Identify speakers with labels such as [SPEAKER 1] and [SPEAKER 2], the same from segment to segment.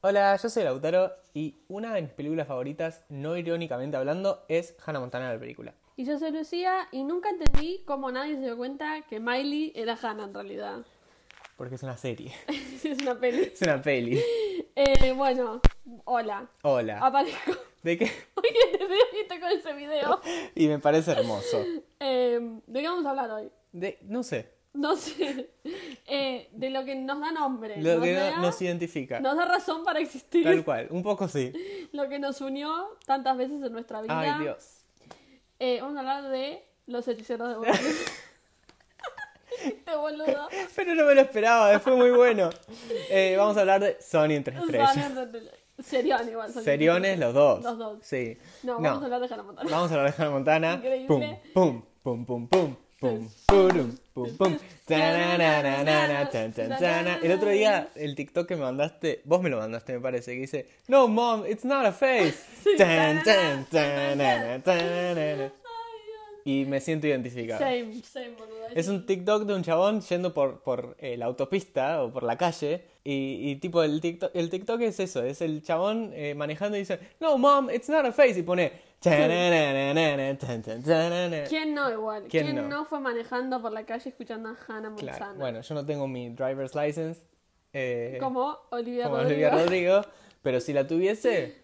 [SPEAKER 1] Hola, yo soy Lautaro y una de mis películas favoritas, no irónicamente hablando, es Hannah Montana la película.
[SPEAKER 2] Y yo soy Lucía y nunca entendí cómo nadie se dio cuenta que Miley era Hannah en realidad.
[SPEAKER 1] Porque es una serie,
[SPEAKER 2] es una peli.
[SPEAKER 1] es una peli.
[SPEAKER 2] Eh, bueno, hola.
[SPEAKER 1] Hola.
[SPEAKER 2] Aparezco.
[SPEAKER 1] ¿De qué?
[SPEAKER 2] Hoy te veo y estoy con ese video.
[SPEAKER 1] Y me parece hermoso.
[SPEAKER 2] Eh, ¿De qué vamos a hablar hoy?
[SPEAKER 1] De, no sé,
[SPEAKER 2] No sé. Eh, de lo que nos da nombre.
[SPEAKER 1] lo
[SPEAKER 2] nos,
[SPEAKER 1] que
[SPEAKER 2] da,
[SPEAKER 1] no- nos identifica.
[SPEAKER 2] nos da razón para existir.
[SPEAKER 1] Tal cual, un poco sí.
[SPEAKER 2] Lo que nos unió tantas veces en nuestra vida.
[SPEAKER 1] Ay, Dios.
[SPEAKER 2] Eh, vamos a hablar de los hechiceros de Waverly. este boludo.
[SPEAKER 1] Pero no me lo esperaba, fue muy bueno. Eh, vamos a hablar de Sony entre estrellas.
[SPEAKER 2] Son- Serión igual. son-
[SPEAKER 1] Seriones los dos.
[SPEAKER 2] Los dos.
[SPEAKER 1] Sí.
[SPEAKER 2] No, vamos a hablar de Hannah Montana.
[SPEAKER 1] Vamos a hablar de Hannah Montana.
[SPEAKER 2] Increíble.
[SPEAKER 1] Pum, pum, pum, pum, pum, pum, purum, pum, pum. Tananana, tan, tan, tana. El otro día, el TikTok que me mandaste, vos me lo mandaste, me parece, que dice, No, mom, it's not a face.
[SPEAKER 2] Sí.
[SPEAKER 1] Tan, tan, tanana, tanana. Y me siento identificado.
[SPEAKER 2] Same, same, boludo.
[SPEAKER 1] Es un TikTok de un chabón yendo por, por eh, la autopista o por la calle. Y, y tipo, el TikTok, el TikTok es eso: es el chabón eh, manejando y dice, No, mom, it's not a face. Y pone. "Tananana, tan, tan, tanana".
[SPEAKER 2] ¿Quién no igual?
[SPEAKER 1] ¿Quién
[SPEAKER 2] ¿Quién,
[SPEAKER 1] no?
[SPEAKER 2] no? fue manejando por la calle escuchando a Hannah Montana?
[SPEAKER 1] Claro, bueno, yo no tengo mi driver's license. eh,
[SPEAKER 2] Como Olivia
[SPEAKER 1] como
[SPEAKER 2] Rodrigo.
[SPEAKER 1] Olivia Rodrigo. Pero si la tuviese,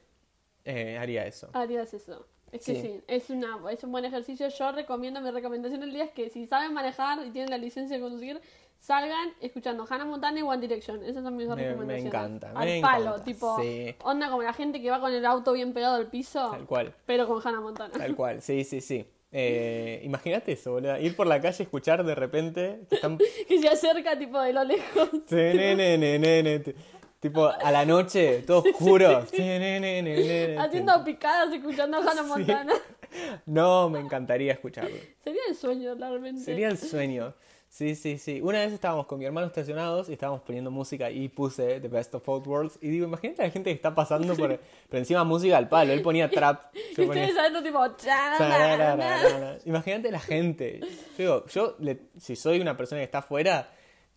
[SPEAKER 1] eh, haría eso.
[SPEAKER 2] Harías eso. Es que
[SPEAKER 1] Sí.
[SPEAKER 2] sí, es, una, es un buen ejercicio. Yo recomiendo, mi recomendación del día es que si saben manejar y tienen la licencia de conducir, salgan escuchando Hannah Montana y One Direction. Esas son mis dos
[SPEAKER 1] Me- me
[SPEAKER 2] recomendaciones.
[SPEAKER 1] encanta,
[SPEAKER 2] Al
[SPEAKER 1] me
[SPEAKER 2] palo,
[SPEAKER 1] encanta,
[SPEAKER 2] tipo,
[SPEAKER 1] sí.
[SPEAKER 2] onda como la gente que va con el auto bien pegado al piso,
[SPEAKER 1] Tal cual.
[SPEAKER 2] pero con Hannah Montana.
[SPEAKER 1] Tal cual, sí, sí, sí. Eh, Imagínate eso, boludo. Ir por la calle y escuchar de repente que están
[SPEAKER 2] que se acerca, tipo, de lo lejos.
[SPEAKER 1] Tenenenenene, t- Tipo, a la noche, todo oscuro. Tenenenenene.
[SPEAKER 2] haciendo picadas, escuchando a Hannah Montana.
[SPEAKER 1] No, me encantaría escucharlo.
[SPEAKER 2] Sería el sueño, realmente.
[SPEAKER 1] Sería el sueño. Sí, sí, sí. Una vez estábamos con mi hermano estacionados y estábamos poniendo música y puse The Best of Both Worlds. Y digo, imagínate la gente que está pasando por, por encima música al palo. Él ponía trap.
[SPEAKER 2] Y
[SPEAKER 1] Yo
[SPEAKER 2] ustedes
[SPEAKER 1] ponía...
[SPEAKER 2] adentro, tipo, "Tararara".
[SPEAKER 1] Sararararara. Imagínate la gente. Yo digo, yo, le- si soy una persona que está afuera,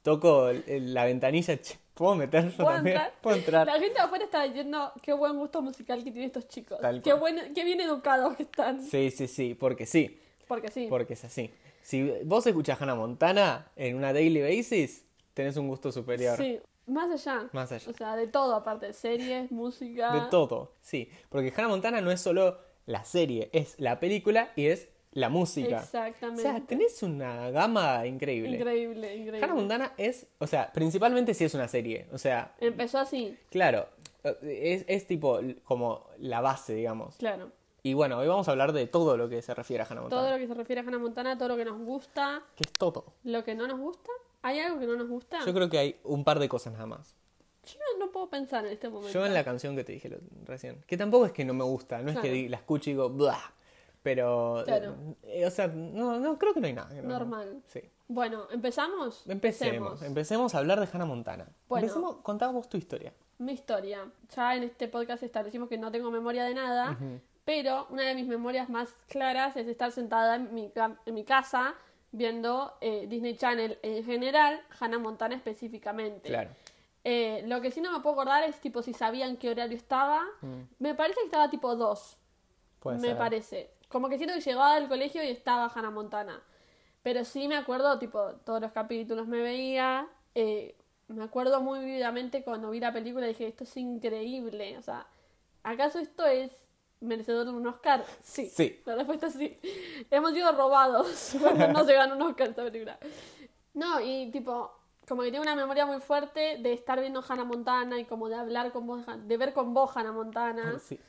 [SPEAKER 1] toco el- la ventanilla. che, ¿Puedo meter yo
[SPEAKER 2] ¿Puedo
[SPEAKER 1] también?
[SPEAKER 2] entrar?
[SPEAKER 1] Puedo entrar.
[SPEAKER 2] La gente afuera está diciendo qué buen gusto musical que tienen estos chicos.
[SPEAKER 1] Tal
[SPEAKER 2] Qué,
[SPEAKER 1] cual.
[SPEAKER 2] buen, qué bien educados que están.
[SPEAKER 1] Sí, sí, sí, porque sí,
[SPEAKER 2] Porque sí.
[SPEAKER 1] porque es así. Si vos escuchás Hannah Montana en una daily basis, tenés un gusto superior.
[SPEAKER 2] Sí. Más allá.
[SPEAKER 1] Más allá.
[SPEAKER 2] O sea, de todo, aparte de series, música.
[SPEAKER 1] De todo, sí. Porque Hannah Montana no es solo la serie, es la película y es la música. O
[SPEAKER 2] Exactamente.
[SPEAKER 1] sea, tenés una gama increíble.
[SPEAKER 2] increíble, increíble.
[SPEAKER 1] Hannah Montana es, o sea, principalmente sí es una serie. O sea,
[SPEAKER 2] Empezó así,
[SPEAKER 1] claro, es, es tipo como la base, digamos.
[SPEAKER 2] claro.
[SPEAKER 1] Y bueno, hoy vamos a hablar de todo lo que se refiere a Hannah
[SPEAKER 2] Todo
[SPEAKER 1] Montana.
[SPEAKER 2] lo que se refiere a Hannah Montana, todo lo que nos gusta,
[SPEAKER 1] Que es todo.
[SPEAKER 2] lo que no nos gusta. ¿Hay algo que no nos gusta?
[SPEAKER 1] Yo creo que hay un par de cosas nada más.
[SPEAKER 2] Yo no, no puedo pensar en este momento.
[SPEAKER 1] Yo en la canción que te dije lo- recién, que tampoco es que no me gusta, no es que
[SPEAKER 2] Claro.
[SPEAKER 1] di- la escucho y digo, bla, pero...
[SPEAKER 2] Claro.
[SPEAKER 1] eh, o sea, no, no, creo que no hay nada. que no-
[SPEAKER 2] Normal.
[SPEAKER 1] Sí.
[SPEAKER 2] Bueno, ¿empezamos?
[SPEAKER 1] Empecemos, empecemos a hablar de Hannah Montana.
[SPEAKER 2] Bueno.
[SPEAKER 1] Empecemos, contá vos tu historia.
[SPEAKER 2] Mi historia. Ya en este podcast establecimos que no tengo memoria de nada, pero una de mis memorias más claras es estar sentada en mi, ca- en mi casa viendo eh, Disney Channel en general, Hannah Montana específicamente.
[SPEAKER 1] Claro.
[SPEAKER 2] Eh, lo que sí no me puedo acordar es tipo si sabían qué horario estaba. Me parece que estaba tipo 2,
[SPEAKER 1] Mm, Puede
[SPEAKER 2] me
[SPEAKER 1] ser.
[SPEAKER 2] parece. Como que siento que llegaba del colegio y estaba Hannah Montana. Pero sí me acuerdo, tipo, todos los capítulos me veía. eh, me acuerdo muy vividamente cuando vi la película y dije, esto es increíble. O sea, ¿acaso esto es merecedor de un Oscar? Sí.
[SPEAKER 1] Sí.
[SPEAKER 2] La respuesta es sí. Hemos sido robados cuando no se ganó un Oscar esta película. No, y tipo, como que tengo una memoria muy fuerte de estar viendo Hannah Montana y como de hablar con vos, de ver con vos Hannah Montana.
[SPEAKER 1] Sí.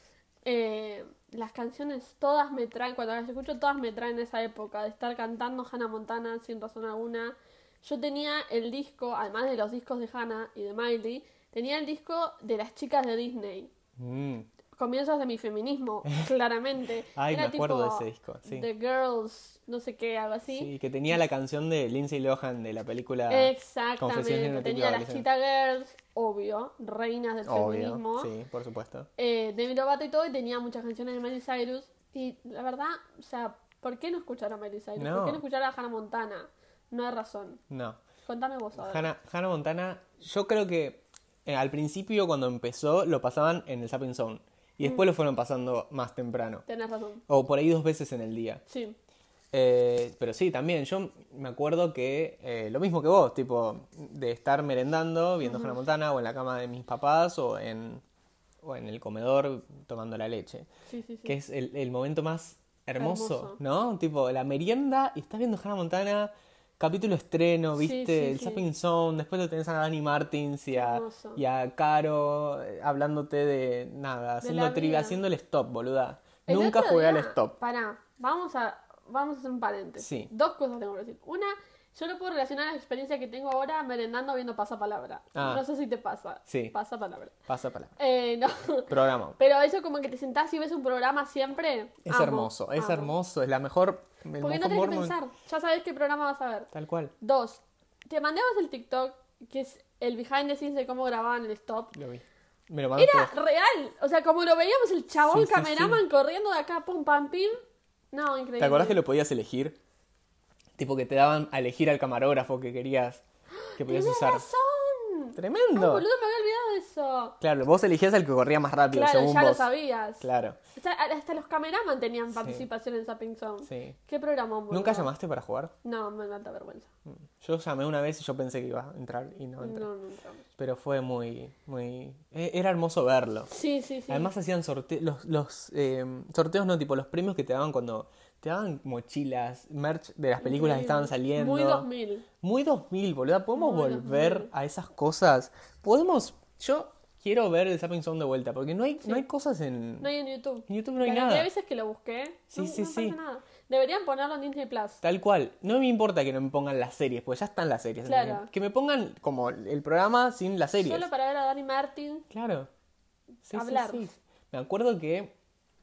[SPEAKER 2] Eh, las canciones todas me traen, cuando las escucho todas me traen esa época de estar cantando Hannah Montana sin razón alguna. Yo tenía el disco, además de los discos de Hannah y de Miley, tenía el disco de las chicas de Disney.
[SPEAKER 1] Mm,
[SPEAKER 2] Comienzos de mi feminismo, claramente.
[SPEAKER 1] Ay, me acuerdo de
[SPEAKER 2] tipo
[SPEAKER 1] ese disco, sí.
[SPEAKER 2] The Girls, no sé qué, algo así.
[SPEAKER 1] sí, que tenía la canción de Lindsay Lohan de la película Confesiones de
[SPEAKER 2] Exactamente.
[SPEAKER 1] una
[SPEAKER 2] Tenía
[SPEAKER 1] chica
[SPEAKER 2] las
[SPEAKER 1] adolescente.
[SPEAKER 2] Cheetah Girls, obvio, reinas del
[SPEAKER 1] Obvio,
[SPEAKER 2] feminismo.
[SPEAKER 1] sí, por supuesto.
[SPEAKER 2] eh, Demi Lovato y todo, y tenía muchas canciones de Miley Cyrus. Y la verdad, o sea, ¿por qué no escuchar a Miley Cyrus?
[SPEAKER 1] No.
[SPEAKER 2] ¿Por qué no escuchar a Hannah Montana? No hay razón.
[SPEAKER 1] No.
[SPEAKER 2] Contame vos ahora.
[SPEAKER 1] Hannah, Hannah Montana, yo creo que eh, al principio cuando empezó lo pasaban en el Zapping Zone y después lo fueron pasando más temprano.
[SPEAKER 2] Tenés razón.
[SPEAKER 1] O por ahí dos veces en el día.
[SPEAKER 2] Sí.
[SPEAKER 1] Eh, pero sí, también yo me acuerdo que eh, lo mismo que vos, tipo de estar merendando, viendo Hannah Montana o en la cama de mis papás o en, o en el comedor tomando la leche.
[SPEAKER 2] Sí, sí, sí.
[SPEAKER 1] Que es el, el momento más hermoso,
[SPEAKER 2] Hermoso.
[SPEAKER 1] ¿no? Tipo la merienda y estás viendo Hannah Montana, capítulo estreno,
[SPEAKER 2] Sí,
[SPEAKER 1] viste,
[SPEAKER 2] sí,
[SPEAKER 1] el
[SPEAKER 2] sí.
[SPEAKER 1] Zapping Zone, después lo tenés a Dani Martins y a,
[SPEAKER 2] Hermoso.
[SPEAKER 1] y a Caro eh, hablándote de nada, haciendo
[SPEAKER 2] la vida.
[SPEAKER 1] trivia, haciendo el stop, boluda.
[SPEAKER 2] El
[SPEAKER 1] Nunca
[SPEAKER 2] otro
[SPEAKER 1] jugué al
[SPEAKER 2] día-
[SPEAKER 1] stop.
[SPEAKER 2] Pará, vamos a, vamos a hacer un paréntesis.
[SPEAKER 1] Sí.
[SPEAKER 2] Dos cosas tengo que decir. Una, yo lo puedo relacionar a la experiencia que tengo ahora merendando viendo pasapalabra.
[SPEAKER 1] Ah.
[SPEAKER 2] No sé si te pasa.
[SPEAKER 1] Sí.
[SPEAKER 2] Pasapalabra.
[SPEAKER 1] Pasa palabra.
[SPEAKER 2] Eh, no.
[SPEAKER 1] Programa.
[SPEAKER 2] Pero eso como que te sentás y ves un programa siempre.
[SPEAKER 1] Es
[SPEAKER 2] Amo,
[SPEAKER 1] hermoso, es
[SPEAKER 2] amo.
[SPEAKER 1] hermoso, es la mejor. el
[SPEAKER 2] Porque no
[SPEAKER 1] mejor
[SPEAKER 2] tenés que
[SPEAKER 1] mormon-
[SPEAKER 2] pensar. Ya sabes qué programa vas a ver.
[SPEAKER 1] Tal cual.
[SPEAKER 2] Dos, te mandamos el TikTok, que es el behind the scenes de cómo grababan el stop.
[SPEAKER 1] Lo vi. Me lo mandaste.
[SPEAKER 2] Era real. O sea, como lo veíamos el chabón
[SPEAKER 1] Sí, sí,
[SPEAKER 2] cameraman corriendo de acá, pum, pam, pim. No, increíble.
[SPEAKER 1] ¿Te acordás que lo podías elegir? Tipo que te daban a elegir al camarógrafo que querías, que podías
[SPEAKER 2] ¡Tenés
[SPEAKER 1] usar.
[SPEAKER 2] razón! Ay,
[SPEAKER 1] Tremendo.
[SPEAKER 2] boludo, me había olvidado de eso.
[SPEAKER 1] Claro, vos elegías al que corría más rápido,
[SPEAKER 2] Claro,
[SPEAKER 1] según
[SPEAKER 2] ya lo
[SPEAKER 1] vos.
[SPEAKER 2] sabías.
[SPEAKER 1] Claro.
[SPEAKER 2] O sea, hasta los cameraman tenían participación en Zapping Zone.
[SPEAKER 1] Sí.
[SPEAKER 2] ¿Qué programa, boludo?
[SPEAKER 1] ¿Nunca llamaste para jugar?
[SPEAKER 2] No, me da vergüenza.
[SPEAKER 1] Yo llamé una vez y yo pensé que iba a entrar y no entré.
[SPEAKER 2] No, nunca.
[SPEAKER 1] Pero fue muy, muy. e- Era hermoso verlo.
[SPEAKER 2] Sí, sí, sí.
[SPEAKER 1] Además hacían sorteos, los, los, eh, sorteos no, tipo los premios que te daban cuando te daban mochilas, merch de las películas que estaban saliendo.
[SPEAKER 2] Muy 2000.
[SPEAKER 1] Muy 2000, boluda. ¿Podemos
[SPEAKER 2] Muy
[SPEAKER 1] volver
[SPEAKER 2] 2000.
[SPEAKER 1] a esas cosas? Podemos, yo quiero ver el Zapping Zone de vuelta, porque no hay, no hay cosas en...
[SPEAKER 2] No hay en YouTube.
[SPEAKER 1] En YouTube no hay
[SPEAKER 2] La
[SPEAKER 1] nada.
[SPEAKER 2] cantidad de veces que lo busqué.
[SPEAKER 1] Sí,
[SPEAKER 2] no,
[SPEAKER 1] sí,
[SPEAKER 2] no
[SPEAKER 1] sí.
[SPEAKER 2] pasa nada. Deberían ponerlo en Disney Plus.
[SPEAKER 1] Tal cual, no me importa que no me pongan las series, porque ya están las series.
[SPEAKER 2] Claro.
[SPEAKER 1] ¿entendés? Que me pongan como el programa sin las series.
[SPEAKER 2] Solo para ver a Dani Martin.
[SPEAKER 1] Claro. Sí, sí,
[SPEAKER 2] Hablar.
[SPEAKER 1] sí. Me acuerdo que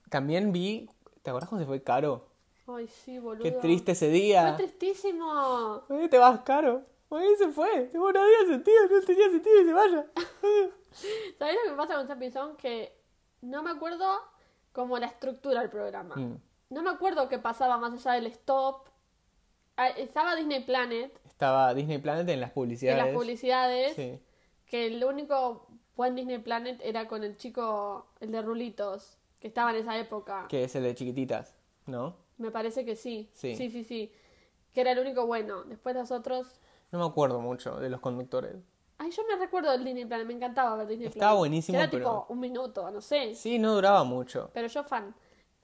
[SPEAKER 1] también vi, ¿te acordás cuando se fue Caro?
[SPEAKER 2] Ay, sí, boludo.
[SPEAKER 1] Qué triste ese
[SPEAKER 2] Fue
[SPEAKER 1] día.
[SPEAKER 2] tristísimo.
[SPEAKER 1] ¿Por qué te vas caro? ¿Por qué se fue? Tipo, no había sentido, no tenía sentido y se vaya.
[SPEAKER 2] ¿Sabés lo que pasa con Zapping Zone? Que no me acuerdo como la estructura del programa.
[SPEAKER 1] Mm.
[SPEAKER 2] No me acuerdo qué pasaba más allá del stop. Ah, Estaba Disney Planet
[SPEAKER 1] Estaba Disney Planet en las
[SPEAKER 2] en
[SPEAKER 1] publicidades.
[SPEAKER 2] las publicidades.
[SPEAKER 1] Sí.
[SPEAKER 2] Que el único buen Disney Planet era con el chico, el de Rulitos, que estaba en esa época.
[SPEAKER 1] Que es el de chiquititas, ¿no?
[SPEAKER 2] Me parece que sí.
[SPEAKER 1] Sí.
[SPEAKER 2] sí, sí, sí. Que era el único bueno. Después los otros.
[SPEAKER 1] No me acuerdo mucho de los conductores.
[SPEAKER 2] Ay, yo me recuerdo del Disney Planet, me encantaba ver Disney
[SPEAKER 1] Estaba
[SPEAKER 2] Planet.
[SPEAKER 1] buenísimo,
[SPEAKER 2] Que Era
[SPEAKER 1] pero-
[SPEAKER 2] tipo un minuto, no sé.
[SPEAKER 1] Sí, no duraba mucho.
[SPEAKER 2] Pero yo fan.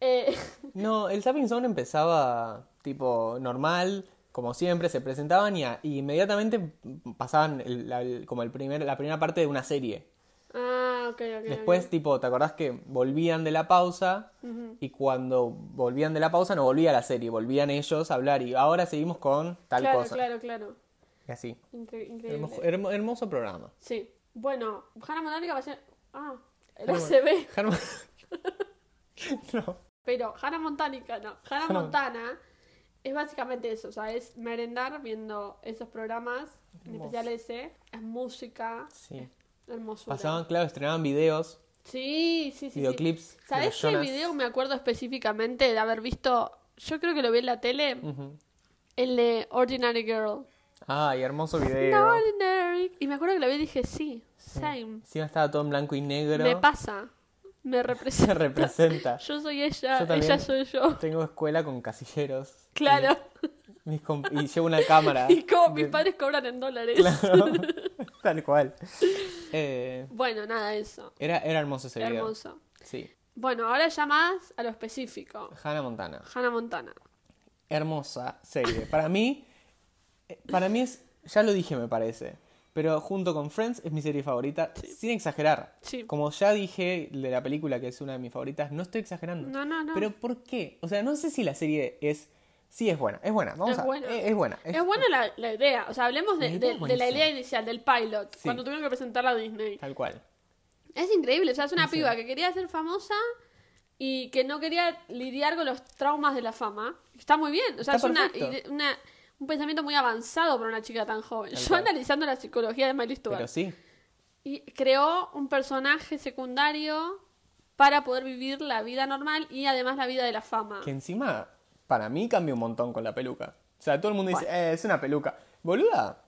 [SPEAKER 2] Eh,
[SPEAKER 1] No, el Zapping Zone empezaba tipo normal, como siempre, se presentaban y, a- y inmediatamente pasaban el- la- el- como el primer, la primera parte de una serie.
[SPEAKER 2] Ah, ok, ok. ok.
[SPEAKER 1] Después, tipo, ¿te acordás que volvían de la pausa? Y cuando volvían de la pausa no volvía la serie, volvían ellos a hablar y ahora seguimos con tal
[SPEAKER 2] claro,
[SPEAKER 1] cosa.
[SPEAKER 2] claro, claro.
[SPEAKER 1] Y así.
[SPEAKER 2] Incre- increíble.
[SPEAKER 1] Hermo- hermo- hermoso programa.
[SPEAKER 2] Sí. Bueno, Hannah Montana que va a ser. Ah, el ACB.
[SPEAKER 1] Germán- no.
[SPEAKER 2] Pero Hannah Montánica, no. Hannah Montana es básicamente eso, o sea, es merendar viendo esos programas, en especial ese. Es música,
[SPEAKER 1] Sí.
[SPEAKER 2] hermosura.
[SPEAKER 1] Pasaban, claro, estrenaban videos,
[SPEAKER 2] Sí, sí, sí. sí.
[SPEAKER 1] videoclips. de
[SPEAKER 2] ¿Sabes
[SPEAKER 1] los
[SPEAKER 2] qué
[SPEAKER 1] Jonas.
[SPEAKER 2] video me acuerdo específicamente de haber visto? Yo creo que lo vi en la tele.
[SPEAKER 1] Ujú.
[SPEAKER 2] El de Ordinary Girl.
[SPEAKER 1] Ay, hermoso video.
[SPEAKER 2] No, Ordinary. Y me acuerdo que la vi y dije, sí, same.
[SPEAKER 1] Encima estaba todo en blanco y negro.
[SPEAKER 2] Me pasa. Me
[SPEAKER 1] Se
[SPEAKER 2] representa.
[SPEAKER 1] representa.
[SPEAKER 2] Yo soy ella,
[SPEAKER 1] Yo también.
[SPEAKER 2] ella soy yo.
[SPEAKER 1] Tengo escuela con casilleros.
[SPEAKER 2] Claro.
[SPEAKER 1] Y, mis comp- y llevo una cámara.
[SPEAKER 2] Y como mis
[SPEAKER 1] De-
[SPEAKER 2] padres cobran en dólares.
[SPEAKER 1] Claro. Tal cual. Eh,
[SPEAKER 2] Bueno, nada, eso.
[SPEAKER 1] era, era hermoso ese video.
[SPEAKER 2] Hermoso.
[SPEAKER 1] Sí.
[SPEAKER 2] Bueno, ahora ya más a lo específico.
[SPEAKER 1] Hannah Montana.
[SPEAKER 2] Hannah Montana.
[SPEAKER 1] Hermosa serie. Para mí, eh, para mí es, ya lo dije me parece, pero junto con Friends es mi serie favorita, sin exagerar.
[SPEAKER 2] Sí.
[SPEAKER 1] Como ya dije de la película que es una de mis favoritas, no estoy exagerando.
[SPEAKER 2] No, no, no.
[SPEAKER 1] Pero ¿por qué? O sea, no sé si la serie es... Sí, es buena, es buena, vamos
[SPEAKER 2] Es
[SPEAKER 1] a...
[SPEAKER 2] buena.
[SPEAKER 1] eh, Es, buena.
[SPEAKER 2] Es buena la, la idea. O sea, hablemos
[SPEAKER 1] La
[SPEAKER 2] de de-
[SPEAKER 1] idea
[SPEAKER 2] de
[SPEAKER 1] es
[SPEAKER 2] la,
[SPEAKER 1] buenísima.
[SPEAKER 2] idea inicial, del pilot,
[SPEAKER 1] Sí.
[SPEAKER 2] cuando tuvieron que presentarla a Disney.
[SPEAKER 1] Tal cual.
[SPEAKER 2] Es increíble, o sea, es una piba que quería ser famosa y que no quería lidiar con los traumas de la fama. Está muy bien, o sea,
[SPEAKER 1] Está
[SPEAKER 2] es una,
[SPEAKER 1] perfecto.
[SPEAKER 2] ide- una- un pensamiento muy avanzado para una chica tan joven.
[SPEAKER 1] Tal
[SPEAKER 2] Yo
[SPEAKER 1] cual.
[SPEAKER 2] analizando la psicología de Miley Stewart.
[SPEAKER 1] Pero sí,
[SPEAKER 2] Y creó un personaje secundario para poder vivir la vida normal y además la vida de la fama.
[SPEAKER 1] que encima, para mí cambia un montón con la peluca. O sea, todo el mundo dice, eh, es una peluca. Boluda,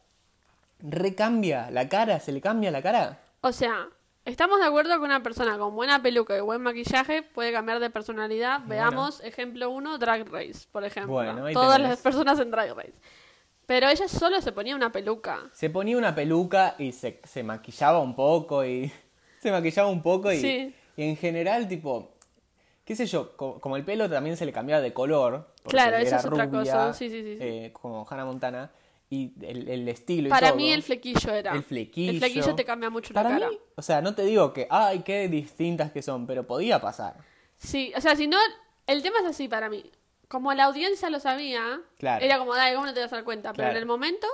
[SPEAKER 1] recambia la cara, se le cambia la cara.
[SPEAKER 2] O sea, estamos de acuerdo que una persona con buena peluca y buen maquillaje puede cambiar de personalidad. Veamos, ejemplo 1, Drag Race, por ejemplo.
[SPEAKER 1] Bueno, ahí
[SPEAKER 2] Todas
[SPEAKER 1] tenés.
[SPEAKER 2] las personas en Drag Race. Pero ella solo se ponía una peluca.
[SPEAKER 1] Se ponía una peluca y se, se maquillaba un poco y. Se maquillaba un poco y.
[SPEAKER 2] Sí.
[SPEAKER 1] y en general, tipo. Qué sé yo, co- como el pelo también se le cambiaba de color. porque
[SPEAKER 2] Claro,
[SPEAKER 1] era
[SPEAKER 2] eso es otra
[SPEAKER 1] rubia,
[SPEAKER 2] cosa. Sí, sí, sí, sí.
[SPEAKER 1] eh, como Hannah Montana. Y el, el estilo y
[SPEAKER 2] Para
[SPEAKER 1] todo.
[SPEAKER 2] mí el flequillo era.
[SPEAKER 1] El flequillo.
[SPEAKER 2] El flequillo te cambia mucho
[SPEAKER 1] Para
[SPEAKER 2] la cara.
[SPEAKER 1] mí, o sea, no te digo que, ay, qué distintas que son, pero podía pasar.
[SPEAKER 2] Sí, o sea, si no, el tema es así para mí. Como la audiencia lo sabía,
[SPEAKER 1] Claro.
[SPEAKER 2] era como, dale, ¿cómo no te vas a dar cuenta? Pero en
[SPEAKER 1] Claro.
[SPEAKER 2] el momento,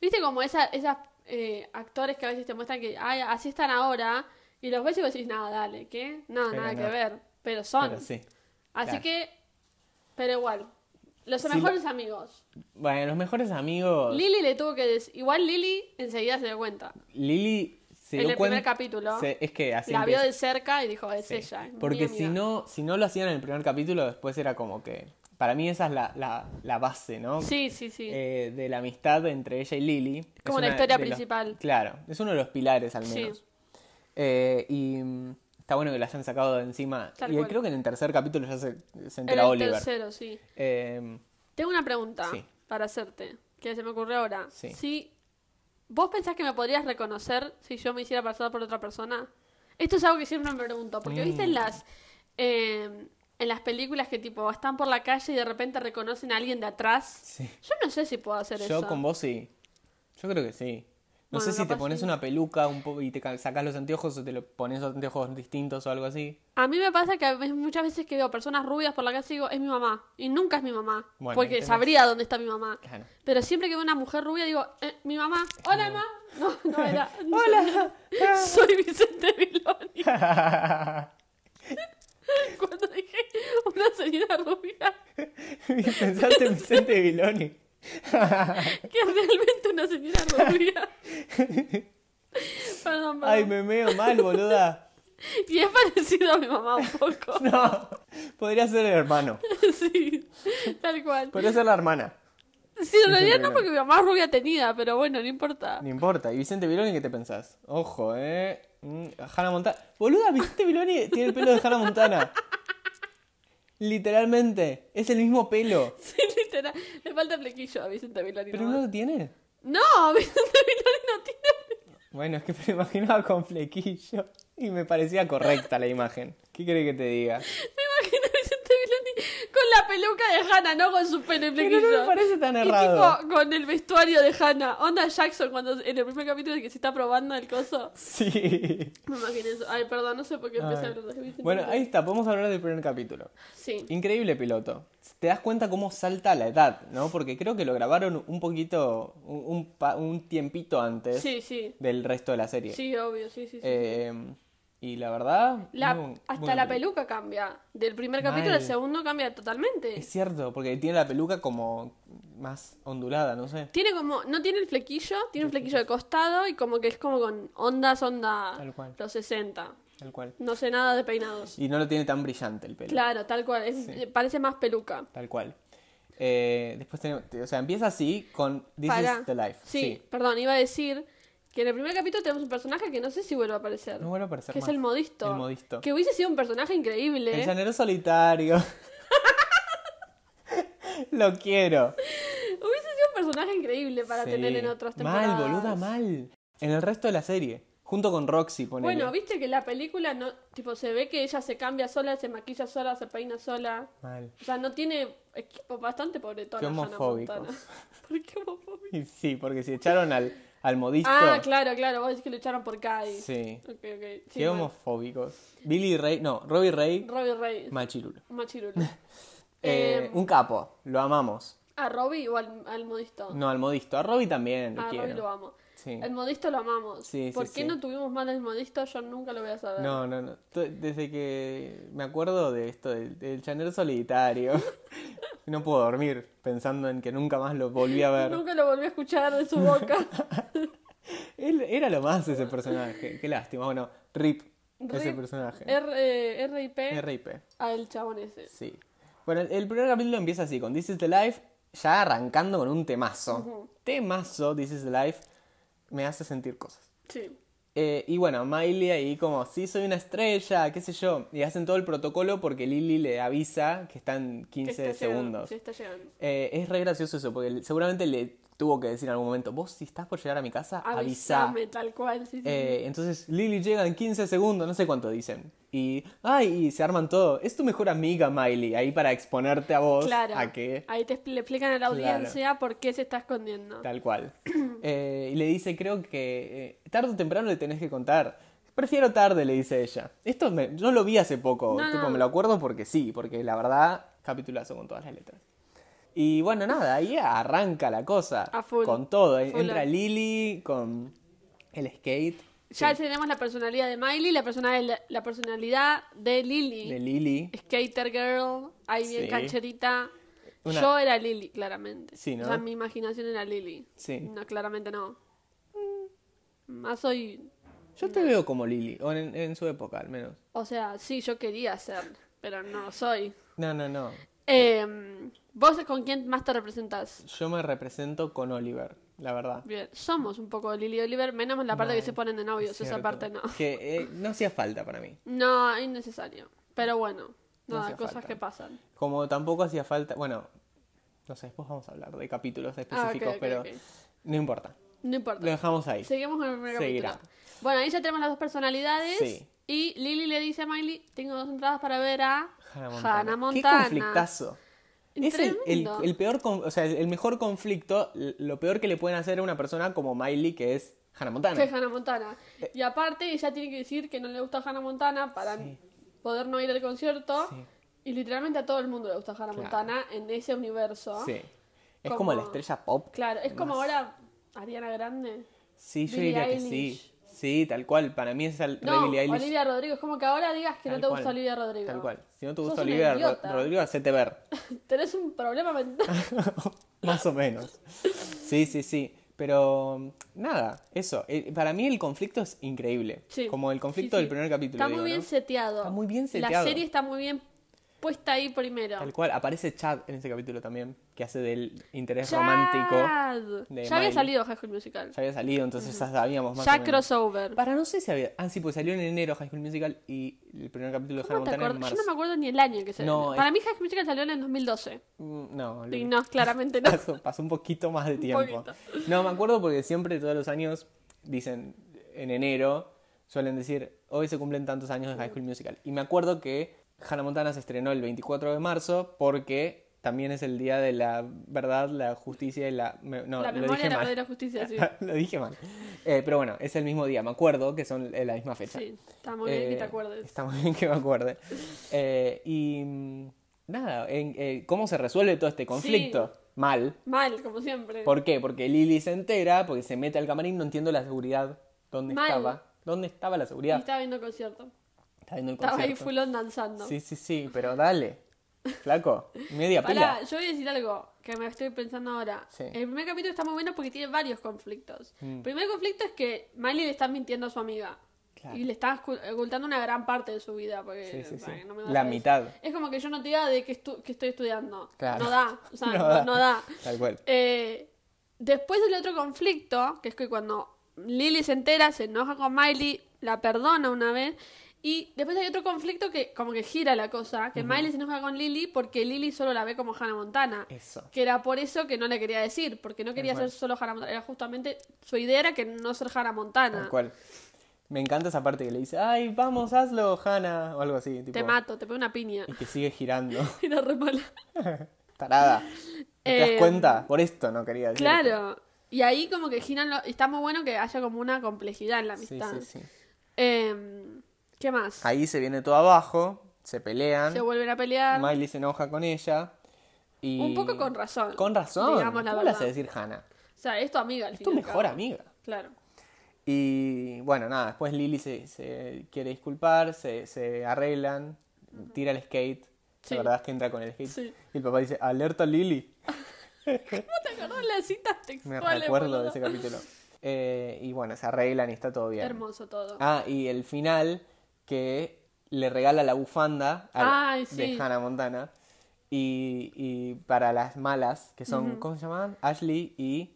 [SPEAKER 2] viste como esa, esas eh, actores que a veces te muestran que, ay, así están ahora, y los ves y vos decís, nada, dale, ¿qué? No,
[SPEAKER 1] Pero
[SPEAKER 2] nada
[SPEAKER 1] no.
[SPEAKER 2] que ver. Pero son.
[SPEAKER 1] Pero sí.
[SPEAKER 2] Así
[SPEAKER 1] claro.
[SPEAKER 2] que, pero igual. Los
[SPEAKER 1] Sí,
[SPEAKER 2] mejores amigos.
[SPEAKER 1] Bueno, los mejores amigos.
[SPEAKER 2] Lili le tuvo que decir. Igual Lili enseguida se dio cuenta.
[SPEAKER 1] Lili se
[SPEAKER 2] En
[SPEAKER 1] dio
[SPEAKER 2] el
[SPEAKER 1] cuen-
[SPEAKER 2] primer capítulo,
[SPEAKER 1] se- es que así
[SPEAKER 2] la vio
[SPEAKER 1] empieza.
[SPEAKER 2] de cerca y dijo, es
[SPEAKER 1] Sí,
[SPEAKER 2] ella. es mi
[SPEAKER 1] Este, Porque si
[SPEAKER 2] amiga".
[SPEAKER 1] no, si no lo hacían en el primer capítulo, después era como que. Para mí esa es la, la- la base, ¿no?
[SPEAKER 2] Sí, sí, sí.
[SPEAKER 1] Eh, de la amistad entre ella y Lily.
[SPEAKER 2] Como
[SPEAKER 1] Es
[SPEAKER 2] la
[SPEAKER 1] una
[SPEAKER 2] historia
[SPEAKER 1] de los-
[SPEAKER 2] principal.
[SPEAKER 1] claro, es uno de los pilares al
[SPEAKER 2] Sí.
[SPEAKER 1] menos. Eh, y mm, está bueno que la hayan sacado de encima.
[SPEAKER 2] Tal
[SPEAKER 1] y
[SPEAKER 2] cual.
[SPEAKER 1] creo que en el tercer capítulo ya se, se
[SPEAKER 2] En
[SPEAKER 1] entera
[SPEAKER 2] el
[SPEAKER 1] Oliver.
[SPEAKER 2] tercero, sí.
[SPEAKER 1] Eh,
[SPEAKER 2] Tengo una pregunta
[SPEAKER 1] Sí.
[SPEAKER 2] para hacerte, que se me ocurrió ahora.
[SPEAKER 1] Sí.
[SPEAKER 2] Si vos pensás que me podrías reconocer si yo me hiciera pasar por otra persona, esto es algo que siempre me pregunto, porque viste
[SPEAKER 1] Mm.
[SPEAKER 2] en las eh, en las películas que tipo están por la calle y de repente reconocen a alguien de atrás.
[SPEAKER 1] sí.
[SPEAKER 2] Yo no sé si puedo hacer
[SPEAKER 1] Yo
[SPEAKER 2] eso.
[SPEAKER 1] con vos sí. Yo creo que sí. No
[SPEAKER 2] Bueno,
[SPEAKER 1] sé si te
[SPEAKER 2] capaz
[SPEAKER 1] pones
[SPEAKER 2] sí.
[SPEAKER 1] una peluca un po- y te ca- sacas los anteojos o te lo pones anteojos distintos o algo así.
[SPEAKER 2] A mí me pasa que a veces- muchas veces que veo personas rubias por la calle y digo, es mi mamá. Y nunca es mi mamá.
[SPEAKER 1] Bueno,
[SPEAKER 2] porque
[SPEAKER 1] tenés-
[SPEAKER 2] sabría dónde está mi mamá.
[SPEAKER 1] Claro.
[SPEAKER 2] Pero siempre que veo una mujer rubia digo, eh, mi mamá, hola mamá. No, no era.
[SPEAKER 1] Hola.
[SPEAKER 2] Soy Vicente Viloni. Cuando dije una señora rubia,
[SPEAKER 1] Pensaste en Vicente Viloni.
[SPEAKER 2] que es realmente una señora rubia. Perdón, perdón.
[SPEAKER 1] Ay, me meo mal, boluda.
[SPEAKER 2] Y es parecido a mi mamá un poco.
[SPEAKER 1] No. Podría ser el hermano.
[SPEAKER 2] sí, tal cual.
[SPEAKER 1] Podría ser la hermana.
[SPEAKER 2] Sí, en realidad no
[SPEAKER 1] Viloni.
[SPEAKER 2] porque mi mamá es rubia tenida, pero bueno, no importa.
[SPEAKER 1] No importa. ¿Y Vicente Viloni qué te pensás? Ojo, eh. Mm, Hannah Montana. Boluda, Vicente Viloni tiene el pelo de Hannah Montana. Literalmente. Es el mismo pelo.
[SPEAKER 2] Sí, literal. Le falta flequillo a Vicente Viloni.
[SPEAKER 1] Pero
[SPEAKER 2] nomás.
[SPEAKER 1] no lo tiene.
[SPEAKER 2] No, Vicente Viloni no tiene
[SPEAKER 1] Bueno, es que me lo imaginaba con flequillo. Y me parecía correcta la imagen. ¿Qué crees que te diga?
[SPEAKER 2] Me imagino a Vicente Miloni con la peluca de Hannah, no con su pelo y flequillo.
[SPEAKER 1] Pero no me parece tan
[SPEAKER 2] Y
[SPEAKER 1] errado.
[SPEAKER 2] tipo con el vestuario de Hannah. Onda Jackson cuando en el primer capítulo que se está probando el coso.
[SPEAKER 1] Sí.
[SPEAKER 2] Me imagino eso. Ay, perdón, no sé por qué empecé
[SPEAKER 1] Ay.
[SPEAKER 2] a hablar de Vicente
[SPEAKER 1] Bueno,
[SPEAKER 2] Miloni.
[SPEAKER 1] ahí está, podemos hablar del primer capítulo.
[SPEAKER 2] Sí.
[SPEAKER 1] Increíble piloto. Te das cuenta cómo salta la edad, ¿no? Porque creo que lo grabaron un poquito, un, un pa- un tiempito antes
[SPEAKER 2] Sí, sí.
[SPEAKER 1] del resto de la serie.
[SPEAKER 2] Sí, obvio, sí, sí. sí.
[SPEAKER 1] Eh, y la verdad...
[SPEAKER 2] La-
[SPEAKER 1] muy- muy
[SPEAKER 2] hasta
[SPEAKER 1] buena
[SPEAKER 2] la
[SPEAKER 1] peli.
[SPEAKER 2] peluca cambia. Del primer capítulo
[SPEAKER 1] Mal.
[SPEAKER 2] al segundo cambia totalmente.
[SPEAKER 1] Es cierto, porque tiene la peluca como más ondulada, no sé.
[SPEAKER 2] Tiene como, no tiene el flequillo, tiene un flequillo de costado y como que es como con ondas, onda
[SPEAKER 1] Tal cual.
[SPEAKER 2] los 60.
[SPEAKER 1] Tal cual.
[SPEAKER 2] No sé nada de peinados.
[SPEAKER 1] Y no lo tiene tan brillante el pelo.
[SPEAKER 2] Claro, tal cual. es- eh, Parece más peluca.
[SPEAKER 1] Tal cual. Eh, después tenemos, o sea, empieza así con This
[SPEAKER 2] Pará.
[SPEAKER 1] is the life.
[SPEAKER 2] Sí, perdón, iba a decir que en el primer capítulo tenemos un personaje que no sé si vuelve a aparecer.
[SPEAKER 1] No vuelve a aparecer
[SPEAKER 2] Que
[SPEAKER 1] más.
[SPEAKER 2] es el modisto.
[SPEAKER 1] El modisto.
[SPEAKER 2] Que hubiese sido un personaje increíble.
[SPEAKER 1] El llanero solitario. Lo quiero.
[SPEAKER 2] Hubiese sido un personaje increíble para
[SPEAKER 1] Sí.
[SPEAKER 2] tener en otras temporadas.
[SPEAKER 1] Mal, boluda, mal. En el resto de la serie. Junto con Roxy, ponele.
[SPEAKER 2] Bueno, viste que la película no, tipo, se ve que ella se cambia sola, se maquilla sola, se peina sola.
[SPEAKER 1] Mal.
[SPEAKER 2] O sea, no tiene equipo bastante pobretona.
[SPEAKER 1] Qué
[SPEAKER 2] Hannah
[SPEAKER 1] homofóbico.
[SPEAKER 2] Montana. ¿Por qué homofóbico?
[SPEAKER 1] Y sí, porque si echaron al, al modisto.
[SPEAKER 2] Ah, claro, claro, vos decís que lo echaron por Kai.
[SPEAKER 1] Sí.
[SPEAKER 2] Ok, ok. Sí,
[SPEAKER 1] Qué
[SPEAKER 2] bueno.
[SPEAKER 1] homofóbicos. Billy Ray, no, Robbie Ray,
[SPEAKER 2] Robbie Reyes.
[SPEAKER 1] machirulo.
[SPEAKER 2] Machirulo.
[SPEAKER 1] Eh,
[SPEAKER 2] Em.
[SPEAKER 1] un capo, lo amamos.
[SPEAKER 2] ¿A Ah, Robbie o al, al modisto?
[SPEAKER 1] No, al modisto. A Robbie también lo
[SPEAKER 2] Oh. a
[SPEAKER 1] quiero.
[SPEAKER 2] Robbie lo amo.
[SPEAKER 1] Sí.
[SPEAKER 2] El modisto lo amamos.
[SPEAKER 1] Sí, sí,
[SPEAKER 2] ¿Por qué
[SPEAKER 1] sí.
[SPEAKER 2] no tuvimos mal al modisto? Yo nunca lo voy a saber.
[SPEAKER 1] No, no, no. To- Desde que me acuerdo de esto, del, del llanero solitario, no puedo dormir pensando en que nunca más lo volví a ver.
[SPEAKER 2] Nunca lo volví a escuchar de su boca.
[SPEAKER 1] Él era lo más ese personaje. Qué lástima. Bueno, Rip, ese
[SPEAKER 2] Rip,
[SPEAKER 1] personaje.
[SPEAKER 2] R, eh, RIP
[SPEAKER 1] RIP,
[SPEAKER 2] al chabón ese.
[SPEAKER 1] sí. Bueno, el, el primer capítulo empieza así, con This is the Life, ya arrancando con un temazo. Temazo, This is the Life, me hace sentir cosas.
[SPEAKER 2] Sí.
[SPEAKER 1] Eh, y bueno, Miley ahí como, sí, soy una estrella, qué sé yo. Y hacen todo el protocolo porque Lily le avisa que están 15
[SPEAKER 2] Que está llegando,
[SPEAKER 1] segundos.
[SPEAKER 2] sí, está llegando.
[SPEAKER 1] Eh, es re gracioso eso, porque seguramente le tuvo que decir en algún momento, vos si estás por llegar a mi casa, avisa.
[SPEAKER 2] Avisame, tal cual. sí, sí, sí.
[SPEAKER 1] Eh, entonces Lily llega en 15 segundos, no sé cuánto dicen. Y, ay, y se arman todo. Es tu mejor amiga, Miley, ahí para exponerte a vos
[SPEAKER 2] claro.
[SPEAKER 1] a que
[SPEAKER 2] Ahí te expli- le explican a la
[SPEAKER 1] Claro.
[SPEAKER 2] audiencia por qué se está escondiendo.
[SPEAKER 1] tal cual. Eh, y le dice, creo que eh, tarde o temprano le tenés que contar. Prefiero tarde, le dice ella. Esto me- yo lo vi hace poco,
[SPEAKER 2] No,
[SPEAKER 1] tipo,
[SPEAKER 2] no.
[SPEAKER 1] me lo acuerdo porque sí, porque la verdad, capitulazo con todas las letras. Y bueno, nada, ahí arranca la cosa.
[SPEAKER 2] A full.
[SPEAKER 1] Con todo. eh,
[SPEAKER 2] Full
[SPEAKER 1] Entra
[SPEAKER 2] on.
[SPEAKER 1] Lily con el skate
[SPEAKER 2] Ya tenemos la personalidad de Miley, la personalidad, la personalidad de Lily.
[SPEAKER 1] de Lily.
[SPEAKER 2] Skater girl, ahí bien
[SPEAKER 1] Sí.
[SPEAKER 2] cancherita.
[SPEAKER 1] Una-
[SPEAKER 2] Yo era Lily, claramente.
[SPEAKER 1] Sí, ¿no?
[SPEAKER 2] O sea, mi imaginación era Lily.
[SPEAKER 1] Sí.
[SPEAKER 2] No, claramente no. Mm, Más soy...
[SPEAKER 1] Yo te veo como Lily, o en, en su época al menos.
[SPEAKER 2] O sea, sí, yo quería ser, pero no lo soy.
[SPEAKER 1] No, no, no.
[SPEAKER 2] Eh, ¿Vos con quién más te representás?
[SPEAKER 1] Yo me represento con Oliver, la verdad.
[SPEAKER 2] Bien, somos un poco Lily y Oliver, menos la parte
[SPEAKER 1] No,
[SPEAKER 2] que se ponen de novios, esa
[SPEAKER 1] Cierto.
[SPEAKER 2] parte no.
[SPEAKER 1] Que eh, no hacía falta para mí.
[SPEAKER 2] No, innecesario. Pero bueno,
[SPEAKER 1] No
[SPEAKER 2] nada,
[SPEAKER 1] hacía
[SPEAKER 2] cosas
[SPEAKER 1] falta.
[SPEAKER 2] que pasan.
[SPEAKER 1] Como tampoco hacía falta. Bueno, no sé, después vamos a hablar de capítulos específicos,
[SPEAKER 2] Ah, ok, ok,
[SPEAKER 1] pero
[SPEAKER 2] ok.
[SPEAKER 1] no importa.
[SPEAKER 2] No
[SPEAKER 1] Lo
[SPEAKER 2] importa.
[SPEAKER 1] dejamos ahí.
[SPEAKER 2] Seguimos con el primer
[SPEAKER 1] Seguirá.
[SPEAKER 2] capítulo. Bueno, ahí ya tenemos las dos personalidades.
[SPEAKER 1] Sí.
[SPEAKER 2] Y Lily le dice a Miley, tengo dos entradas para ver a
[SPEAKER 1] Hannah Montana.
[SPEAKER 2] Hannah
[SPEAKER 1] Qué
[SPEAKER 2] Montana".
[SPEAKER 1] conflictazo. Es el, el-
[SPEAKER 2] Tremendo.
[SPEAKER 1] el peor, con- o sea, el mejor conflicto, lo peor que le pueden hacer a una persona como Miley, que es Hannah Montana.
[SPEAKER 2] Que es Hannah Montana.
[SPEAKER 1] Eh.
[SPEAKER 2] Y aparte, ella tiene que decir que no le gusta Hannah Montana para poder no ir al concierto.
[SPEAKER 1] Sí.
[SPEAKER 2] Y literalmente a todo el mundo le gusta Hannah
[SPEAKER 1] Claro.
[SPEAKER 2] Montana en ese universo.
[SPEAKER 1] Sí. Es como...
[SPEAKER 2] Como-
[SPEAKER 1] la estrella pop.
[SPEAKER 2] Claro, es como
[SPEAKER 1] Más.
[SPEAKER 2] ahora Ariana Grande.
[SPEAKER 1] Sí, yo
[SPEAKER 2] Billie
[SPEAKER 1] diría que
[SPEAKER 2] Eilish.
[SPEAKER 1] sí. Sí, tal cual. Para mí es al,
[SPEAKER 2] No,
[SPEAKER 1] re Billie Eilish.
[SPEAKER 2] Olivia Rodrigo. Es como que ahora digas que
[SPEAKER 1] Tal
[SPEAKER 2] no te gusta
[SPEAKER 1] cual.
[SPEAKER 2] Olivia Rodrigo.
[SPEAKER 1] Tal cual. Si no te
[SPEAKER 2] Sos
[SPEAKER 1] gusta
[SPEAKER 2] un
[SPEAKER 1] Olivia Ro-
[SPEAKER 2] idiota.
[SPEAKER 1] Rodrigo, hacete ver.
[SPEAKER 2] Tenés un problema mental.
[SPEAKER 1] Más o menos. Sí, sí, sí. Pero mm, nada, eso. Eh, Para mí el conflicto es increíble.
[SPEAKER 2] Sí.
[SPEAKER 1] Como el conflicto
[SPEAKER 2] Sí, sí.
[SPEAKER 1] del primer capítulo.
[SPEAKER 2] Está
[SPEAKER 1] digo,
[SPEAKER 2] muy bien
[SPEAKER 1] ¿no?
[SPEAKER 2] seteado.
[SPEAKER 1] Está muy bien seteado.
[SPEAKER 2] La serie está muy bien puesta ahí primero.
[SPEAKER 1] Tal cual. Aparece Chad en ese capítulo también, que hace del interés
[SPEAKER 2] Chad.
[SPEAKER 1] romántico. de
[SPEAKER 2] Ya había
[SPEAKER 1] Miley.
[SPEAKER 2] salido High School Musical.
[SPEAKER 1] Ya había salido, entonces ya sabíamos más. o
[SPEAKER 2] Ya
[SPEAKER 1] menos.
[SPEAKER 2] crossover.
[SPEAKER 1] Para no sé si había. Ah, sí, pues salió en enero High School Musical y el primer capítulo de Hannah
[SPEAKER 2] ¿Cómo te
[SPEAKER 1] Montana en
[SPEAKER 2] acuerdas?
[SPEAKER 1] marzo.
[SPEAKER 2] Yo no me acuerdo ni el año que salió.
[SPEAKER 1] No, es-
[SPEAKER 2] Para mí High School Musical salió en el 2012.
[SPEAKER 1] Mm, No,
[SPEAKER 2] Y
[SPEAKER 1] olvidé.
[SPEAKER 2] no, claramente no.
[SPEAKER 1] Pasó, pasó un poquito más de tiempo.
[SPEAKER 2] poquito.
[SPEAKER 1] No, me acuerdo porque siempre todos los años dicen en enero, suelen decir, hoy se cumplen tantos años de High School Musical. Y me acuerdo que Hannah Montana se estrenó el 24 de marzo porque también es el día de la verdad, la justicia y la... me- no,
[SPEAKER 2] la
[SPEAKER 1] lo
[SPEAKER 2] memoria
[SPEAKER 1] dije
[SPEAKER 2] de la
[SPEAKER 1] mal.
[SPEAKER 2] verdadera justicia, sí.
[SPEAKER 1] lo dije mal. Eh, pero bueno, es el mismo día, me acuerdo que son eh, la misma fecha.
[SPEAKER 2] Sí, está muy bien que te
[SPEAKER 1] Eh,
[SPEAKER 2] acuerdes.
[SPEAKER 1] Está muy bien que me acuerde. Eh, y mm, nada, en- eh, ¿cómo se resuelve todo este conflicto? Mal.
[SPEAKER 2] Mal, como siempre.
[SPEAKER 1] ¿Por qué? Porque Lily se entera, porque se mete al camarín, no entiendo la seguridad. ¿Dónde
[SPEAKER 2] Mal.
[SPEAKER 1] estaba? ¿Dónde estaba la
[SPEAKER 2] Y
[SPEAKER 1] seguridad?
[SPEAKER 2] estaba viendo concierto.
[SPEAKER 1] Está viendo el
[SPEAKER 2] Estaba ahí
[SPEAKER 1] concierto.
[SPEAKER 2] full on danzando.
[SPEAKER 1] Sí, sí, sí, pero dale. Flaco, media pila.
[SPEAKER 2] Pará, yo voy a decir algo que me estoy pensando ahora.
[SPEAKER 1] Sí. Mm.
[SPEAKER 2] El primer capítulo está muy bueno porque tiene varios conflictos. El primer conflicto es que Miley le está mintiendo a su amiga.
[SPEAKER 1] Claro.
[SPEAKER 2] Y le está oscu- ocultando una gran parte de su vida. Porque,
[SPEAKER 1] Sí, sí, sí.
[SPEAKER 2] ay, no me da
[SPEAKER 1] La
[SPEAKER 2] eso.
[SPEAKER 1] mitad.
[SPEAKER 2] Es como que yo no te diga de que, estu- que estoy estudiando.
[SPEAKER 1] Claro.
[SPEAKER 2] No da. O sea,
[SPEAKER 1] No
[SPEAKER 2] no,
[SPEAKER 1] da.
[SPEAKER 2] no da.
[SPEAKER 1] Tal cual.
[SPEAKER 2] Eh, después del otro conflicto, que es que cuando Lily se entera, se enoja con Miley, la perdona una vez. Y después hay otro conflicto que como que gira la cosa, que Miley se enoja con Lily porque Lily solo la ve como Hannah Montana.
[SPEAKER 1] Eso.
[SPEAKER 2] Que era por eso que no le quería decir, porque no quería
[SPEAKER 1] Tal cual.
[SPEAKER 2] ser solo Hannah Montana. Era justamente su idea era que no ser Hannah Montana.
[SPEAKER 1] Tal cual. Me encanta esa parte que le dice, ay, vamos, hazlo, Hannah, o algo así. Tipo,
[SPEAKER 2] Te mato, te pego una piña.
[SPEAKER 1] Y que sigue girando.
[SPEAKER 2] Era re mala.
[SPEAKER 1] Tarada. ¿No ¿Te
[SPEAKER 2] Eh,
[SPEAKER 1] das cuenta? Por esto no quería decir.
[SPEAKER 2] Claro. Y ahí como que giran... Lo... Está muy bueno que haya como una complejidad en la
[SPEAKER 1] Sí,
[SPEAKER 2] amistad.
[SPEAKER 1] sí, sí.
[SPEAKER 2] Em, ¿Qué más?
[SPEAKER 1] Ahí se viene todo abajo, se pelean.
[SPEAKER 2] Se vuelven a pelear.
[SPEAKER 1] Miley se enoja con ella. Y...
[SPEAKER 2] Un poco con razón,
[SPEAKER 1] Con razón.
[SPEAKER 2] digamos la
[SPEAKER 1] ¿Cómo le
[SPEAKER 2] verdad.
[SPEAKER 1] hace decir Hannah?
[SPEAKER 2] O sea, es tu amiga. al
[SPEAKER 1] Es
[SPEAKER 2] fin
[SPEAKER 1] tu
[SPEAKER 2] y al
[SPEAKER 1] mejor
[SPEAKER 2] cabo.
[SPEAKER 1] amiga.
[SPEAKER 2] Claro.
[SPEAKER 1] Y bueno, nada, después Lily se, se quiere disculpar, se, se arreglan, tira el skate.
[SPEAKER 2] Sí.
[SPEAKER 1] La verdad es que entra con el skate.
[SPEAKER 2] Sí.
[SPEAKER 1] Y el papá dice, alerta Lily.
[SPEAKER 2] ¿Cómo te acordás de las citas
[SPEAKER 1] Me
[SPEAKER 2] textuales?
[SPEAKER 1] recuerdo
[SPEAKER 2] boludo?
[SPEAKER 1] de ese capítulo. Eh, y bueno, se arreglan y está todo bien.
[SPEAKER 2] Hermoso todo.
[SPEAKER 1] Ah, y el final que le regala la bufanda a-
[SPEAKER 2] Ay, sí.
[SPEAKER 1] de Hannah Montana. Y, y para las malas, que son, ¿cómo se llamaban? Ashley y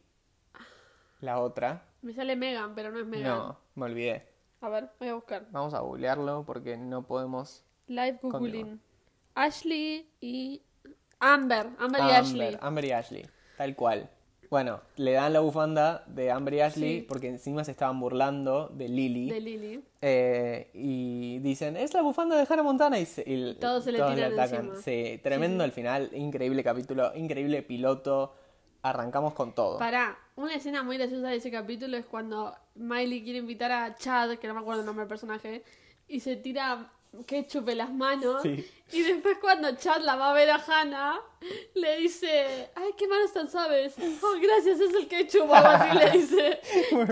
[SPEAKER 1] la otra.
[SPEAKER 2] Me sale Megan, pero no es Megan.
[SPEAKER 1] No, me olvidé.
[SPEAKER 2] A ver, voy a buscar.
[SPEAKER 1] Vamos a googlearlo porque no podemos.
[SPEAKER 2] Live Googling. Ashley y Amber. Amber y Ashley.
[SPEAKER 1] Amber y Ashley, tal cual. Bueno, le dan la bufanda de Amber y Ashley
[SPEAKER 2] Sí.
[SPEAKER 1] porque encima se estaban burlando de Lily.
[SPEAKER 2] De Lily.
[SPEAKER 1] Eh, y dicen, es la bufanda de Hannah Montana. Y, se- y l-
[SPEAKER 2] Todos se le tiran encima.
[SPEAKER 1] Sí, tremendo el final, increíble capítulo, increíble piloto. Arrancamos con todo.
[SPEAKER 2] Pará, una escena muy graciosa de ese capítulo es cuando Miley quiere invitar a Chad, que no me acuerdo el nombre del personaje, y se tira ketchup en las manos.
[SPEAKER 1] Sí.
[SPEAKER 2] Y después cuando Chad la va a ver a Hannah, le dice, ay, qué manos tan sabes. Oh, gracias, es el ketchup. o algo así le dice.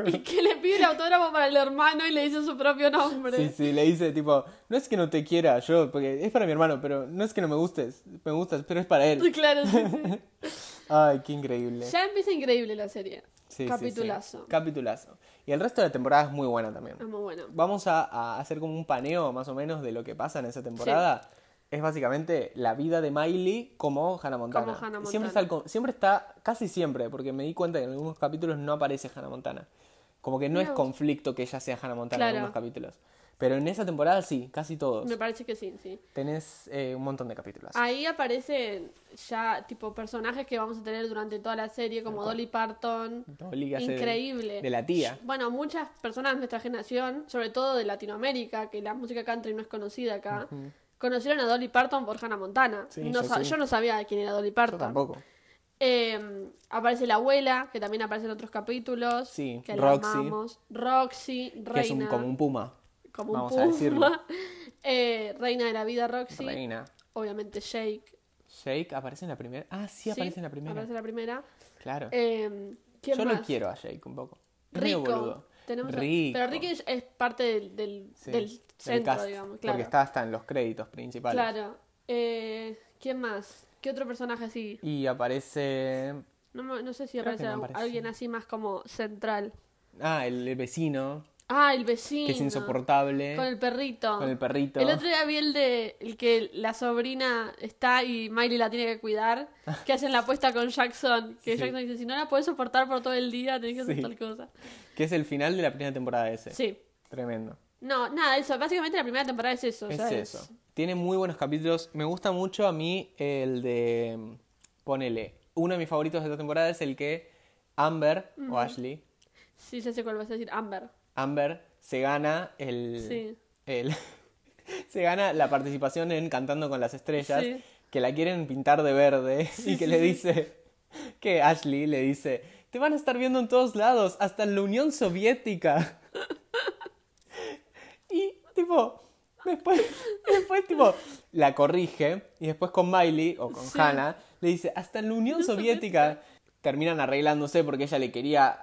[SPEAKER 2] Y que le pide el autógrafo para el hermano y le dice su propio nombre.
[SPEAKER 1] Sí, sí, le dice tipo, no es que no te quiera yo, porque es para mi hermano, pero no es que no me gustes, me gustas, pero es para él.
[SPEAKER 2] Claro, sí, sí.
[SPEAKER 1] Ay, qué increíble.
[SPEAKER 2] Ya empieza increíble la serie.
[SPEAKER 1] Sí, sí, sí.
[SPEAKER 2] Capitulazo.
[SPEAKER 1] Capitulazo. Y el resto de la temporada es muy buena también.
[SPEAKER 2] Es muy bueno.
[SPEAKER 1] Vamos a, a hacer como un paneo más o menos de lo que pasa en esa temporada. Es básicamente la vida de Miley como Hannah Montana.
[SPEAKER 2] Como Hannah
[SPEAKER 1] Siempre,
[SPEAKER 2] Montana.
[SPEAKER 1] está, al con- siempre está, casi siempre, porque me di cuenta que en algunos capítulos no aparece Hannah Montana. Como que no
[SPEAKER 2] Mira
[SPEAKER 1] es
[SPEAKER 2] vos.
[SPEAKER 1] conflicto que ella sea Hannah Montana en
[SPEAKER 2] Claro.
[SPEAKER 1] algunos capítulos. Pero en esa temporada sí, casi todos.
[SPEAKER 2] Me Ah, parece que sí, sí.
[SPEAKER 1] Tenés eh, un montón de capítulos.
[SPEAKER 2] Ahí aparecen ya tipo personajes que vamos a tener durante toda la serie, como Dolly Parton.
[SPEAKER 1] Dolly que hace de-
[SPEAKER 2] Increíble.
[SPEAKER 1] de la tía.
[SPEAKER 2] Bueno, muchas personas de nuestra generación, sobre todo de Latinoamérica, que la música country no es conocida acá, conocieron a Dolly Parton por Hannah Montana.
[SPEAKER 1] Sí,
[SPEAKER 2] No
[SPEAKER 1] yo
[SPEAKER 2] sa-
[SPEAKER 1] sí.
[SPEAKER 2] Yo no sabía quién era Dolly
[SPEAKER 1] Yo
[SPEAKER 2] Parton.
[SPEAKER 1] tampoco.
[SPEAKER 2] Eh, aparece la abuela, que también aparece en otros capítulos.
[SPEAKER 1] Sí,
[SPEAKER 2] que la
[SPEAKER 1] Roxy.
[SPEAKER 2] amamos. Roxy, reina.
[SPEAKER 1] Que es un, como un puma.
[SPEAKER 2] como un
[SPEAKER 1] vamos
[SPEAKER 2] puma.
[SPEAKER 1] a decirlo.
[SPEAKER 2] Eh, reina de la vida, Roxy.
[SPEAKER 1] Reina.
[SPEAKER 2] Obviamente, Shake.
[SPEAKER 1] Jake aparece en la primera. Ah, sí, aparece en la primera.
[SPEAKER 2] Aparece en la primera.
[SPEAKER 1] Claro.
[SPEAKER 2] Eh, ¿quién
[SPEAKER 1] Yo
[SPEAKER 2] más?
[SPEAKER 1] lo quiero a Jake un poco. Es medio
[SPEAKER 2] Rico.
[SPEAKER 1] boludo.
[SPEAKER 2] Tenemos a-
[SPEAKER 1] Rico.
[SPEAKER 2] Pero Ricky es- es parte del, del,
[SPEAKER 1] Sí,
[SPEAKER 2] del centro,
[SPEAKER 1] cast,
[SPEAKER 2] digamos. Claro.
[SPEAKER 1] Porque está hasta en los créditos principales.
[SPEAKER 2] Claro. Eh, ¿Quién más? ¿Qué otro personaje así?
[SPEAKER 1] Y aparece.
[SPEAKER 2] No, me- no sé si
[SPEAKER 1] Creo que
[SPEAKER 2] aparece,
[SPEAKER 1] no
[SPEAKER 2] algu-
[SPEAKER 1] aparece.
[SPEAKER 2] alguien así más como central.
[SPEAKER 1] Ah, el, el vecino,
[SPEAKER 2] Ah, el vecino.
[SPEAKER 1] que es insoportable.
[SPEAKER 2] Con el perrito.
[SPEAKER 1] con el perrito.
[SPEAKER 2] El otro día vi el de el que la sobrina está y Miley la tiene que cuidar, que hacen la apuesta con Jackson, que
[SPEAKER 1] Sí.
[SPEAKER 2] Jackson dice, si no la puedes soportar por todo el día, tenés que hacer
[SPEAKER 1] Sí.
[SPEAKER 2] tal cosa.
[SPEAKER 1] Que es el final de la primera temporada de ese.
[SPEAKER 2] Sí.
[SPEAKER 1] Tremendo.
[SPEAKER 2] No, nada, eso, básicamente la primera temporada es eso.
[SPEAKER 1] es
[SPEAKER 2] ya
[SPEAKER 1] eso. Tiene muy buenos capítulos. Me gusta mucho a mí el de. mm, Ponele. Uno de mis favoritos de esta temporada es el que Amber o Ashley.
[SPEAKER 2] Sí, ya sé cuál vas a decir, Amber.
[SPEAKER 1] Amber se gana el.
[SPEAKER 2] Sí.
[SPEAKER 1] el- se gana la participación en Cantando con las Estrellas,
[SPEAKER 2] Sí.
[SPEAKER 1] que la quieren pintar de verde y que
[SPEAKER 2] sí,
[SPEAKER 1] le
[SPEAKER 2] sí.
[SPEAKER 1] dice. Que Ashley le dice: Te van a estar viendo en todos lados, hasta en la Unión Soviética. y, tipo. Después, después, tipo, la corrige y después con Miley o con
[SPEAKER 2] Sí.
[SPEAKER 1] Hannah le dice, hasta en la Unión Soviética terminan arreglándose porque ella le quería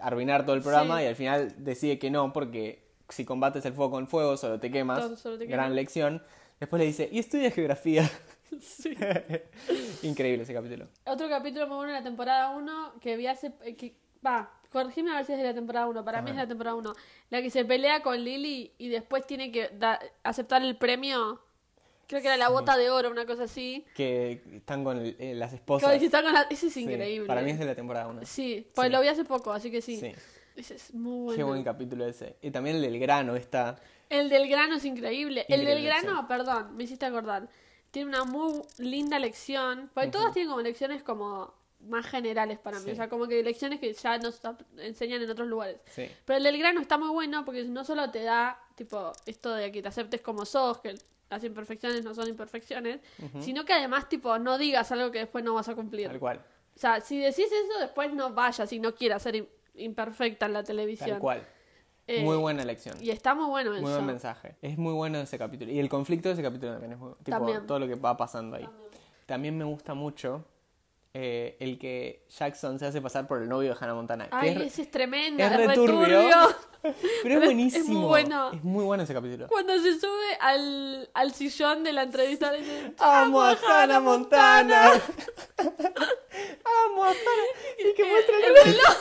[SPEAKER 1] arruinar todo el programa
[SPEAKER 2] Sí.
[SPEAKER 1] y al final decide que no, porque si combates el fuego con fuego solo te quemas.
[SPEAKER 2] Todo solo te
[SPEAKER 1] Gran
[SPEAKER 2] quema.
[SPEAKER 1] lección. Después le dice, y estudia geografía.
[SPEAKER 2] Sí.
[SPEAKER 1] Increíble ese capítulo.
[SPEAKER 2] Otro capítulo muy bueno de la temporada 1 que vi hace... eh, que- Va, corregime a ver si es de la temporada 1. Para mí es de la temporada 1. La que se pelea con Lily y después tiene que da- aceptar el premio. Creo que era la bota de oro, una cosa así.
[SPEAKER 1] Que están con el- eh, las esposas.
[SPEAKER 2] Como que está con la- Ese es
[SPEAKER 1] Sí,
[SPEAKER 2] increíble.
[SPEAKER 1] Para mí es de la temporada 1.
[SPEAKER 2] Sí, pues
[SPEAKER 1] Sí.
[SPEAKER 2] lo vi hace poco, así que sí.
[SPEAKER 1] Sí.
[SPEAKER 2] Ese es muy
[SPEAKER 1] Qué
[SPEAKER 2] bueno.
[SPEAKER 1] buen capítulo ese. Y también el del grano está...
[SPEAKER 2] El del grano es increíble. El del
[SPEAKER 1] Increíble,
[SPEAKER 2] grano, perdón, me hiciste acordar. Tiene una muy linda lección. Porque todas tienen como lecciones como más generales para mí.
[SPEAKER 1] Sí.
[SPEAKER 2] O sea, como que lecciones que ya nos ap- enseñan en otros lugares.
[SPEAKER 1] Sí.
[SPEAKER 2] Pero el del grano está muy bueno porque no solo te da, tipo, esto de que te aceptes como sos, que las imperfecciones no son imperfecciones, sino que además, tipo, no digas algo que después no vas a cumplir.
[SPEAKER 1] Tal cual.
[SPEAKER 2] O sea, si decís eso, después no vayas y no quieras ser im- imperfecta en la televisión.
[SPEAKER 1] Tal cual.
[SPEAKER 2] Eh,
[SPEAKER 1] muy buena elección.
[SPEAKER 2] Y está muy bueno eso.
[SPEAKER 1] Muy buen mensaje. Es muy bueno ese capítulo. Y el conflicto de ese capítulo también es muy tipo,
[SPEAKER 2] También.
[SPEAKER 1] todo lo que va pasando ahí. También, me gusta mucho eh, el que Jackson se hace pasar por el novio de Hannah Montana. que
[SPEAKER 2] Ay,
[SPEAKER 1] es, re-
[SPEAKER 2] ese es tremendo.
[SPEAKER 1] es
[SPEAKER 2] Es
[SPEAKER 1] re turbio,
[SPEAKER 2] returbio.
[SPEAKER 1] Pero es
[SPEAKER 2] muy
[SPEAKER 1] buenísimo.
[SPEAKER 2] bueno.
[SPEAKER 1] Es muy bueno ese capítulo.
[SPEAKER 2] Cuando se sube al, al sillón de la entrevista, le dice,
[SPEAKER 1] Amo a Hannah Montana. Amo a Hannah. Y que muestra
[SPEAKER 2] el
[SPEAKER 1] Eh, el
[SPEAKER 2] reloj.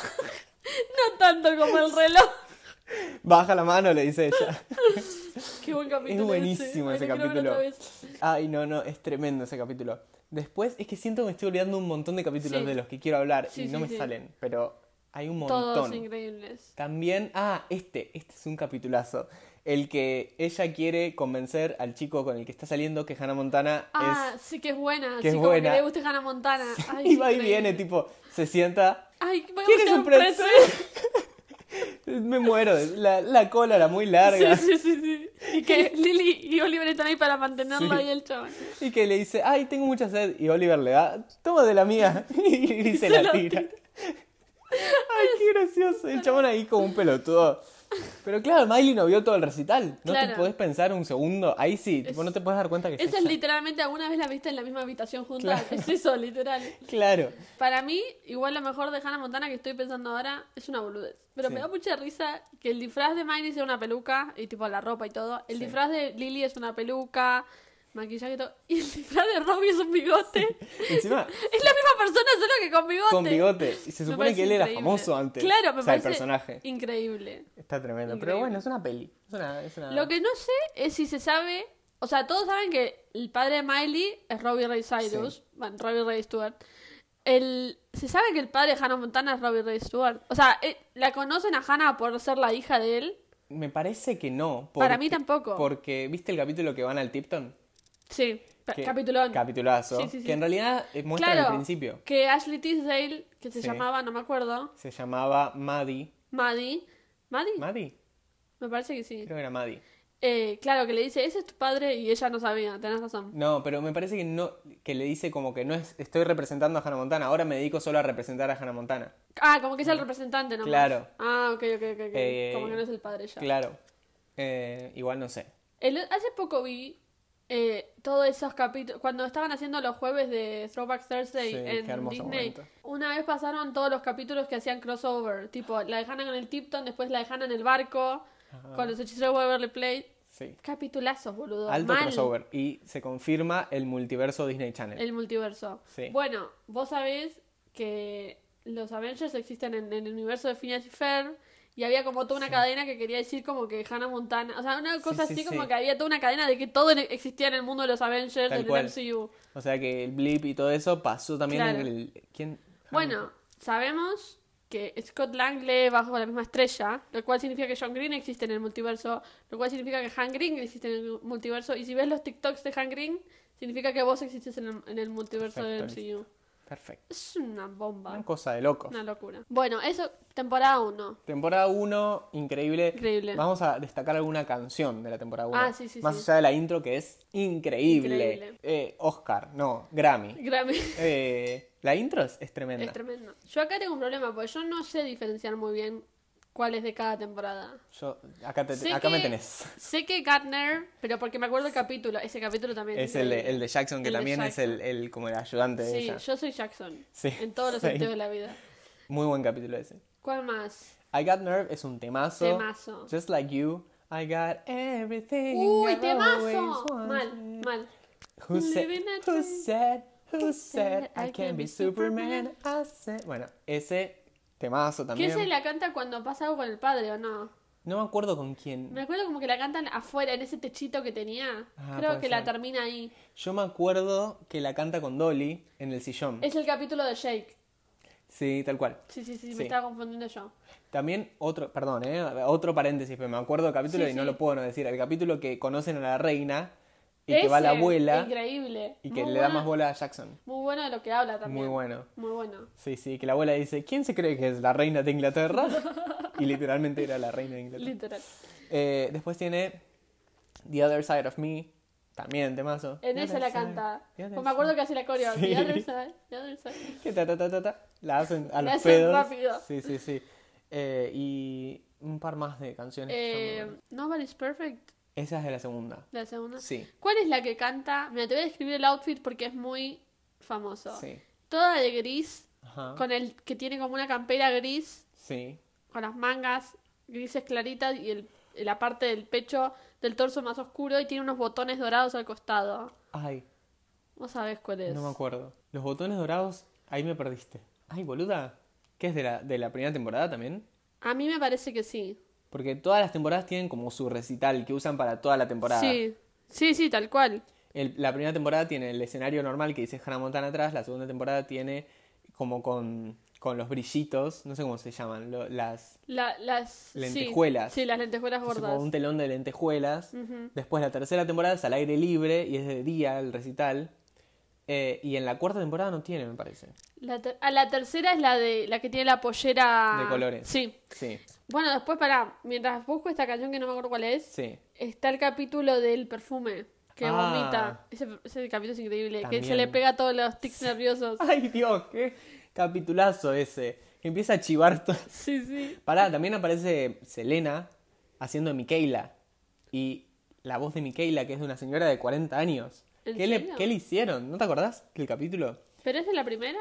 [SPEAKER 2] No tanto como el reloj.
[SPEAKER 1] Baja la mano, le dice ella.
[SPEAKER 2] Qué buen capítulo.
[SPEAKER 1] Es buenísimo
[SPEAKER 2] Ay,
[SPEAKER 1] ese
[SPEAKER 2] lo quiero ver
[SPEAKER 1] capítulo.
[SPEAKER 2] otra vez.
[SPEAKER 1] Ay, no, no, es tremendo ese capítulo. Después es que siento que me estoy olvidando un montón de capítulos
[SPEAKER 2] Sí.
[SPEAKER 1] de los que quiero hablar
[SPEAKER 2] Sí,
[SPEAKER 1] y no
[SPEAKER 2] sí,
[SPEAKER 1] me
[SPEAKER 2] sí.
[SPEAKER 1] salen, pero Hay un montón.
[SPEAKER 2] Todos increíbles.
[SPEAKER 1] También, ah, este, este es un capitulazo. El que ella quiere convencer al chico con el que está saliendo que Hannah Montana
[SPEAKER 2] Ah, sí que es buena.
[SPEAKER 1] que es
[SPEAKER 2] sí, como
[SPEAKER 1] buena.
[SPEAKER 2] que le guste Hannah Montana.
[SPEAKER 1] es...
[SPEAKER 2] Ay,
[SPEAKER 1] y
[SPEAKER 2] qué
[SPEAKER 1] va y
[SPEAKER 2] increíble.
[SPEAKER 1] viene, tipo, se sienta...
[SPEAKER 2] Ay, voy a
[SPEAKER 1] ¿Quieres
[SPEAKER 2] buscar
[SPEAKER 1] un pretzel? Me muero, la, la cola era muy larga.
[SPEAKER 2] Sí, sí, sí, sí. Y que Lily y Oliver están ahí para mantenerlo
[SPEAKER 1] Sí.
[SPEAKER 2] ahí el chabón.
[SPEAKER 1] Y que le dice, ay, tengo mucha sed. Y Oliver le da, toma de la mía. Y se,
[SPEAKER 2] se
[SPEAKER 1] la
[SPEAKER 2] lo
[SPEAKER 1] tira. Ay, qué gracioso. El chabón ahí como un pelotudo. Pero claro, Miley no vio todo el recital. No te
[SPEAKER 2] Claro.
[SPEAKER 1] podés pensar un segundo. Ahí sí, tipo, no te podés dar cuenta que
[SPEAKER 2] Eso
[SPEAKER 1] está
[SPEAKER 2] es
[SPEAKER 1] allá.
[SPEAKER 2] literalmente, alguna vez la viste en la misma habitación juntas.
[SPEAKER 1] Claro.
[SPEAKER 2] Es eso, literal.
[SPEAKER 1] Claro.
[SPEAKER 2] Para mí, igual lo mejor de Hannah Montana que estoy pensando ahora es una boludez. Pero
[SPEAKER 1] Sí.
[SPEAKER 2] me da mucha risa que el disfraz de Miley sea una peluca y tipo la ropa y todo. El
[SPEAKER 1] Sí.
[SPEAKER 2] disfraz de Lily es una peluca, maquillaje y todo. Y el disfraz de Robbie es un bigote.
[SPEAKER 1] Encima,
[SPEAKER 2] Es la misma persona, solo que con bigote.
[SPEAKER 1] con bigote. Y se
[SPEAKER 2] Me
[SPEAKER 1] supone
[SPEAKER 2] parece
[SPEAKER 1] que él era
[SPEAKER 2] increíble.
[SPEAKER 1] famoso antes.
[SPEAKER 2] Claro, me
[SPEAKER 1] O sea, el
[SPEAKER 2] parece
[SPEAKER 1] personaje.
[SPEAKER 2] Increíble.
[SPEAKER 1] Está tremendo. Pero
[SPEAKER 2] increíble.
[SPEAKER 1] bueno, es una peli. Es una... es una-
[SPEAKER 2] Lo que no sé es si se sabe. O sea, todos saben que el padre de Miley es Robbie Ray Cyrus.
[SPEAKER 1] Sí.
[SPEAKER 2] Bueno, Robbie Ray Stewart. El, se sabe que el padre de Hannah Montana es Robbie Ray Stewart. O sea, eh, la conocen a Hannah por ser la hija de él.
[SPEAKER 1] Me parece que no.
[SPEAKER 2] Para mí
[SPEAKER 1] porque-
[SPEAKER 2] tampoco.
[SPEAKER 1] Porque, ¿viste el capítulo que van al Tipton?
[SPEAKER 2] Sí, pa-
[SPEAKER 1] Que-
[SPEAKER 2] capitulón.
[SPEAKER 1] Capitulazo.
[SPEAKER 2] Sí, sí, sí.
[SPEAKER 1] Que en realidad eh, muestra
[SPEAKER 2] claro,
[SPEAKER 1] el principio.
[SPEAKER 2] que Ashley Tisdale, que se
[SPEAKER 1] Sí.
[SPEAKER 2] llamaba, no me acuerdo,
[SPEAKER 1] Se llamaba Maddie.
[SPEAKER 2] Maddie. ¿Maddie?
[SPEAKER 1] ¿Maddie?
[SPEAKER 2] me parece que sí.
[SPEAKER 1] Creo que era Maddie.
[SPEAKER 2] Eh, claro, que le dice, ese es tu padre y ella no sabía, tenés razón.
[SPEAKER 1] No, pero me parece que no que le dice como que no es estoy representando a Hannah Montana, ahora me dedico solo a representar a Hannah Montana.
[SPEAKER 2] Ah, como que es el representante, ¿no?
[SPEAKER 1] Mm. Claro.
[SPEAKER 2] Ah, ok, ok, ok. ok.
[SPEAKER 1] Eh,
[SPEAKER 2] como que no es el padre ya.
[SPEAKER 1] Claro. Eh, igual no sé.
[SPEAKER 2] El- hace poco vi eh, todos esos capítulos, cuando estaban haciendo los jueves de Throwback Thursday
[SPEAKER 1] Sí, qué
[SPEAKER 2] en
[SPEAKER 1] hermoso
[SPEAKER 2] Disney,
[SPEAKER 1] momento.
[SPEAKER 2] una vez pasaron todos los capítulos que hacían crossover, tipo la dejan en el Tipton, después la dejan en el barco, con los hechiceros de Waverly Plate.
[SPEAKER 1] Sí.
[SPEAKER 2] Capitulazos, boludo.
[SPEAKER 1] Alto
[SPEAKER 2] mal
[SPEAKER 1] crossover y se confirma el multiverso Disney Channel.
[SPEAKER 2] El multiverso.
[SPEAKER 1] Sí.
[SPEAKER 2] Bueno, vos sabés que los Avengers existen en, en el universo de Phineas y Ferb. Y había como toda una cadena que quería decir como que Hannah Montana. O sea, una cosa
[SPEAKER 1] sí,
[SPEAKER 2] así
[SPEAKER 1] sí.
[SPEAKER 2] como que había toda una cadena de que todo en- existía en el mundo de los Avengers,
[SPEAKER 1] Tal
[SPEAKER 2] en
[SPEAKER 1] cual.
[SPEAKER 2] el MCU.
[SPEAKER 1] O sea que el blip y todo eso pasó también en
[SPEAKER 2] Claro.
[SPEAKER 1] el ¿quién? Ah,
[SPEAKER 2] Bueno, sabemos que Scott Lang lee bajo la misma estrella, lo cual significa que John Green existe en el multiverso, lo cual significa que Han Green existe en el multiverso. Y si ves los TikToks de Han Green, significa que vos existes en el, en el multiverso del
[SPEAKER 1] Perfecto,
[SPEAKER 2] MCU.
[SPEAKER 1] Perfecto.
[SPEAKER 2] Es una bomba.
[SPEAKER 1] Una cosa de locos.
[SPEAKER 2] Una locura. Bueno, eso, temporada 1.
[SPEAKER 1] Temporada 1, increíble.
[SPEAKER 2] Increíble.
[SPEAKER 1] Vamos a destacar alguna canción de la temporada 1.
[SPEAKER 2] Ah, sí, sí,
[SPEAKER 1] Más
[SPEAKER 2] sí.
[SPEAKER 1] allá de la intro que es increíble.
[SPEAKER 2] Increíble.
[SPEAKER 1] Eh, Oscar, no, Grammy.
[SPEAKER 2] Grammy.
[SPEAKER 1] Eh, la intro es, es tremenda.
[SPEAKER 2] Es tremendo. Yo acá tengo un problema, porque yo no sé diferenciar muy bien cuál es de cada temporada.
[SPEAKER 1] Yo, acá te-
[SPEAKER 2] Sé
[SPEAKER 1] acá me
[SPEAKER 2] que-
[SPEAKER 1] tenés.
[SPEAKER 2] Sé que Gardner, pero porque me acuerdo el capítulo, ese capítulo también.
[SPEAKER 1] Es el de,
[SPEAKER 2] increíble.
[SPEAKER 1] el de Jackson, que
[SPEAKER 2] El de
[SPEAKER 1] también es el,
[SPEAKER 2] Jackson.
[SPEAKER 1] el- como el ayudante de
[SPEAKER 2] Sí,
[SPEAKER 1] ella.
[SPEAKER 2] yo soy Jackson.
[SPEAKER 1] Sí,
[SPEAKER 2] En todos los
[SPEAKER 1] sí.
[SPEAKER 2] sentidos de la vida.
[SPEAKER 1] Muy buen capítulo ese.
[SPEAKER 2] ¿Cuál más?
[SPEAKER 1] I Got Nerve es un temazo.
[SPEAKER 2] Temazo.
[SPEAKER 1] Just like you. I got everything.
[SPEAKER 2] ¡Uy,
[SPEAKER 1] I've always
[SPEAKER 2] temazo!
[SPEAKER 1] wanted.
[SPEAKER 2] Mal, mal.
[SPEAKER 1] Who said,
[SPEAKER 2] Living at
[SPEAKER 1] who
[SPEAKER 2] night.
[SPEAKER 1] said, who said, I can be Superman, I said... Bueno, ese temazo
[SPEAKER 2] ¿Qué
[SPEAKER 1] también.
[SPEAKER 2] se la canta cuando pasa algo con el padre o no?
[SPEAKER 1] No me acuerdo con quién.
[SPEAKER 2] Me acuerdo como que la cantan afuera, en ese techito que tenía.
[SPEAKER 1] Ah,
[SPEAKER 2] Creo
[SPEAKER 1] puede
[SPEAKER 2] que la
[SPEAKER 1] ser.
[SPEAKER 2] termina ahí.
[SPEAKER 1] Yo me acuerdo que la canta con Dolly en el sillón.
[SPEAKER 2] Es el capítulo de Jake.
[SPEAKER 1] Sí, tal cual.
[SPEAKER 2] Sí, sí, sí,
[SPEAKER 1] Sí.
[SPEAKER 2] me estaba confundiendo yo.
[SPEAKER 1] También otro, perdón, ¿eh? otro paréntesis, pero me acuerdo del capítulo
[SPEAKER 2] Sí,
[SPEAKER 1] y no
[SPEAKER 2] sí.
[SPEAKER 1] lo puedo no decir. El capítulo que conocen a la reina y que va la
[SPEAKER 2] Ese,
[SPEAKER 1] abuela
[SPEAKER 2] Increíble.
[SPEAKER 1] y que
[SPEAKER 2] Muy
[SPEAKER 1] le da
[SPEAKER 2] bueno-
[SPEAKER 1] más bola a Jackson.
[SPEAKER 2] Muy bueno de lo que habla también.
[SPEAKER 1] Muy bueno.
[SPEAKER 2] Muy bueno.
[SPEAKER 1] Sí, sí, que la abuela dice, ¿quién se cree que es la reina de Inglaterra? y literalmente era la reina de Inglaterra.
[SPEAKER 2] Literal.
[SPEAKER 1] Eh, después tiene The Other Side of Me, también temazo.
[SPEAKER 2] En
[SPEAKER 1] The
[SPEAKER 2] esa
[SPEAKER 1] Other
[SPEAKER 2] la
[SPEAKER 1] Side,
[SPEAKER 2] canta.
[SPEAKER 1] The Other
[SPEAKER 2] Pues me acuerdo que hace la coreo.
[SPEAKER 1] Sí.
[SPEAKER 2] The other side, the other side.
[SPEAKER 1] Side. Que ta, ta, ta, ta, ta. La hacen a los
[SPEAKER 2] La hacen
[SPEAKER 1] pedos.
[SPEAKER 2] rápido.
[SPEAKER 1] Sí, sí, sí. Eh, y un par más de canciones. que son muy
[SPEAKER 2] Eh,
[SPEAKER 1] buenas.
[SPEAKER 2] Nobody's Perfect,
[SPEAKER 1] Esa es de la segunda.
[SPEAKER 2] la segunda.
[SPEAKER 1] Sí,
[SPEAKER 2] ¿Cuál es la que canta? Mira, te voy a describir el outfit porque es muy famoso.
[SPEAKER 1] sí. Ah.
[SPEAKER 2] Toda de gris,
[SPEAKER 1] Ajá.
[SPEAKER 2] con el que tiene como una campera gris,
[SPEAKER 1] Sí.
[SPEAKER 2] con las mangas grises claritas y el, la parte del pecho del torso más oscuro y tiene unos botones dorados al costado.
[SPEAKER 1] Ay,
[SPEAKER 2] No sabes cuál es.
[SPEAKER 1] no me acuerdo. Los botones dorados, ahí me perdiste. Ay, boluda. ¿Qué es de la, de la primera temporada también?
[SPEAKER 2] A mí me parece que sí.
[SPEAKER 1] Porque todas las temporadas tienen como su recital que usan para toda la temporada.
[SPEAKER 2] Sí, sí, sí, tal cual.
[SPEAKER 1] El- la primera temporada tiene el escenario normal que dice Hannah Montana atrás, la segunda temporada tiene como con con los brillitos, no sé cómo se llaman, lo- las
[SPEAKER 2] La- las
[SPEAKER 1] Lentejuelas.
[SPEAKER 2] Sí, sí, las lentejuelas
[SPEAKER 1] es
[SPEAKER 2] gordas.
[SPEAKER 1] como un telón de lentejuelas.
[SPEAKER 2] Ujú.
[SPEAKER 1] Después la tercera temporada es al aire libre y es de día el recital. Eh, y en la cuarta temporada no tiene, me parece.
[SPEAKER 2] La, ter- ah, la tercera es la de la que tiene la pollera
[SPEAKER 1] De colores.
[SPEAKER 2] Sí.
[SPEAKER 1] Sí,
[SPEAKER 2] Bueno, después para mientras busco esta canción que no me acuerdo cuál es,
[SPEAKER 1] sí.
[SPEAKER 2] está el capítulo del perfume que
[SPEAKER 1] Ah.
[SPEAKER 2] vomita. Ese, ese capítulo es increíble, que se
[SPEAKER 1] También.
[SPEAKER 2] le pega todos los tics nerviosos.
[SPEAKER 1] Ay, Dios, qué capitulazo ese. Que empieza a chivar todo.
[SPEAKER 2] Sí, sí.
[SPEAKER 1] Pará, también aparece Selena haciendo Miquela. Y la voz de Miquela, que es de una señora de 40 años.
[SPEAKER 2] ¿En
[SPEAKER 1] ¿Qué le,
[SPEAKER 2] serio?
[SPEAKER 1] qué le hicieron? ¿No te acordás del capítulo?
[SPEAKER 2] ¿Pero es de la primera?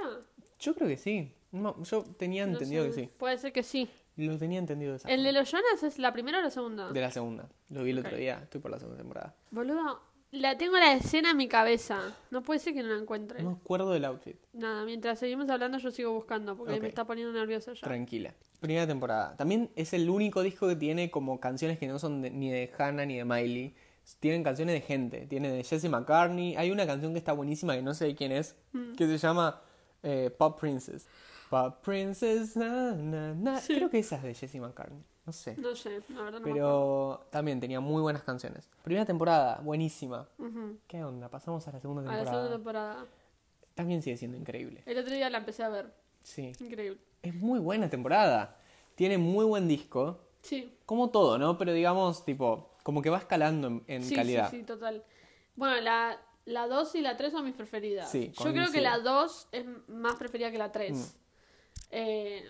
[SPEAKER 1] Yo creo que sí. No, yo tenía
[SPEAKER 2] No
[SPEAKER 1] entendido
[SPEAKER 2] sé.
[SPEAKER 1] que sí.
[SPEAKER 2] Puede ser que sí.
[SPEAKER 1] Lo tenía entendido de esa
[SPEAKER 2] ¿El de
[SPEAKER 1] forma.
[SPEAKER 2] los Jonas es la primera o la segunda?
[SPEAKER 1] De la segunda. Lo vi el otro
[SPEAKER 2] Ok.
[SPEAKER 1] día. Estoy por la segunda temporada.
[SPEAKER 2] Boludo, la tengo la escena en mi cabeza. No puede ser que no la encuentre.
[SPEAKER 1] No me acuerdo del outfit.
[SPEAKER 2] Nada, mientras seguimos hablando yo sigo buscando porque
[SPEAKER 1] Ok.
[SPEAKER 2] me está poniendo nerviosa ya.
[SPEAKER 1] Tranquila. Primera temporada. También es el único disco que tiene como canciones que no son de- ni de Hannah ni de Miley. Tienen canciones de gente. Tiene de Jesse McCartney. Hay una canción que está buenísima que no sé de quién es.
[SPEAKER 2] Mm.
[SPEAKER 1] Que se llama eh, Pop Princess. Pop Princess. na, na, na.
[SPEAKER 2] Sí.
[SPEAKER 1] Creo que esa es de Jesse McCartney. No sé.
[SPEAKER 2] No sé, la verdad no me acuerdo.
[SPEAKER 1] Pero también tenía muy buenas canciones. Primera temporada, buenísima.
[SPEAKER 2] Ujú.
[SPEAKER 1] ¿Qué onda? Pasamos a la segunda
[SPEAKER 2] A la
[SPEAKER 1] temporada.
[SPEAKER 2] segunda temporada.
[SPEAKER 1] También sigue siendo increíble.
[SPEAKER 2] El otro día la empecé a ver.
[SPEAKER 1] Sí.
[SPEAKER 2] Increíble.
[SPEAKER 1] Es muy buena temporada. Tiene muy buen disco.
[SPEAKER 2] Sí.
[SPEAKER 1] Como todo, ¿no? Pero digamos, tipo, como que va escalando en, en
[SPEAKER 2] Sí,
[SPEAKER 1] calidad.
[SPEAKER 2] sí, sí, total. Bueno, la, la 2 y la 3 son mis preferidas.
[SPEAKER 1] Sí, Mm.
[SPEAKER 2] Yo creo que
[SPEAKER 1] coincido.
[SPEAKER 2] la 2 es más preferida que la 3. Eh,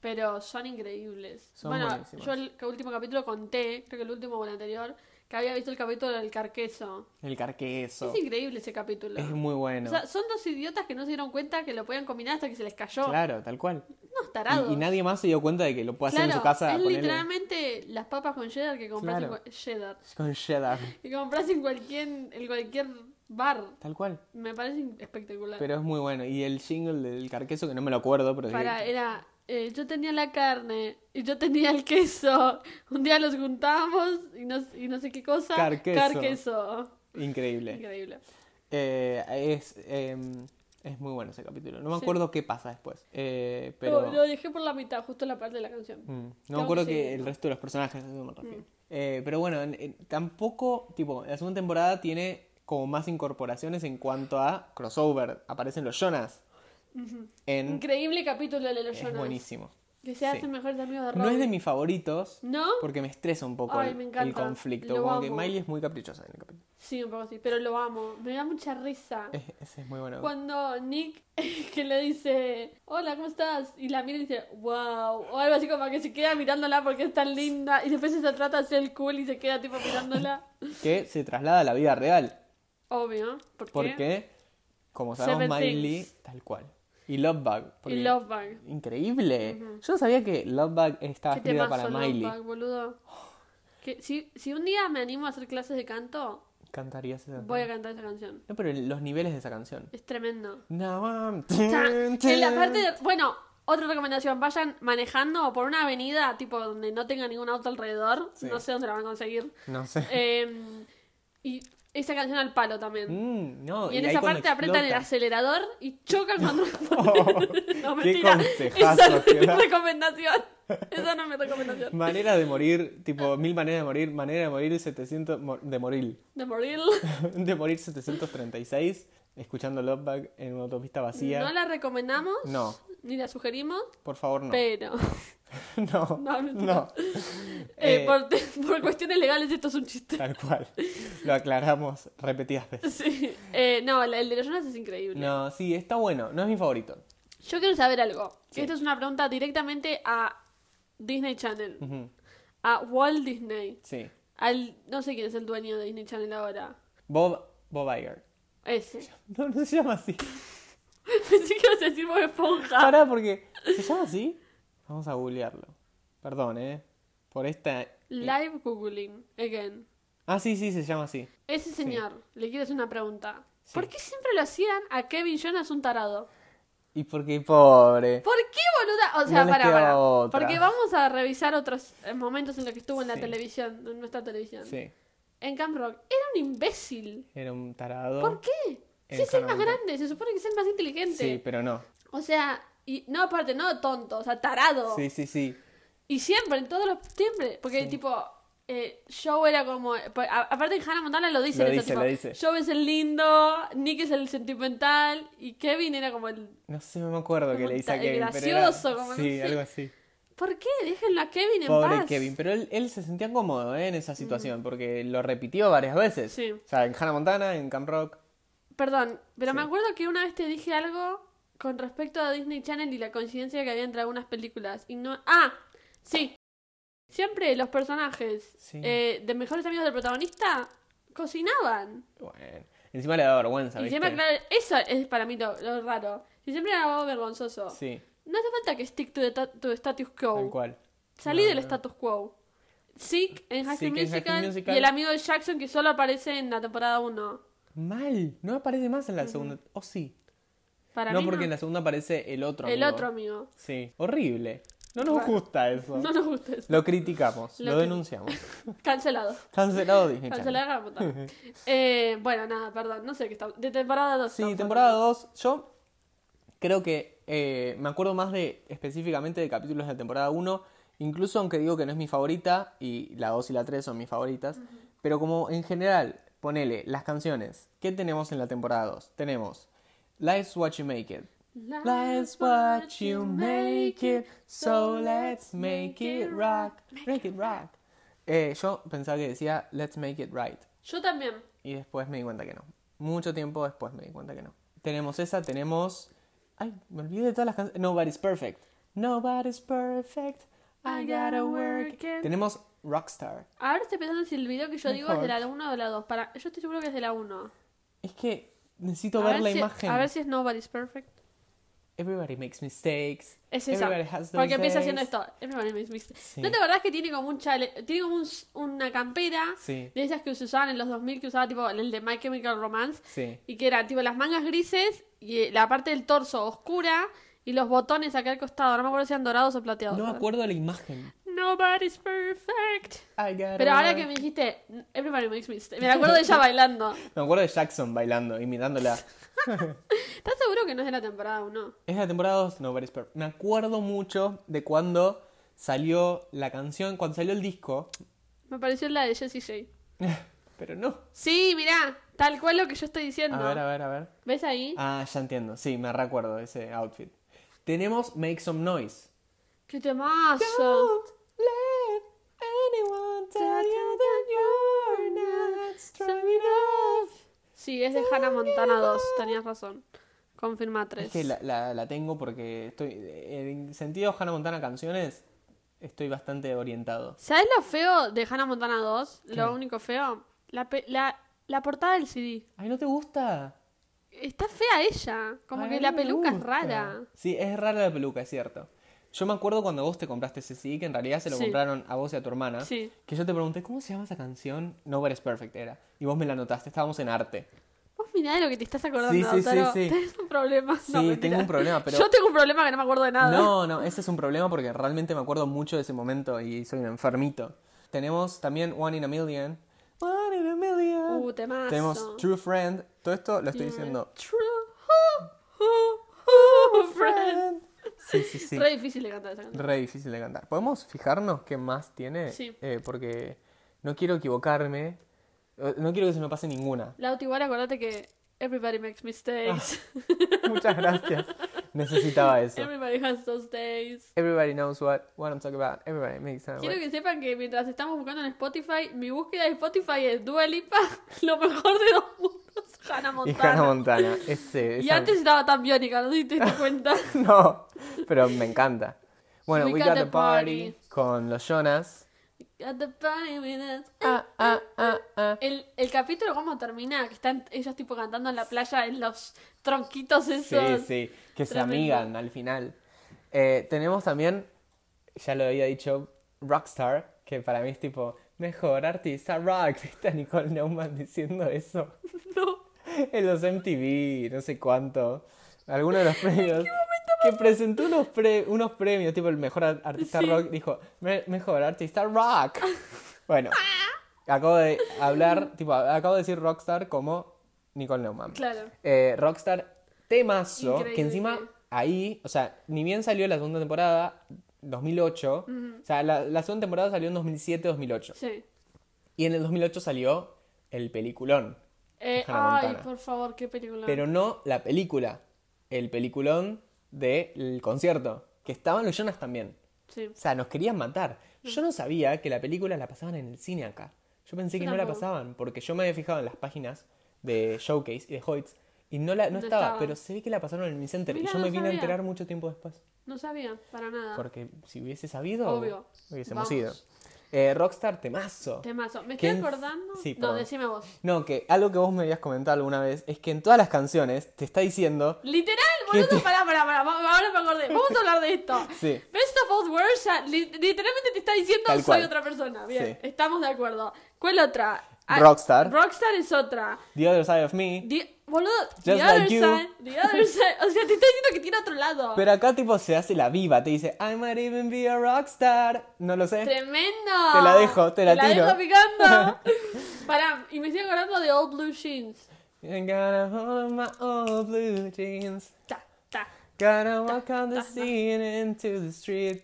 [SPEAKER 2] pero son increíbles.
[SPEAKER 1] Son
[SPEAKER 2] bueno,
[SPEAKER 1] buenísimas.
[SPEAKER 2] yo el último capítulo conté, creo que el último o el anterior, que había visto el capítulo del carqueso.
[SPEAKER 1] El carqueso.
[SPEAKER 2] Es increíble ese capítulo.
[SPEAKER 1] Es muy bueno.
[SPEAKER 2] O sea, son dos idiotas que no se dieron cuenta que lo podían combinar hasta que se les cayó.
[SPEAKER 1] Claro, tal cual.
[SPEAKER 2] Unos tarados.
[SPEAKER 1] Y, y nadie más se dio cuenta de que lo puede hacer
[SPEAKER 2] Claro,
[SPEAKER 1] en su casa
[SPEAKER 2] es
[SPEAKER 1] ponele,
[SPEAKER 2] literalmente las papas con cheddar que compras
[SPEAKER 1] Claro.
[SPEAKER 2] en, cua- cheddar,
[SPEAKER 1] con cheddar.
[SPEAKER 2] que compras en cualquier, en cualquier bar.
[SPEAKER 1] Tal cual.
[SPEAKER 2] Me parece in- espectacular.
[SPEAKER 1] Pero es muy bueno. Y el jingle del carqueso, que no me lo acuerdo, pero es
[SPEAKER 2] Para, era, eh, yo tenía la carne y yo tenía el queso. Un día los juntamos y no, y no sé qué cosa.
[SPEAKER 1] Carqueso.
[SPEAKER 2] Carqueso.
[SPEAKER 1] increíble.
[SPEAKER 2] Increíble.
[SPEAKER 1] Eh, es, em, es muy bueno ese capítulo. No me
[SPEAKER 2] Sí.
[SPEAKER 1] acuerdo qué pasa después. Eh,
[SPEAKER 2] Pero...
[SPEAKER 1] pero...
[SPEAKER 2] Lo, lo dejé por la mitad, justo la parte de la canción.
[SPEAKER 1] Mm, No
[SPEAKER 2] Tengo
[SPEAKER 1] me acuerdo
[SPEAKER 2] que
[SPEAKER 1] que
[SPEAKER 2] seguir.
[SPEAKER 1] el resto de los personajes, a eso me refiero.
[SPEAKER 2] Mm.
[SPEAKER 1] Eh, pero bueno, en- en- tampoco, tipo, la segunda temporada tiene como más incorporaciones en cuanto a crossover. Aparecen los Jonas. En,
[SPEAKER 2] Increíble capítulo de los
[SPEAKER 1] es
[SPEAKER 2] Jonas.
[SPEAKER 1] buenísimo.
[SPEAKER 2] Que se
[SPEAKER 1] Sí.
[SPEAKER 2] hacen mejores amigos de Robin.
[SPEAKER 1] No es de mis favoritos,
[SPEAKER 2] ¿No?
[SPEAKER 1] porque me estresa un poco
[SPEAKER 2] Ay,
[SPEAKER 1] el,
[SPEAKER 2] me
[SPEAKER 1] el
[SPEAKER 2] encanta.
[SPEAKER 1] conflicto.
[SPEAKER 2] Lo
[SPEAKER 1] como que
[SPEAKER 2] amo.
[SPEAKER 1] Miley es muy caprichosa en el capítulo.
[SPEAKER 2] Sí, un poco así, pero lo amo. Me da mucha risa.
[SPEAKER 1] Es, ese es muy bueno.
[SPEAKER 2] Cuando Nick que le dice, hola, ¿cómo estás? Y la mira y dice, wow, o algo así como que se queda mirándola porque es tan linda y después se trata de hacer el cool y se queda tipo mirándola.
[SPEAKER 1] Que se traslada a la vida real.
[SPEAKER 2] Obvio, ¿por qué?
[SPEAKER 1] Porque, como sabemos,
[SPEAKER 2] Seven
[SPEAKER 1] Miley,
[SPEAKER 2] Things.
[SPEAKER 1] tal cual. Y Love Bug. porque-
[SPEAKER 2] Y Love Bug.
[SPEAKER 1] Increíble. Yo no sabía que Love Bug estaba
[SPEAKER 2] ¿Qué te
[SPEAKER 1] escrita
[SPEAKER 2] pasó,
[SPEAKER 1] Ah, para Miley.
[SPEAKER 2] Love Bug, boludo? Que si, si un día me animo a hacer clases de canto,
[SPEAKER 1] Cantarías esa
[SPEAKER 2] voy a
[SPEAKER 1] canción.
[SPEAKER 2] cantar esa canción.
[SPEAKER 1] No, pero el- los niveles de esa canción.
[SPEAKER 2] Es tremendo.
[SPEAKER 1] Now I'm-
[SPEAKER 2] O sea, en la parte de- bueno, otra recomendación, vayan manejando por una avenida tipo donde no tenga ningún auto alrededor,
[SPEAKER 1] Sí.
[SPEAKER 2] no sé dónde la van a conseguir.
[SPEAKER 1] No sé.
[SPEAKER 2] Eh, y esa canción al palo también.
[SPEAKER 1] Mm, no,
[SPEAKER 2] y en
[SPEAKER 1] ahí
[SPEAKER 2] esa
[SPEAKER 1] cuando
[SPEAKER 2] parte apretan el
[SPEAKER 1] explota. Oh,
[SPEAKER 2] acelerador y chocan cuando... no,
[SPEAKER 1] qué
[SPEAKER 2] mentira. Esa
[SPEAKER 1] consejazo
[SPEAKER 2] no es
[SPEAKER 1] que
[SPEAKER 2] mi
[SPEAKER 1] da.
[SPEAKER 2] recomendación. Esa no es mi recomendación.
[SPEAKER 1] Maneras Oh, de morir, tipo, mil maneras de morir, manera de morir 700, mo- de morir,
[SPEAKER 2] De morir.
[SPEAKER 1] de morir 736, escuchando Love Bug en una autopista vacía.
[SPEAKER 2] No la recomendamos.
[SPEAKER 1] No.
[SPEAKER 2] Ni la sugerimos.
[SPEAKER 1] Por favor, no.
[SPEAKER 2] Pero...
[SPEAKER 1] no,
[SPEAKER 2] No,
[SPEAKER 1] no.
[SPEAKER 2] mentira.
[SPEAKER 1] Eh,
[SPEAKER 2] eh, por, por cuestiones legales esto es un chiste.
[SPEAKER 1] Tal cual. Lo aclaramos repetidas veces.
[SPEAKER 2] Sí. Eh, no, la- el de los Jonas es increíble.
[SPEAKER 1] No, sí, está bueno. No es mi favorito.
[SPEAKER 2] Yo quiero saber algo.
[SPEAKER 1] Sí.
[SPEAKER 2] Esta es una pregunta directamente a Disney Channel.
[SPEAKER 1] Ujú,
[SPEAKER 2] A Walt Disney.
[SPEAKER 1] Sí.
[SPEAKER 2] Al, no sé quién es el dueño de Disney Channel ahora.
[SPEAKER 1] Bob, Bob Iger.
[SPEAKER 2] Ese.
[SPEAKER 1] No, no se llama así.
[SPEAKER 2] Pensé que ibas a decir Bob Esponja.
[SPEAKER 1] Pará, porque. ¿Se llama así? Vamos a googlearlo. Perdón, eh. Por esta.
[SPEAKER 2] Live Googling. Again.
[SPEAKER 1] Ah, sí, sí, se llama así.
[SPEAKER 2] Ese señor, le quiero hacer una pregunta.
[SPEAKER 1] Sí.
[SPEAKER 2] ¿Por qué siempre lo hacían a Kevin Jonas un tarado?
[SPEAKER 1] Y porque pobre.
[SPEAKER 2] ¿Por qué, boluda? O sea,
[SPEAKER 1] No les
[SPEAKER 2] para,
[SPEAKER 1] queda
[SPEAKER 2] para.
[SPEAKER 1] otra.
[SPEAKER 2] Porque vamos a revisar otros eh, momentos en los que estuvo en la
[SPEAKER 1] Sí.
[SPEAKER 2] televisión, en nuestra televisión.
[SPEAKER 1] Sí.
[SPEAKER 2] En Camp Rock. Era un imbécil.
[SPEAKER 1] Era un tarado.
[SPEAKER 2] ¿Por qué?
[SPEAKER 1] En
[SPEAKER 2] Si es el más
[SPEAKER 1] Canadá.
[SPEAKER 2] grande, se supone que es el más inteligente.
[SPEAKER 1] Sí, pero no.
[SPEAKER 2] O sea, Y no, aparte, no tonto, o sea, tarado.
[SPEAKER 1] Sí, sí, sí.
[SPEAKER 2] Y siempre, en todos los siempre. Porque, tipo, eh, Joe era como. pa- a- aparte, en Hannah Montana lo dice.
[SPEAKER 1] Lo
[SPEAKER 2] eso,
[SPEAKER 1] dice,
[SPEAKER 2] tipo,
[SPEAKER 1] lo dice.
[SPEAKER 2] Joe es el lindo, Nick es el sentimental. Y Kevin era como el.
[SPEAKER 1] No sé, no me acuerdo qué
[SPEAKER 2] Como
[SPEAKER 1] le dice a
[SPEAKER 2] ta-
[SPEAKER 1] Kevin.
[SPEAKER 2] gracioso,
[SPEAKER 1] pero era...
[SPEAKER 2] como no
[SPEAKER 1] Sí,
[SPEAKER 2] sé.
[SPEAKER 1] algo así.
[SPEAKER 2] ¿Por qué? Déjenlo a Kevin en
[SPEAKER 1] Pobre
[SPEAKER 2] paz.
[SPEAKER 1] Kevin, pero él, él se sentía cómodo ¿eh? en esa situación porque lo repitió varias veces.
[SPEAKER 2] Sí.
[SPEAKER 1] O sea, en Hannah Montana, en Camp Rock.
[SPEAKER 2] Perdón, pero me
[SPEAKER 1] Sí.
[SPEAKER 2] acuerdo que una vez te dije algo con respecto a Disney Channel y la coincidencia que había entre algunas películas. Y no... Ah, sí. Siempre los personajes
[SPEAKER 1] Sí.
[SPEAKER 2] eh, de mejores amigos del protagonista cocinaban.
[SPEAKER 1] Bueno, encima le daba vergüenza.
[SPEAKER 2] Y
[SPEAKER 1] ¿viste?
[SPEAKER 2] siempre, claro, eso es para mí lo, lo raro. Y siempre era algo vergonzoso.
[SPEAKER 1] Sí,
[SPEAKER 2] No hace falta que stick to the ta- to the status
[SPEAKER 1] tal
[SPEAKER 2] quo.
[SPEAKER 1] cual.
[SPEAKER 2] Salí
[SPEAKER 1] No,
[SPEAKER 2] del
[SPEAKER 1] no.
[SPEAKER 2] status quo. Sick en High
[SPEAKER 1] Sick en
[SPEAKER 2] School
[SPEAKER 1] High School
[SPEAKER 2] Musical,
[SPEAKER 1] Musical.
[SPEAKER 2] y el amigo de Jackson que solo aparece en la temporada 1.
[SPEAKER 1] Mal, no aparece más en la segunda. ¿O sí?
[SPEAKER 2] Para
[SPEAKER 1] No,
[SPEAKER 2] mí
[SPEAKER 1] porque
[SPEAKER 2] no.
[SPEAKER 1] en la segunda aparece el otro
[SPEAKER 2] el
[SPEAKER 1] amigo.
[SPEAKER 2] otro amigo.
[SPEAKER 1] Sí, horrible. No nos
[SPEAKER 2] Raro.
[SPEAKER 1] gusta eso.
[SPEAKER 2] No nos gusta eso.
[SPEAKER 1] Lo criticamos,
[SPEAKER 2] Lo
[SPEAKER 1] lo,
[SPEAKER 2] cri-
[SPEAKER 1] denunciamos.
[SPEAKER 2] Cancelado.
[SPEAKER 1] Cancelado Disney Channel.
[SPEAKER 2] Cancelado la puta. eh, bueno, nada, perdón. No sé qué está. De temporada 2.
[SPEAKER 1] Sí, temporada 2. Yo creo que eh, me acuerdo más de específicamente de capítulos de temporada 1. Incluso aunque digo que no es mi favorita, y la 2 y la 3 son mis favoritas. Pero como en general, ponele las canciones. ¿Qué tenemos en la temporada 2? Tenemos Life's What You Make It. Life's what you make it, so let's make it rock, make it rock. Eh, yo pensaba que decía let's make it right
[SPEAKER 2] Yo también.
[SPEAKER 1] y después me di cuenta que no. Mucho tiempo después me di cuenta que no. Tenemos esa, tenemos... Ay, me olvidé de todas las canciones. Nobody's Perfect. Nobody's Perfect, I gotta work.
[SPEAKER 2] it.
[SPEAKER 1] Tenemos Rockstar.
[SPEAKER 2] Ahora estoy pensando si el video que yo digo es de
[SPEAKER 1] Mejor.
[SPEAKER 2] la 1 o de la 2. Para... Yo estoy seguro que es de la 1.
[SPEAKER 1] Es que necesito
[SPEAKER 2] a
[SPEAKER 1] ver
[SPEAKER 2] ver
[SPEAKER 1] la
[SPEAKER 2] si,
[SPEAKER 1] imagen.
[SPEAKER 2] A ver si es Nobody's Perfect.
[SPEAKER 1] Everybody makes mistakes.
[SPEAKER 2] Es esa.
[SPEAKER 1] Everybody has those
[SPEAKER 2] Porque empieza haciendo
[SPEAKER 1] days.
[SPEAKER 2] esto. Everybody makes mistakes.
[SPEAKER 1] Sí.
[SPEAKER 2] ¿No te acordás que tiene como un chale... Tiene como un s- una campera
[SPEAKER 1] Sí.
[SPEAKER 2] de esas que se usaban en los 2000 que usaba tipo el de My Chemical Romance?
[SPEAKER 1] Sí.
[SPEAKER 2] Y que eran tipo las mangas grises y eh, la parte del torso oscura y los botones acá al costado. No me acuerdo si eran dorados o plateados.
[SPEAKER 1] No me acuerdo la imagen.
[SPEAKER 2] Nobody's perfect.
[SPEAKER 1] I gotta
[SPEAKER 2] Pero ahora
[SPEAKER 1] work.
[SPEAKER 2] que me dijiste Everybody makes mistakes. Me acuerdo de ella bailando.
[SPEAKER 1] Me acuerdo de Jackson bailando, imitándola.
[SPEAKER 2] ¿Estás seguro que no es de la temporada 1?
[SPEAKER 1] Es la temporada 2, no, Nobody's Perfect. Me acuerdo mucho de cuando salió la canción, cuando salió el disco.
[SPEAKER 2] Me pareció la de Jessie J.
[SPEAKER 1] Pero no.
[SPEAKER 2] Sí, mirá, tal cual lo que yo estoy diciendo.
[SPEAKER 1] A ver, a ver, a ver.
[SPEAKER 2] ¿Ves ahí?
[SPEAKER 1] Ah, ya entiendo. Sí, me recuerdo ese outfit. Tenemos Make Some Noise.
[SPEAKER 2] ¡Qué temazo!
[SPEAKER 1] Don't let anyone tell you that you're not strong enough.
[SPEAKER 2] Sí, es de Hannah Montana 2, tenías razón. Confirma 3.
[SPEAKER 1] Es que la, la- la tengo porque estoy. En sentido Hannah Montana canciones, estoy bastante orientado.
[SPEAKER 2] ¿Sabes lo feo de Hannah Montana 2? Lo único feo. La, pe- la, la portada del CD.
[SPEAKER 1] Ay, ¿no te gusta?
[SPEAKER 2] Está fea ella. Como
[SPEAKER 1] Ay,
[SPEAKER 2] que
[SPEAKER 1] a
[SPEAKER 2] la
[SPEAKER 1] mí me
[SPEAKER 2] peluca es
[SPEAKER 1] gusta.
[SPEAKER 2] rara.
[SPEAKER 1] Sí, es rara la peluca, es cierto. Yo me acuerdo cuando vos te compraste ese CD, que en realidad se lo
[SPEAKER 2] Sí.
[SPEAKER 1] compraron a vos y a tu hermana,
[SPEAKER 2] Sí.
[SPEAKER 1] que yo te pregunté, ¿cómo se llama esa canción? Nobody's Perfect era. Y vos me la anotaste, estábamos en arte.
[SPEAKER 2] Vos mirá de lo que te estás acordando,
[SPEAKER 1] Sí, sí, sí,
[SPEAKER 2] Lautaro.
[SPEAKER 1] sí.
[SPEAKER 2] Tenés un problema.
[SPEAKER 1] Sí,
[SPEAKER 2] No, mentira.
[SPEAKER 1] tengo un problema, pero-
[SPEAKER 2] Yo tengo un problema que no me acuerdo de nada.
[SPEAKER 1] No, no, ese es un problema porque realmente me acuerdo mucho de ese momento y soy un enfermito. Tenemos también One in a Million. One in a Million.
[SPEAKER 2] Uh, temazo.
[SPEAKER 1] Tenemos True Friend. Todo esto lo estoy diciendo.
[SPEAKER 2] True, uh, uh, uh, friend.
[SPEAKER 1] Friend. Sí, sí, sí.
[SPEAKER 2] Re difícil de cantar esa canción.
[SPEAKER 1] Re difícil de cantar. ¿Podemos fijarnos qué más tiene?
[SPEAKER 2] Sí.
[SPEAKER 1] Eh, porque no quiero equivocarme. Eh, No quiero que se me pase ninguna.
[SPEAKER 2] Lauti, igual acordate que everybody makes mistakes.
[SPEAKER 1] Muchas gracias. Necesitaba Ah, eso.
[SPEAKER 2] everybody has those days.
[SPEAKER 1] Everybody knows what, what I'm talking about. Everybody makes sense.
[SPEAKER 2] Quiero que sepan que mientras estamos buscando en Spotify, mi búsqueda de Spotify es Dua Lipa, lo mejor de dos mundos, Hannah
[SPEAKER 1] Y
[SPEAKER 2] Montana.
[SPEAKER 1] Hannah Montana. Ese,
[SPEAKER 2] Y
[SPEAKER 1] esa-
[SPEAKER 2] antes estaba tan biónica, no sé si te diste cuenta.
[SPEAKER 1] No, pero me encanta. Bueno,
[SPEAKER 2] We
[SPEAKER 1] We,
[SPEAKER 2] Got
[SPEAKER 1] Got,
[SPEAKER 2] the
[SPEAKER 1] the party, con los Jonas.
[SPEAKER 2] At the party with us.
[SPEAKER 1] Ah, ah, ah, ah.
[SPEAKER 2] El, el capítulo, ¿cómo termina? Que están ellos tipo cantando en la playa en los tronquitos
[SPEAKER 1] Sí,
[SPEAKER 2] esos.
[SPEAKER 1] sí, que se
[SPEAKER 2] Tremendo.
[SPEAKER 1] amigan al final. Eh, tenemos también, ya lo había dicho, Rockstar, que para mí es tipo, mejor artista rock. Está Nicole Neumann diciendo eso
[SPEAKER 2] No.
[SPEAKER 1] en los MTV, no sé cuánto. Alguno de los premios. Que presentó unos, pre- unos premios, tipo el mejor ar- artista
[SPEAKER 2] Sí.
[SPEAKER 1] rock, dijo, "Me- mejor artista rock. Bueno, acabo de hablar, tipo, acabo de decir Rockstar como Nicole Neumann.
[SPEAKER 2] Claro.
[SPEAKER 1] Eh, Rockstar, temazo,
[SPEAKER 2] Increíble.
[SPEAKER 1] que encima ahí, o sea, ni bien salió la segunda temporada, 2008, o sea, la, la segunda temporada salió en 2007-2008.
[SPEAKER 2] Sí.
[SPEAKER 1] Y en el 2008 salió el peliculón. de
[SPEAKER 2] Eh,
[SPEAKER 1] Hannah
[SPEAKER 2] ay,
[SPEAKER 1] Montana.
[SPEAKER 2] por favor, qué película.
[SPEAKER 1] Pero no la película, el peliculón del concierto, que estaban los Jonas también.
[SPEAKER 2] Sí.
[SPEAKER 1] O sea, nos querían matar. Yo
[SPEAKER 2] Mm.
[SPEAKER 1] no sabía que la película la pasaban en el cine acá. Yo pensé
[SPEAKER 2] Yo
[SPEAKER 1] que no la
[SPEAKER 2] tampoco.
[SPEAKER 1] pasaban, porque yo me había fijado en las páginas de Showcase y de Hoyts y no, la, no,
[SPEAKER 2] No
[SPEAKER 1] estaba,
[SPEAKER 2] estaba.
[SPEAKER 1] pero se ve que la pasaron en el Center
[SPEAKER 2] Mirá,
[SPEAKER 1] y yo
[SPEAKER 2] no
[SPEAKER 1] me vine
[SPEAKER 2] sabía.
[SPEAKER 1] a enterar mucho tiempo después.
[SPEAKER 2] No sabía, para nada.
[SPEAKER 1] Porque si hubiese sabido,
[SPEAKER 2] Obvio.
[SPEAKER 1] hubiésemos
[SPEAKER 2] Vamos.
[SPEAKER 1] ido. Eh, Rockstar, temazo.
[SPEAKER 2] Temazo. Me estoy
[SPEAKER 1] ¿Quién-
[SPEAKER 2] acordando.
[SPEAKER 1] Sí,
[SPEAKER 2] no,
[SPEAKER 1] perdón.
[SPEAKER 2] decime vos.
[SPEAKER 1] No, que algo que vos me habías comentado alguna vez es que en todas las canciones te está diciendo
[SPEAKER 2] Literal,
[SPEAKER 1] ¿Qué
[SPEAKER 2] boludo, pará, pará, pará, va- ahora me acordé. Vamos a hablar de esto.
[SPEAKER 1] Sí.
[SPEAKER 2] Best of Both Worlds ya li- literalmente te está diciendo
[SPEAKER 1] Tal
[SPEAKER 2] soy
[SPEAKER 1] cual.
[SPEAKER 2] otra persona. Bien,
[SPEAKER 1] Sí.
[SPEAKER 2] estamos de acuerdo. ¿Cuál otra? Ah,
[SPEAKER 1] Rockstar.
[SPEAKER 2] Rockstar es otra.
[SPEAKER 1] The Other Side of Me.
[SPEAKER 2] The- boludo, The
[SPEAKER 1] Just
[SPEAKER 2] Other
[SPEAKER 1] like you.
[SPEAKER 2] Side. The Other Side. O sea, te está diciendo que tiene otro lado.
[SPEAKER 1] Pero acá tipo se hace la viva, te dice I might even be a rockstar. No lo sé.
[SPEAKER 2] Tremendo.
[SPEAKER 1] eh, Te la dejo, te la tiro.
[SPEAKER 2] dejo picando. pará, y me estoy acordando de Old Blue Jeans.
[SPEAKER 1] And got a hold of my old blue jeans.
[SPEAKER 2] Ta, ta.
[SPEAKER 1] Gotta walk on the scene into the street.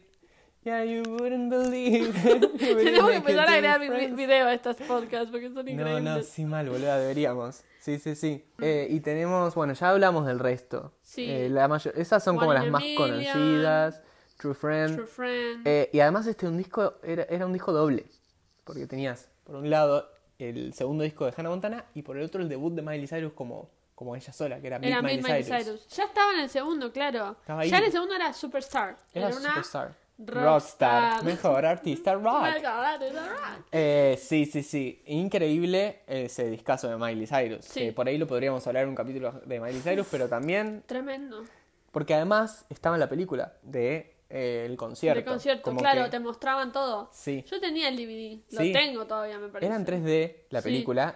[SPEAKER 1] Yeah, you wouldn't believe it. You wouldn't
[SPEAKER 2] Tenemos que
[SPEAKER 1] make it
[SPEAKER 2] empezar a
[SPEAKER 1] to the
[SPEAKER 2] agregar vi-
[SPEAKER 1] friends.
[SPEAKER 2] video a estas podcasts porque son
[SPEAKER 1] No,
[SPEAKER 2] increíbles.
[SPEAKER 1] no, sí, mal, boludo, deberíamos. Sí, sí, sí. Eh, y tenemos, bueno, ya hablamos del resto.
[SPEAKER 2] Mm. Sí.
[SPEAKER 1] Eh, la mayo- esas son como
[SPEAKER 2] One
[SPEAKER 1] las
[SPEAKER 2] in a
[SPEAKER 1] más
[SPEAKER 2] Million.
[SPEAKER 1] conocidas. True Friend.
[SPEAKER 2] True Friend.
[SPEAKER 1] Eh, y además este un disco era, era un disco doble, porque tenías por un lado el segundo disco de Hannah Montana y por el otro el debut de Miley Cyrus como, como ella sola, que era Big
[SPEAKER 2] Era
[SPEAKER 1] Miley,
[SPEAKER 2] Miley, Miley
[SPEAKER 1] Cyrus.
[SPEAKER 2] Cyrus. Ya estaba en el segundo, claro.
[SPEAKER 1] Estaba ahí.
[SPEAKER 2] Ya en el segundo era Superstar.
[SPEAKER 1] Era,
[SPEAKER 2] una
[SPEAKER 1] superstar.
[SPEAKER 2] rockstar. Oh
[SPEAKER 1] Mejor artista rock.
[SPEAKER 2] Una garota rock.
[SPEAKER 1] Eh, sí, sí, sí. Increíble ese discazo de Miley Cyrus.
[SPEAKER 2] Sí.
[SPEAKER 1] que por ahí lo podríamos hablar en un capítulo de Miley Cyrus, pero también
[SPEAKER 2] Tremendo.
[SPEAKER 1] porque además estaba en la película de eh, el concierto.
[SPEAKER 2] De concierto,
[SPEAKER 1] como
[SPEAKER 2] claro,
[SPEAKER 1] que
[SPEAKER 2] te mostraban todo.
[SPEAKER 1] Sí.
[SPEAKER 2] Yo tenía el DVD. Lo
[SPEAKER 1] Sí.
[SPEAKER 2] tengo todavía, me parece.
[SPEAKER 1] Era en 3D la
[SPEAKER 2] Sí.
[SPEAKER 1] película,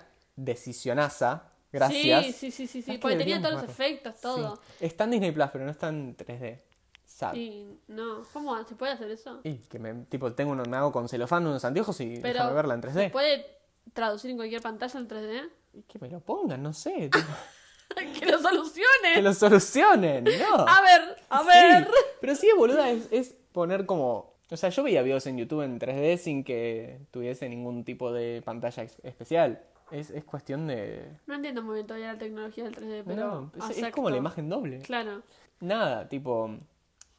[SPEAKER 1] decisionaza, gracias.
[SPEAKER 2] Sí, sí, sí, sí, sí.
[SPEAKER 1] Es que
[SPEAKER 2] Porque tenía
[SPEAKER 1] deberíamos
[SPEAKER 2] todos los
[SPEAKER 1] verlo.
[SPEAKER 2] efectos, todo.
[SPEAKER 1] Sí. Está en Disney Plus, pero no está en 3D. ¿Sabes?
[SPEAKER 2] Y no, ¿cómo se puede hacer eso?
[SPEAKER 1] Ah. Y que me, tipo, tengo uno, me hago con celofán unos anteojos y
[SPEAKER 2] Pero
[SPEAKER 1] déjame verla en
[SPEAKER 2] ¿Se
[SPEAKER 1] 3D.
[SPEAKER 2] puede traducir en cualquier pantalla en 3D?
[SPEAKER 1] Y Que me lo pongan, no sé. tipo,
[SPEAKER 2] ¡Que lo solucione!
[SPEAKER 1] que lo solucionen, ¿no?
[SPEAKER 2] A ver, a
[SPEAKER 1] Sí,
[SPEAKER 2] ver.
[SPEAKER 1] Pero sí, boluda, es, es poner como. O sea, yo veía videos en YouTube en 3D sin que tuviese ningún tipo de pantalla ex- especial. Es, es cuestión de.
[SPEAKER 2] No entiendo muy bien todavía la tecnología del 3D, pero.
[SPEAKER 1] No, es- es,
[SPEAKER 2] acepto.
[SPEAKER 1] como la imagen doble.
[SPEAKER 2] Claro.
[SPEAKER 1] Nada, tipo.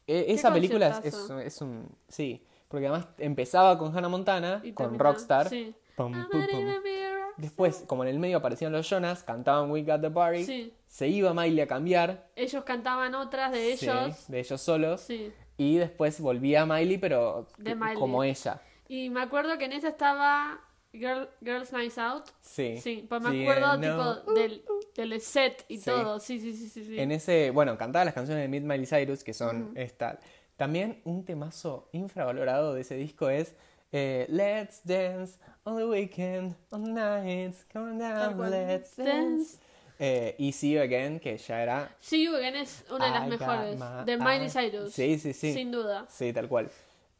[SPEAKER 1] e- Esa película es, es,
[SPEAKER 2] conciertazo.
[SPEAKER 1] es un. Sí, porque además empezaba con Hannah Montana,
[SPEAKER 2] Y
[SPEAKER 1] con
[SPEAKER 2] termina-
[SPEAKER 1] Rockstar.
[SPEAKER 2] sí.
[SPEAKER 1] pum,
[SPEAKER 2] I'm
[SPEAKER 1] pum,
[SPEAKER 2] ready
[SPEAKER 1] pum.
[SPEAKER 2] to be a rock-
[SPEAKER 1] Después, como en el medio aparecían los Jonas, cantaban We Got the Party.
[SPEAKER 2] Sí.
[SPEAKER 1] Se iba Miley a cambiar.
[SPEAKER 2] Ellos cantaban otras de
[SPEAKER 1] sí,
[SPEAKER 2] ellos.
[SPEAKER 1] de ellos solos.
[SPEAKER 2] Sí.
[SPEAKER 1] Y después volvía Miley, pero
[SPEAKER 2] De
[SPEAKER 1] c-
[SPEAKER 2] Miley.
[SPEAKER 1] como ella.
[SPEAKER 2] Y me acuerdo que en esa estaba Girl- Girls Nights Out.
[SPEAKER 1] Sí.
[SPEAKER 2] Sí, pues me
[SPEAKER 1] Sí,
[SPEAKER 2] acuerdo
[SPEAKER 1] eh, no.
[SPEAKER 2] tipo del, del set y
[SPEAKER 1] Sí.
[SPEAKER 2] todo. Sí, sí, sí, sí. sí.
[SPEAKER 1] En ese, bueno, cantaba las canciones de Mid Miley Cyrus, que son esta. También un temazo infravalorado de ese disco es eh, Let's Dance on the Weekend, on nights, come
[SPEAKER 2] Tal
[SPEAKER 1] down,
[SPEAKER 2] cual.
[SPEAKER 1] Let's
[SPEAKER 2] Dance.
[SPEAKER 1] Dance. Eh, y See You Again, que ya era.
[SPEAKER 2] Sí, Ugen es una de las
[SPEAKER 1] I got
[SPEAKER 2] mejores.
[SPEAKER 1] my
[SPEAKER 2] De Miley
[SPEAKER 1] eyes.
[SPEAKER 2] Cyrus.
[SPEAKER 1] Sí, sí, sí.
[SPEAKER 2] Sin duda.
[SPEAKER 1] Sí, tal cual.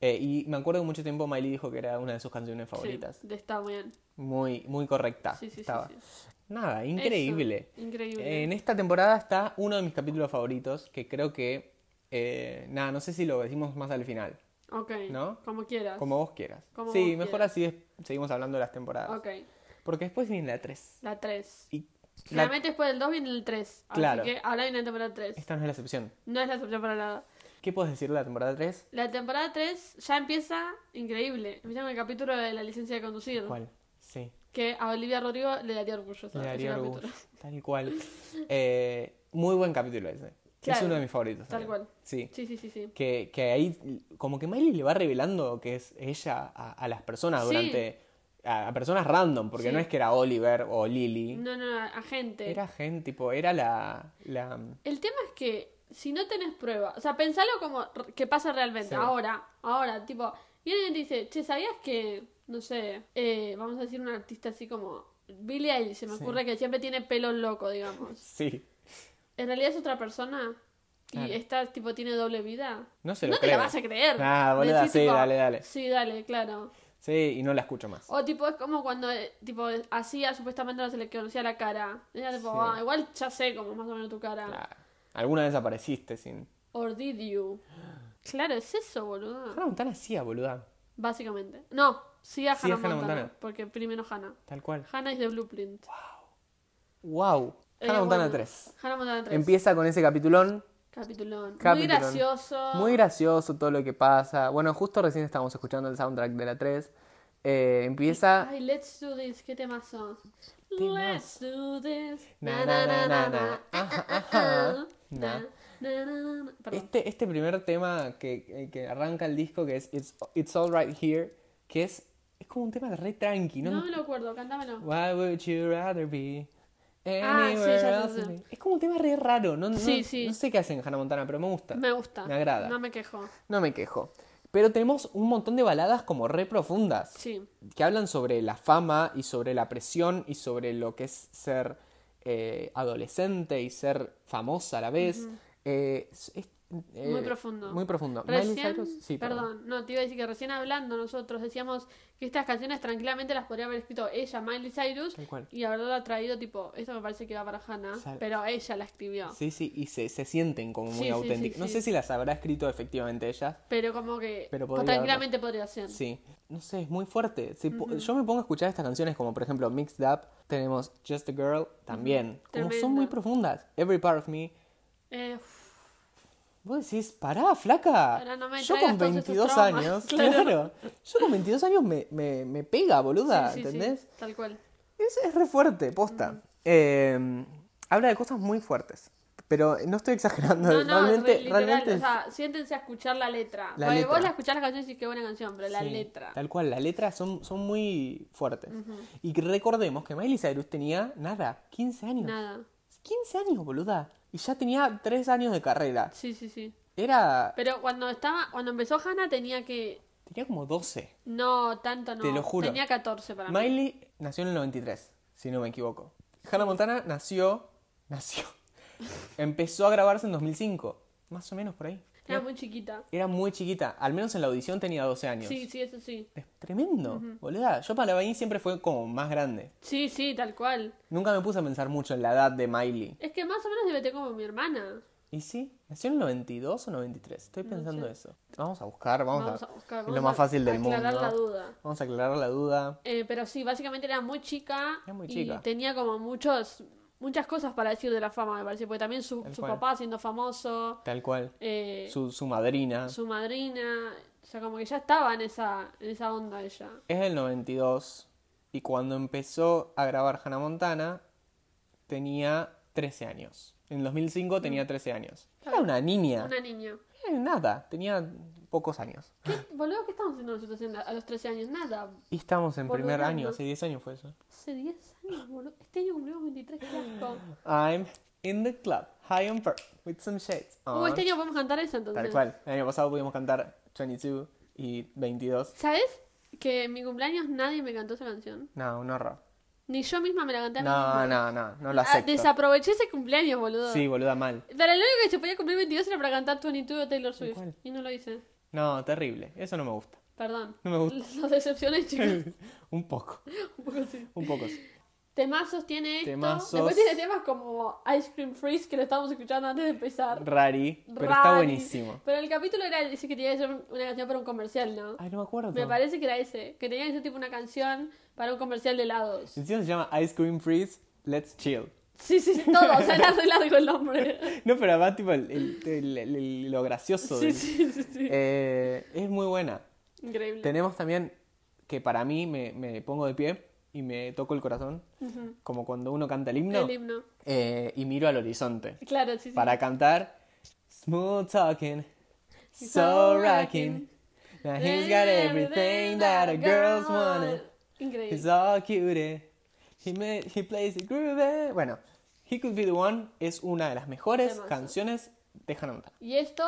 [SPEAKER 1] Eh, y me acuerdo que mucho tiempo Miley dijo que era una de sus canciones favoritas.
[SPEAKER 2] Sí, está muy bien.
[SPEAKER 1] Muy, muy correcta.
[SPEAKER 2] Sí, sí, sí,
[SPEAKER 1] estaba.
[SPEAKER 2] sí.
[SPEAKER 1] Nada, increíble. Eh,
[SPEAKER 2] Eso, increíble.
[SPEAKER 1] En esta temporada está uno de mis capítulos favoritos, que creo que... eh, nada, no sé si lo decimos más al final,
[SPEAKER 2] Ok.
[SPEAKER 1] ¿no?
[SPEAKER 2] Como quieras.
[SPEAKER 1] como vos quieras.
[SPEAKER 2] Como
[SPEAKER 1] sí,
[SPEAKER 2] vos
[SPEAKER 1] mejor
[SPEAKER 2] quieras.
[SPEAKER 1] así es- seguimos hablando de las temporadas.
[SPEAKER 2] Ok.
[SPEAKER 1] Porque después viene la 3.
[SPEAKER 2] La 3.
[SPEAKER 1] Y la-
[SPEAKER 2] Generalmente después del 2 viene el 3.
[SPEAKER 1] Claro.
[SPEAKER 2] Así que ahora viene la temporada 3.
[SPEAKER 1] esta no es la excepción.
[SPEAKER 2] No es la excepción para nada.
[SPEAKER 1] ¿Qué puedes decir de la temporada 3?
[SPEAKER 2] La temporada 3 ya empieza increíble. Empieza con el capítulo de la licencia de conducir.
[SPEAKER 1] ¿Cuál? Sí,
[SPEAKER 2] Que a Olivia Rodrigo le daría orgullo.
[SPEAKER 1] le
[SPEAKER 2] ¿sabes?
[SPEAKER 1] daría
[SPEAKER 2] Ese
[SPEAKER 1] orgullo.
[SPEAKER 2] capítulo.
[SPEAKER 1] Tal cual. Eh, muy buen capítulo ese. Es
[SPEAKER 2] Claro.
[SPEAKER 1] uno de mis favoritos.
[SPEAKER 2] Tal
[SPEAKER 1] también.
[SPEAKER 2] cual.
[SPEAKER 1] Sí.
[SPEAKER 2] Sí, sí, sí, sí.
[SPEAKER 1] Que, que ahí, como que Miley le va revelando que es ella a, a las personas
[SPEAKER 2] Sí.
[SPEAKER 1] durante. A, a personas random, porque
[SPEAKER 2] Sí.
[SPEAKER 1] no es que era Oliver o Lily.
[SPEAKER 2] No, no, no, agente.
[SPEAKER 1] Era gente, tipo, era la. la
[SPEAKER 2] El tema es que si no tenés prueba, o sea, pensalo como r- que pasa realmente.
[SPEAKER 1] Sí.
[SPEAKER 2] Ahora, ahora, tipo, viene y te dice, che, ¿sabías que, no sé, eh, vamos a decir un artista así como Billie Eilish, se me
[SPEAKER 1] Sí.
[SPEAKER 2] ocurre que siempre tiene pelo loco, digamos.
[SPEAKER 1] sí,
[SPEAKER 2] En realidad es otra persona y
[SPEAKER 1] Claro.
[SPEAKER 2] esta, tipo, tiene doble vida.
[SPEAKER 1] no se lo
[SPEAKER 2] no te
[SPEAKER 1] creo.
[SPEAKER 2] la vas a creer.
[SPEAKER 1] Ah, boluda,
[SPEAKER 2] Decís,
[SPEAKER 1] sí,
[SPEAKER 2] tipo,
[SPEAKER 1] dale, dale.
[SPEAKER 2] Sí, dale, claro.
[SPEAKER 1] Sí, y no la escucho más.
[SPEAKER 2] O tipo, es como cuando, eh, tipo, hacía supuestamente no se le conocía la cara. Era tipo,
[SPEAKER 1] Sí.
[SPEAKER 2] "Ah, igual ya sé como más o menos tu cara.
[SPEAKER 1] Claro. Alguna vez apareciste sin.
[SPEAKER 2] or did you? Claro, es eso, boludo.
[SPEAKER 1] Hannah Montana sí, boluda.
[SPEAKER 2] Básicamente. No, sí a Hannah,
[SPEAKER 1] Sí a Hannah
[SPEAKER 2] Montana,
[SPEAKER 1] Montana.
[SPEAKER 2] Porque primero Hannah.
[SPEAKER 1] Tal cual.
[SPEAKER 2] Hannah es de Blueprint.
[SPEAKER 1] Wow.
[SPEAKER 2] Eh,
[SPEAKER 1] Hannah Montana
[SPEAKER 2] bueno,
[SPEAKER 1] 3.
[SPEAKER 2] Hannah Montana 3.
[SPEAKER 1] Empieza con ese capitulón.
[SPEAKER 2] Capitulón. Muy
[SPEAKER 1] Capitulón.
[SPEAKER 2] gracioso.
[SPEAKER 1] Muy gracioso todo lo que pasa. Bueno, justo recién estábamos escuchando el soundtrack de la 3. Eh, empieza.
[SPEAKER 2] Ay, let's do this. Qué temazo.
[SPEAKER 1] Temazo.
[SPEAKER 2] Let's do this.
[SPEAKER 1] Na, na, na, na, na. Ajá, ajá.
[SPEAKER 2] Ah, Na,
[SPEAKER 1] Na.
[SPEAKER 2] na, na, na, na. Perdón.
[SPEAKER 1] Este, este primer tema que, eh, que arranca el disco, que es It's, It's All Right Here, que es, es como un tema re tranqui, ¿no?
[SPEAKER 2] No me lo acuerdo, cántamelo.
[SPEAKER 1] Why would you rather be
[SPEAKER 2] Ah, sí, ya
[SPEAKER 1] anywhere
[SPEAKER 2] sé, ya
[SPEAKER 1] else
[SPEAKER 2] sé.
[SPEAKER 1] than me? Es como un tema re raro, no, no-
[SPEAKER 2] Sí, sí.
[SPEAKER 1] no sé qué hacen en Hannah Montana, pero me gusta.
[SPEAKER 2] Me gusta.
[SPEAKER 1] Me agrada.
[SPEAKER 2] No me quejo.
[SPEAKER 1] No me quejo. Pero tenemos un montón de baladas como re profundas
[SPEAKER 2] Sí.
[SPEAKER 1] que hablan sobre la fama y sobre la presión y sobre lo que es ser eh, adolescente y ser famosa a la vez. Eh, es- es- eh,
[SPEAKER 2] profundo.
[SPEAKER 1] Muy profundo. Miley
[SPEAKER 2] Recién,
[SPEAKER 1] Cyrus- sí,
[SPEAKER 2] perdón. no, te iba a decir que recién hablando nosotros decíamos que estas canciones tranquilamente las podría haber escrito ella, Miley Cyrus,
[SPEAKER 1] Tal cual.
[SPEAKER 2] y haberla traído tipo, esto me parece que va para Hannah,
[SPEAKER 1] Sal-
[SPEAKER 2] pero ella la escribió.
[SPEAKER 1] Sí, sí, y se, se sienten como
[SPEAKER 2] Sí,
[SPEAKER 1] muy
[SPEAKER 2] sí, sí,
[SPEAKER 1] auténticas. No
[SPEAKER 2] sí.
[SPEAKER 1] sé si las habrá escrito efectivamente ella.
[SPEAKER 2] Pero como que
[SPEAKER 1] Pero
[SPEAKER 2] pues,
[SPEAKER 1] podría
[SPEAKER 2] tranquilamente podría ser.
[SPEAKER 1] Sí, no sé, es muy fuerte. Si po- Yo me pongo a escuchar estas canciones como por ejemplo Mixed Up, tenemos Just a Girl también. Como
[SPEAKER 2] Tremendo.
[SPEAKER 1] son muy profundas. Every Part of Me.
[SPEAKER 2] Eh, uf,
[SPEAKER 1] Vos decís, pará, flaca.
[SPEAKER 2] Ahora no me
[SPEAKER 1] yo
[SPEAKER 2] traigas
[SPEAKER 1] con
[SPEAKER 2] todos estos
[SPEAKER 1] 22
[SPEAKER 2] traumas,
[SPEAKER 1] años,
[SPEAKER 2] claro.
[SPEAKER 1] claro. Yo con 22 años me, me, me pega, boluda,
[SPEAKER 2] sí, Mm. sí, sí,
[SPEAKER 1] ¿entendés?
[SPEAKER 2] tal cual.
[SPEAKER 1] Es, es re fuerte, posta. Eh, habla de cosas muy fuertes. Pero no estoy exagerando,
[SPEAKER 2] No, no,
[SPEAKER 1] realmente,
[SPEAKER 2] re- literal,
[SPEAKER 1] realmente
[SPEAKER 2] o sea, siéntense a escuchar la letra.
[SPEAKER 1] La
[SPEAKER 2] Porque vos
[SPEAKER 1] letra.
[SPEAKER 2] la escuchás la canción y decís qué buena canción, pero la
[SPEAKER 1] Sí,
[SPEAKER 2] letra.
[SPEAKER 1] Tal cual, las letras son, son muy fuertes. Y que recordemos que Miley Cyrus tenía, nada, 15 años.
[SPEAKER 2] Nada.
[SPEAKER 1] 15 años, boluda. Y ya tenía 3 años de carrera.
[SPEAKER 2] Sí, sí, sí.
[SPEAKER 1] Era.
[SPEAKER 2] Pero cuando estaba, cuando empezó Hannah tenía que
[SPEAKER 1] Tenía como 12.
[SPEAKER 2] No, tanto no.
[SPEAKER 1] Te lo juro.
[SPEAKER 2] Tenía 14 para mí.
[SPEAKER 1] Miley nació en el 93, si no me equivoco. Hannah Montana nació. Nació. Empezó a grabarse en 2005. Más o menos por ahí.
[SPEAKER 2] Era muy chiquita.
[SPEAKER 1] Era muy chiquita. Al menos en la audición tenía 12 años.
[SPEAKER 2] Sí, sí, eso sí.
[SPEAKER 1] Es tremendo, boluda. Yo para Lavigne siempre fue como más grande.
[SPEAKER 2] Sí, sí, tal cual.
[SPEAKER 1] Nunca me puse a pensar mucho en la edad de Miley.
[SPEAKER 2] Es que más o menos debe tener como mi hermana.
[SPEAKER 1] ¿Y sí? ¿Nació en el 92 o 93? Estoy pensando eso. Vamos a buscar, vamos,
[SPEAKER 2] Vamos
[SPEAKER 1] a...
[SPEAKER 2] a buscar,
[SPEAKER 1] es
[SPEAKER 2] vamos
[SPEAKER 1] lo
[SPEAKER 2] a
[SPEAKER 1] más fácil del mundo.
[SPEAKER 2] aclarar la duda.
[SPEAKER 1] Vamos a aclarar la duda.
[SPEAKER 2] Eh, pero sí, básicamente era muy chica.
[SPEAKER 1] Era muy
[SPEAKER 2] Y
[SPEAKER 1] chica.
[SPEAKER 2] tenía como muchos, muchas cosas para decir de la fama, me parece. Porque también su,
[SPEAKER 1] Tal
[SPEAKER 2] su
[SPEAKER 1] cual.
[SPEAKER 2] papá siendo famoso,
[SPEAKER 1] Tal cual.
[SPEAKER 2] eh, su...
[SPEAKER 1] Su, su madrina.
[SPEAKER 2] madrina. O sea, como que ya estaba en esa, en esa onda ella.
[SPEAKER 1] Es del 92. Y cuando empezó a grabar Hannah Montana, tenía 13 años. En 2005 tenía 13 años. Era una niña.
[SPEAKER 2] Mm. Una niña.
[SPEAKER 1] Era nada, tenía pocos años.
[SPEAKER 2] ¿Qué, boludo, ¿qué estamos haciendo nosotros en la- a los 13 años? Nada.
[SPEAKER 1] Y estamos en primer
[SPEAKER 2] Boludeando.
[SPEAKER 1] año, hace 10 años fue eso.
[SPEAKER 2] Hace 10 años, boludo. Este año cumplimos 23, qué asco.
[SPEAKER 1] I'm in the club, high on perk, with some shades on.
[SPEAKER 2] Uh, este año podemos cantar eso entonces.
[SPEAKER 1] Tal cual. El año pasado pudimos cantar 22 y 22.
[SPEAKER 2] ¿Sabes? Que en mi cumpleaños nadie me cantó esa canción.
[SPEAKER 1] No, un horror.
[SPEAKER 2] Ni yo misma me la canté a mí
[SPEAKER 1] No,
[SPEAKER 2] misma.
[SPEAKER 1] no, no, no lo
[SPEAKER 2] Ah,
[SPEAKER 1] acepto.
[SPEAKER 2] desaproveché ese cumpleaños, boludo.
[SPEAKER 1] Sí, boluda, mal.
[SPEAKER 2] Para lo único que se podía cumplir 22 era para cantar 22 de Taylor Swift.
[SPEAKER 1] cual.
[SPEAKER 2] Y no lo hice.
[SPEAKER 1] No, terrible. Eso no me gusta.
[SPEAKER 2] Perdón.
[SPEAKER 1] No me gusta.
[SPEAKER 2] Los decepcioné, chicos.
[SPEAKER 1] un poco,
[SPEAKER 2] Un poco así.
[SPEAKER 1] un poco sí.
[SPEAKER 2] Temazos tiene esto.
[SPEAKER 1] Temazos.
[SPEAKER 2] Después tiene temas como Ice Cream Freeze, que lo estábamos escuchando antes de empezar.
[SPEAKER 1] Rari, pero está
[SPEAKER 2] Rari.
[SPEAKER 1] buenísimo.
[SPEAKER 2] Pero el capítulo era, dice que tenía que ser una canción para un comercial, ¿no?
[SPEAKER 1] Ay, Ah, no me acuerdo.
[SPEAKER 2] Me parece que era ese, que tenía que ser tipo una canción para un comercial de helados.
[SPEAKER 1] Encima se llama Ice Cream Freeze, Let's Chill.
[SPEAKER 2] Sí, sí, sí, todo, o sea, era re largo el nombre.
[SPEAKER 1] No, pero además, tipo, el- el- el- el- lo gracioso.
[SPEAKER 2] Sí,
[SPEAKER 1] del-
[SPEAKER 2] sí, sí, sí.
[SPEAKER 1] Eh, es muy buena.
[SPEAKER 2] Increíble.
[SPEAKER 1] Tenemos también que para mí me, me pongo de pie y me toco el corazón, como cuando uno canta el himno,
[SPEAKER 2] El himno.
[SPEAKER 1] eh, y miro al horizonte
[SPEAKER 2] Claro, sí, sí.
[SPEAKER 1] para cantar Smooth Talking,
[SPEAKER 2] So
[SPEAKER 1] So Rocking. Now he's got everything that a girl's wanted.
[SPEAKER 2] Increíble.
[SPEAKER 1] He's all cute. eh. He, ma- he plays the groove. eh. Bueno, He Could Be the One es una de las mejores
[SPEAKER 2] Temazo.
[SPEAKER 1] canciones de Hannah Montana.
[SPEAKER 2] Y esto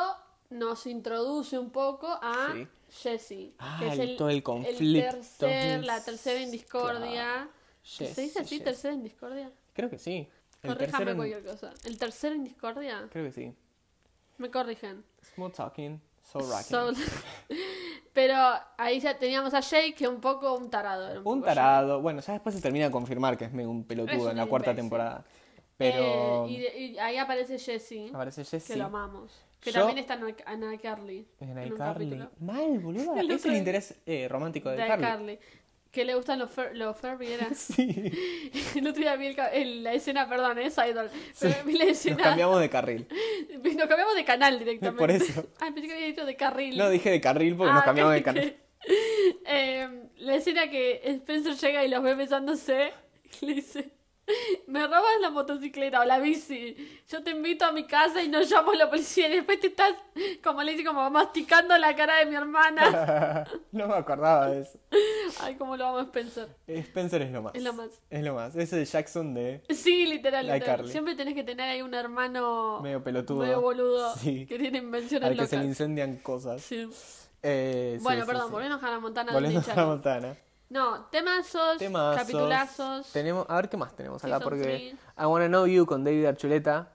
[SPEAKER 2] nos introduce un poco a
[SPEAKER 1] Sí.
[SPEAKER 2] Jesse.
[SPEAKER 1] Ah,
[SPEAKER 2] que es
[SPEAKER 1] el-
[SPEAKER 2] el,
[SPEAKER 1] todo el conflicto.
[SPEAKER 2] tercer, la tercera en discordia.
[SPEAKER 1] Claro.
[SPEAKER 2] ¿Se dice así,
[SPEAKER 1] Jesse.
[SPEAKER 2] tercera en discordia?
[SPEAKER 1] Creo que sí. El
[SPEAKER 2] Corríjame
[SPEAKER 1] tercero en-
[SPEAKER 2] cualquier cosa. ¿El tercero en discordia?
[SPEAKER 1] Creo que sí.
[SPEAKER 2] Me corrigen.
[SPEAKER 1] Smooth Talking, So Rocking.
[SPEAKER 2] Soul. Pero ahí ya teníamos a Jake, que un poco un tarado. era
[SPEAKER 1] Un
[SPEAKER 2] poco Jake.
[SPEAKER 1] tarado. Bueno, ya después se termina de confirmar que es medio un
[SPEAKER 2] Es
[SPEAKER 1] pelotudo
[SPEAKER 2] un
[SPEAKER 1] en la cuarta
[SPEAKER 2] imbécil.
[SPEAKER 1] temporada.
[SPEAKER 2] Eh,
[SPEAKER 1] Pero
[SPEAKER 2] y, de- y ahí aparece Jesse,
[SPEAKER 1] aparece
[SPEAKER 2] que
[SPEAKER 1] Jesse.
[SPEAKER 2] lo amamos. Que
[SPEAKER 1] Yo-
[SPEAKER 2] también está en Ana- Ana Carly.
[SPEAKER 1] En
[SPEAKER 2] un
[SPEAKER 1] iCarly.
[SPEAKER 2] capítulo.
[SPEAKER 1] Mal, boludo.
[SPEAKER 2] El
[SPEAKER 1] Es
[SPEAKER 2] otro
[SPEAKER 1] el
[SPEAKER 2] día-
[SPEAKER 1] interés eh, romántico de
[SPEAKER 2] De
[SPEAKER 1] Carly.
[SPEAKER 2] Carly. Que le gustan los, fur- los Furby, era.
[SPEAKER 1] Sí.
[SPEAKER 2] El otro día vi el ca- el- la escena, perdón, es Idol. Pero vi la
[SPEAKER 1] Nos
[SPEAKER 2] escena.
[SPEAKER 1] cambiamos de carril.
[SPEAKER 2] Nos cambiamos de canal directamente.
[SPEAKER 1] Por eso.
[SPEAKER 2] Ah, pensé que había dicho de carril.
[SPEAKER 1] No, dije de carril porque nos
[SPEAKER 2] Ah,
[SPEAKER 1] cambiamos de
[SPEAKER 2] que-
[SPEAKER 1] canal.
[SPEAKER 2] que- Eh, la escena que Spencer llega y los ve besándose, le dice, me robas la motocicleta o la bici, yo te invito a mi casa y no llamo a la policía y después te estás, como le dice, como masticando la cara de mi hermana.
[SPEAKER 1] no me acordaba de eso.
[SPEAKER 2] Ay, cómo lo amo a Spencer.
[SPEAKER 1] Spencer es lo más.
[SPEAKER 2] Es lo más.
[SPEAKER 1] Es lo más. Es el Jackson de
[SPEAKER 2] Sí, literal.
[SPEAKER 1] Like
[SPEAKER 2] literal.
[SPEAKER 1] Carly.
[SPEAKER 2] Siempre tenés que tener ahí un hermano
[SPEAKER 1] medio pelotudo.
[SPEAKER 2] medio boludo
[SPEAKER 1] Sí.
[SPEAKER 2] que tiene invenciones
[SPEAKER 1] Al que
[SPEAKER 2] locas.
[SPEAKER 1] se le incendian cosas.
[SPEAKER 2] Sí.
[SPEAKER 1] Eh, sí,
[SPEAKER 2] Bueno,
[SPEAKER 1] sí,
[SPEAKER 2] perdón,
[SPEAKER 1] sí.
[SPEAKER 2] volvemos a la Montana.
[SPEAKER 1] Volviendo
[SPEAKER 2] Disney
[SPEAKER 1] a la
[SPEAKER 2] Channel.
[SPEAKER 1] Montana.
[SPEAKER 2] No, temazos,
[SPEAKER 1] Temazos.
[SPEAKER 2] capitulazos.
[SPEAKER 1] Tenemos, a ver qué más tenemos acá,
[SPEAKER 2] Season
[SPEAKER 1] porque
[SPEAKER 2] three.
[SPEAKER 1] I Wanna Know You con David Archuleta.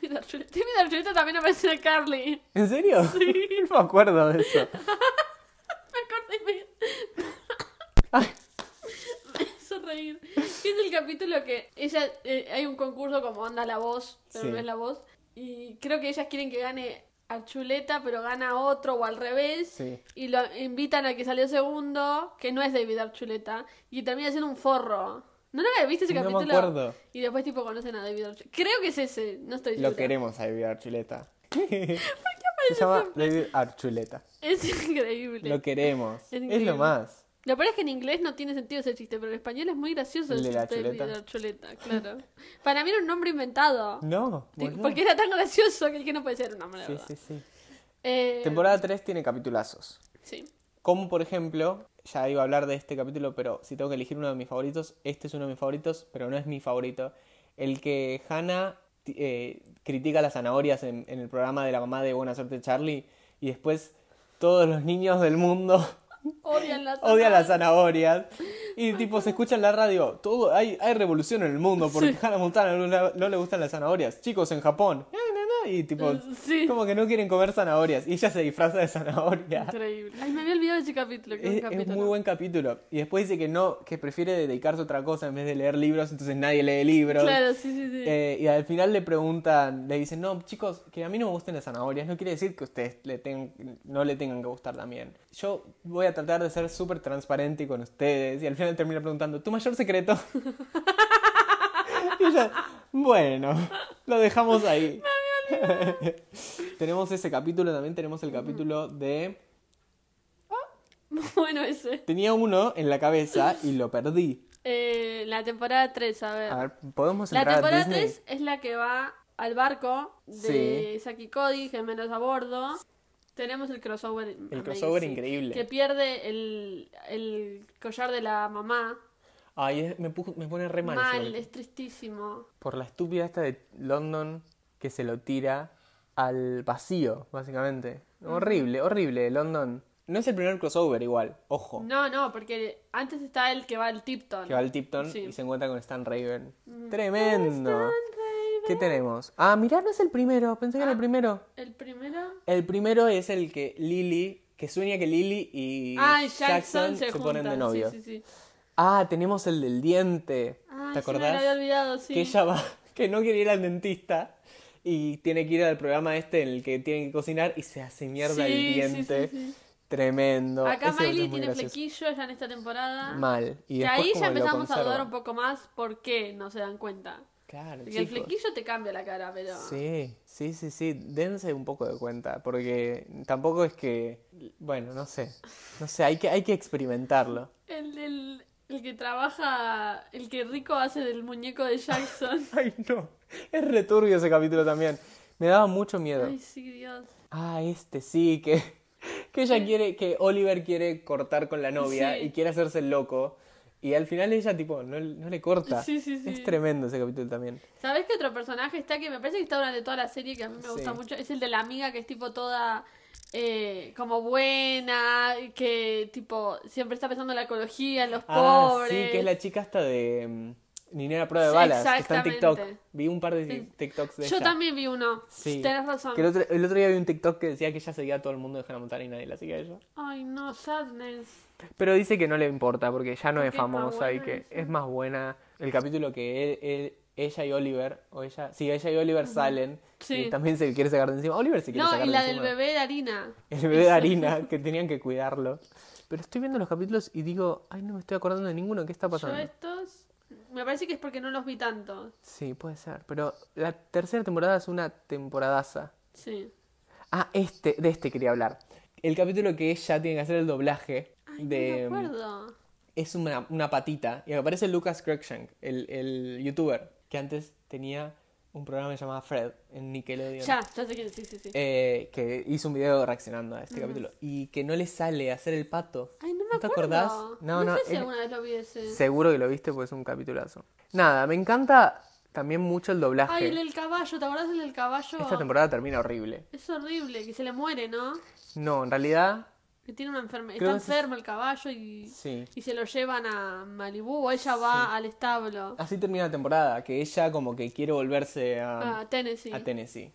[SPEAKER 2] Timmy Archuleta. Timmy Archuleta también aparece en Carly.
[SPEAKER 1] ¿En serio? no me acuerdo de eso.
[SPEAKER 2] Me acordé y me-
[SPEAKER 1] Ay,
[SPEAKER 2] me hizo reír. Que es el capítulo que ella eh, hay un concurso como onda la voz, pero
[SPEAKER 1] Sí.
[SPEAKER 2] no es la voz. Y creo que ellas quieren que gane Archuleta, pero gana otro o al revés.
[SPEAKER 1] Sí.
[SPEAKER 2] Y lo invitan al que salió segundo, que no es David Archuleta, y termina siendo un forro. ¿No lo viste ese
[SPEAKER 1] No me
[SPEAKER 2] capítulo?
[SPEAKER 1] acuerdo.
[SPEAKER 2] Y después tipo conocen a David Archuleta. Creo que es ese, no estoy
[SPEAKER 1] lo
[SPEAKER 2] segura.
[SPEAKER 1] queremos a David Archuleta. Se llama David Archuleta.
[SPEAKER 2] Es increíble.
[SPEAKER 1] Lo queremos.
[SPEAKER 2] Es
[SPEAKER 1] Es
[SPEAKER 2] increíble.
[SPEAKER 1] lo más.
[SPEAKER 2] Lo peor es que en inglés no tiene sentido ese chiste, pero en español es muy gracioso
[SPEAKER 1] El
[SPEAKER 2] el
[SPEAKER 1] de la
[SPEAKER 2] chiste de
[SPEAKER 1] chuleta.
[SPEAKER 2] la chuleta, claro. Para mí era un nombre inventado.
[SPEAKER 1] No.
[SPEAKER 2] Ti-
[SPEAKER 1] boludo.
[SPEAKER 2] Porque era tan gracioso que el que no puede ser un nombre, la
[SPEAKER 1] Sí,
[SPEAKER 2] verdad.
[SPEAKER 1] sí, sí.
[SPEAKER 2] Eh,
[SPEAKER 1] Temporada 3 tiene capitulazos.
[SPEAKER 2] Sí.
[SPEAKER 1] Como por ejemplo, ya iba a hablar de este capítulo, pero si tengo que elegir uno de mis favoritos, este es uno de mis favoritos, pero no es mi favorito. El que Hannah ti- eh, critica las zanahorias en, en el programa de la mamá de Buena Suerte Charlie y después todos los niños del mundo
[SPEAKER 2] Odian las
[SPEAKER 1] odian las zanahorias y tipo se escucha en la radio, todo hay, hay revolución en el mundo porque Hannah Montana no, la- no le gustan las zanahorias. Chicos en Japón, na, na, na, y tipo
[SPEAKER 2] Sí.
[SPEAKER 1] como que no quieren comer zanahorias y ella se disfraza de zanahoria.
[SPEAKER 2] Increíble. Ay, me había olvidado de ese capítulo. que
[SPEAKER 1] Es,
[SPEAKER 2] un
[SPEAKER 1] es
[SPEAKER 2] capítulo.
[SPEAKER 1] muy buen capítulo. Y después dice que no, que prefiere dedicarse a otra cosa en vez de leer libros, entonces nadie lee libros.
[SPEAKER 2] Claro, sí, sí, sí.
[SPEAKER 1] Eh, y al final le preguntan, le dicen, no, chicos, que a mí no me gusten las zanahorias, no quiere decir que ustedes le tengan- no le tengan que gustar también. Yo voy a tratar de ser súper transparente con ustedes. Y al final termina preguntando, ¿tu mayor secreto? y ella, bueno, lo dejamos ahí. tenemos ese capítulo, también tenemos el capítulo de...
[SPEAKER 2] Bueno, ese.
[SPEAKER 1] Tenía uno en la cabeza y lo perdí.
[SPEAKER 2] Eh, la temporada 3, a ver.
[SPEAKER 1] A ver, ¿podemos
[SPEAKER 2] Ah. la
[SPEAKER 1] entrar a
[SPEAKER 2] temporada
[SPEAKER 1] Disney?
[SPEAKER 2] 3 es la que va al barco de Saki Cody, gemelos a bordo. Tenemos el crossover. amazing,
[SPEAKER 1] crossover increíble.
[SPEAKER 2] Que pierde el, el collar de la mamá.
[SPEAKER 1] Ay, es- me, pujo- me pone re mal.
[SPEAKER 2] Mal,
[SPEAKER 1] ese momento.
[SPEAKER 2] es tristísimo.
[SPEAKER 1] Por la estúpida esta de London que se lo tira al vacío, básicamente. Horrible, horrible, London. No es el primer crossover igual, ojo.
[SPEAKER 2] No, no, porque antes está el que va al Tipton.
[SPEAKER 1] Oh. Que va al Tipton
[SPEAKER 2] Sí. Mm.
[SPEAKER 1] y se encuentra con Stan Raven. ¡Tremendo! ¿Qué tenemos? Ah, mirá, no es el primero. Pensé que
[SPEAKER 2] Ah.
[SPEAKER 1] era el primero.
[SPEAKER 2] El primero.
[SPEAKER 1] El primero es el que Lily, que sueña que Lily y
[SPEAKER 2] Ah, y Jackson, se,
[SPEAKER 1] ponen de
[SPEAKER 2] juntan,
[SPEAKER 1] novio.
[SPEAKER 2] Sí, sí, sí.
[SPEAKER 1] Ah, tenemos el del diente.
[SPEAKER 2] Ay,
[SPEAKER 1] ¿Te
[SPEAKER 2] sí, me lo
[SPEAKER 1] acordás?
[SPEAKER 2] había olvidado, sí.
[SPEAKER 1] Que ella va, que no quiere ir al dentista y tiene que ir al programa este en el que tienen que cocinar y se hace mierda
[SPEAKER 2] Sí,
[SPEAKER 1] el
[SPEAKER 2] sí,
[SPEAKER 1] diente.
[SPEAKER 2] sí, sí.
[SPEAKER 1] Tremendo.
[SPEAKER 2] Acá
[SPEAKER 1] Ese es
[SPEAKER 2] Miley
[SPEAKER 1] muy
[SPEAKER 2] tiene
[SPEAKER 1] gracioso.
[SPEAKER 2] flequillo ya en esta temporada.
[SPEAKER 1] Mal. Y
[SPEAKER 2] que
[SPEAKER 1] después
[SPEAKER 2] ahí
[SPEAKER 1] como
[SPEAKER 2] ya
[SPEAKER 1] lo
[SPEAKER 2] empezamos a dudar
[SPEAKER 1] conserva.
[SPEAKER 2] un poco más por qué no se dan cuenta.
[SPEAKER 1] Claro,
[SPEAKER 2] Porque el
[SPEAKER 1] chicos.
[SPEAKER 2] flequillo te cambia la cara, pero.
[SPEAKER 1] Sí, sí, sí, sí. Dense un poco de cuenta, porque tampoco es que, bueno, no sé, no sé, hay que, hay que experimentarlo.
[SPEAKER 2] El, el, el que trabaja. El que Rico hace del muñeco de Jackson.
[SPEAKER 1] Ay, no. Es returbio ese capítulo también. Me daba mucho miedo.
[SPEAKER 2] Ay, sí, Dios.
[SPEAKER 1] Ah, este sí, que, que ella quiere, que Oliver quiere cortar con la novia
[SPEAKER 2] Sí.
[SPEAKER 1] y quiere hacerse el loco. Y al final ella, tipo, no, no le corta.
[SPEAKER 2] Sí, sí, sí.
[SPEAKER 1] Es tremendo ese capítulo también.
[SPEAKER 2] ¿Sabés qué otro personaje está que me parece que está durante toda la serie que a mí me gusta
[SPEAKER 1] Sí.
[SPEAKER 2] mucho? Es el de la amiga que es tipo toda. eh, como buena, que tipo siempre está pensando en la ecología, en los
[SPEAKER 1] Ah,
[SPEAKER 2] pobres.
[SPEAKER 1] sí, que es la chica hasta de mm, Ninera Prueba de Balas, que está en TikTok.
[SPEAKER 2] Exactamente.
[SPEAKER 1] Vi un par de
[SPEAKER 2] Sí.
[SPEAKER 1] TikToks de
[SPEAKER 2] Yo
[SPEAKER 1] ella.
[SPEAKER 2] también vi uno.
[SPEAKER 1] Sí.
[SPEAKER 2] Tenés razón.
[SPEAKER 1] Que el, otro, el otro día vi un TikTok que decía que ella seguía a todo el mundo de Hannah Montana y nadie la seguía a ella.
[SPEAKER 2] Ay, no, sadness.
[SPEAKER 1] Pero dice que no le importa porque ya no es
[SPEAKER 2] Porque es más
[SPEAKER 1] famosa y
[SPEAKER 2] buena
[SPEAKER 1] que
[SPEAKER 2] ella.
[SPEAKER 1] es más buena. El capítulo que él, él- ella y Oliver, o ella, sí, ella y Oliver salen
[SPEAKER 2] Sí.
[SPEAKER 1] y también se quiere sacar de encima. Oliver se quiere
[SPEAKER 2] No,
[SPEAKER 1] sacar
[SPEAKER 2] y la
[SPEAKER 1] de
[SPEAKER 2] del
[SPEAKER 1] encima.
[SPEAKER 2] bebé de harina.
[SPEAKER 1] El bebé de harina, que tenían que cuidarlo. Pero estoy viendo los capítulos y digo, ay, no me estoy acordando de ninguno, ¿qué está
[SPEAKER 2] Yo
[SPEAKER 1] pasando?
[SPEAKER 2] estos. Me parece que es porque no los vi tanto.
[SPEAKER 1] Sí, puede ser, pero la tercera temporada es una temporadaza.
[SPEAKER 2] Sí.
[SPEAKER 1] Ah, este, de este quería hablar. El capítulo que ella tiene que hacer el doblaje
[SPEAKER 2] Ay,
[SPEAKER 1] de... mm, em,
[SPEAKER 2] no me acuerdo.
[SPEAKER 1] es una, una patita. Y aparece Lucas Cruikshank, el, el youtuber, que antes tenía un programa llamado Fred en Nickelodeon.
[SPEAKER 2] Ya, ya sé quién, sí, sí, sí.
[SPEAKER 1] Eh, que hizo un video reaccionando a este capítulo. Y que no le sale hacer el pato.
[SPEAKER 2] Ay, no me
[SPEAKER 1] ¿No te
[SPEAKER 2] acuerdo.
[SPEAKER 1] acordás? No,
[SPEAKER 2] No,
[SPEAKER 1] no,
[SPEAKER 2] sé si
[SPEAKER 1] él-
[SPEAKER 2] alguna vez lo vi ese.
[SPEAKER 1] Seguro que lo viste porque es un capitulazo. Nada, me encanta también mucho el doblaje.
[SPEAKER 2] Ay, el del caballo, ¿te acordás del del caballo?
[SPEAKER 1] Esta temporada termina horrible.
[SPEAKER 2] Es horrible, que se le muere, ¿no?
[SPEAKER 1] No, en realidad,
[SPEAKER 2] Que tiene una enfermedad.
[SPEAKER 1] Creo
[SPEAKER 2] Está
[SPEAKER 1] que sí.
[SPEAKER 2] enfermo el caballo y,
[SPEAKER 1] sí.
[SPEAKER 2] y se lo llevan a Malibú o ella va al establo.
[SPEAKER 1] Así termina la temporada, que ella como que quiere volverse a,
[SPEAKER 2] A Tennessee.
[SPEAKER 1] Ah, a Tennessee.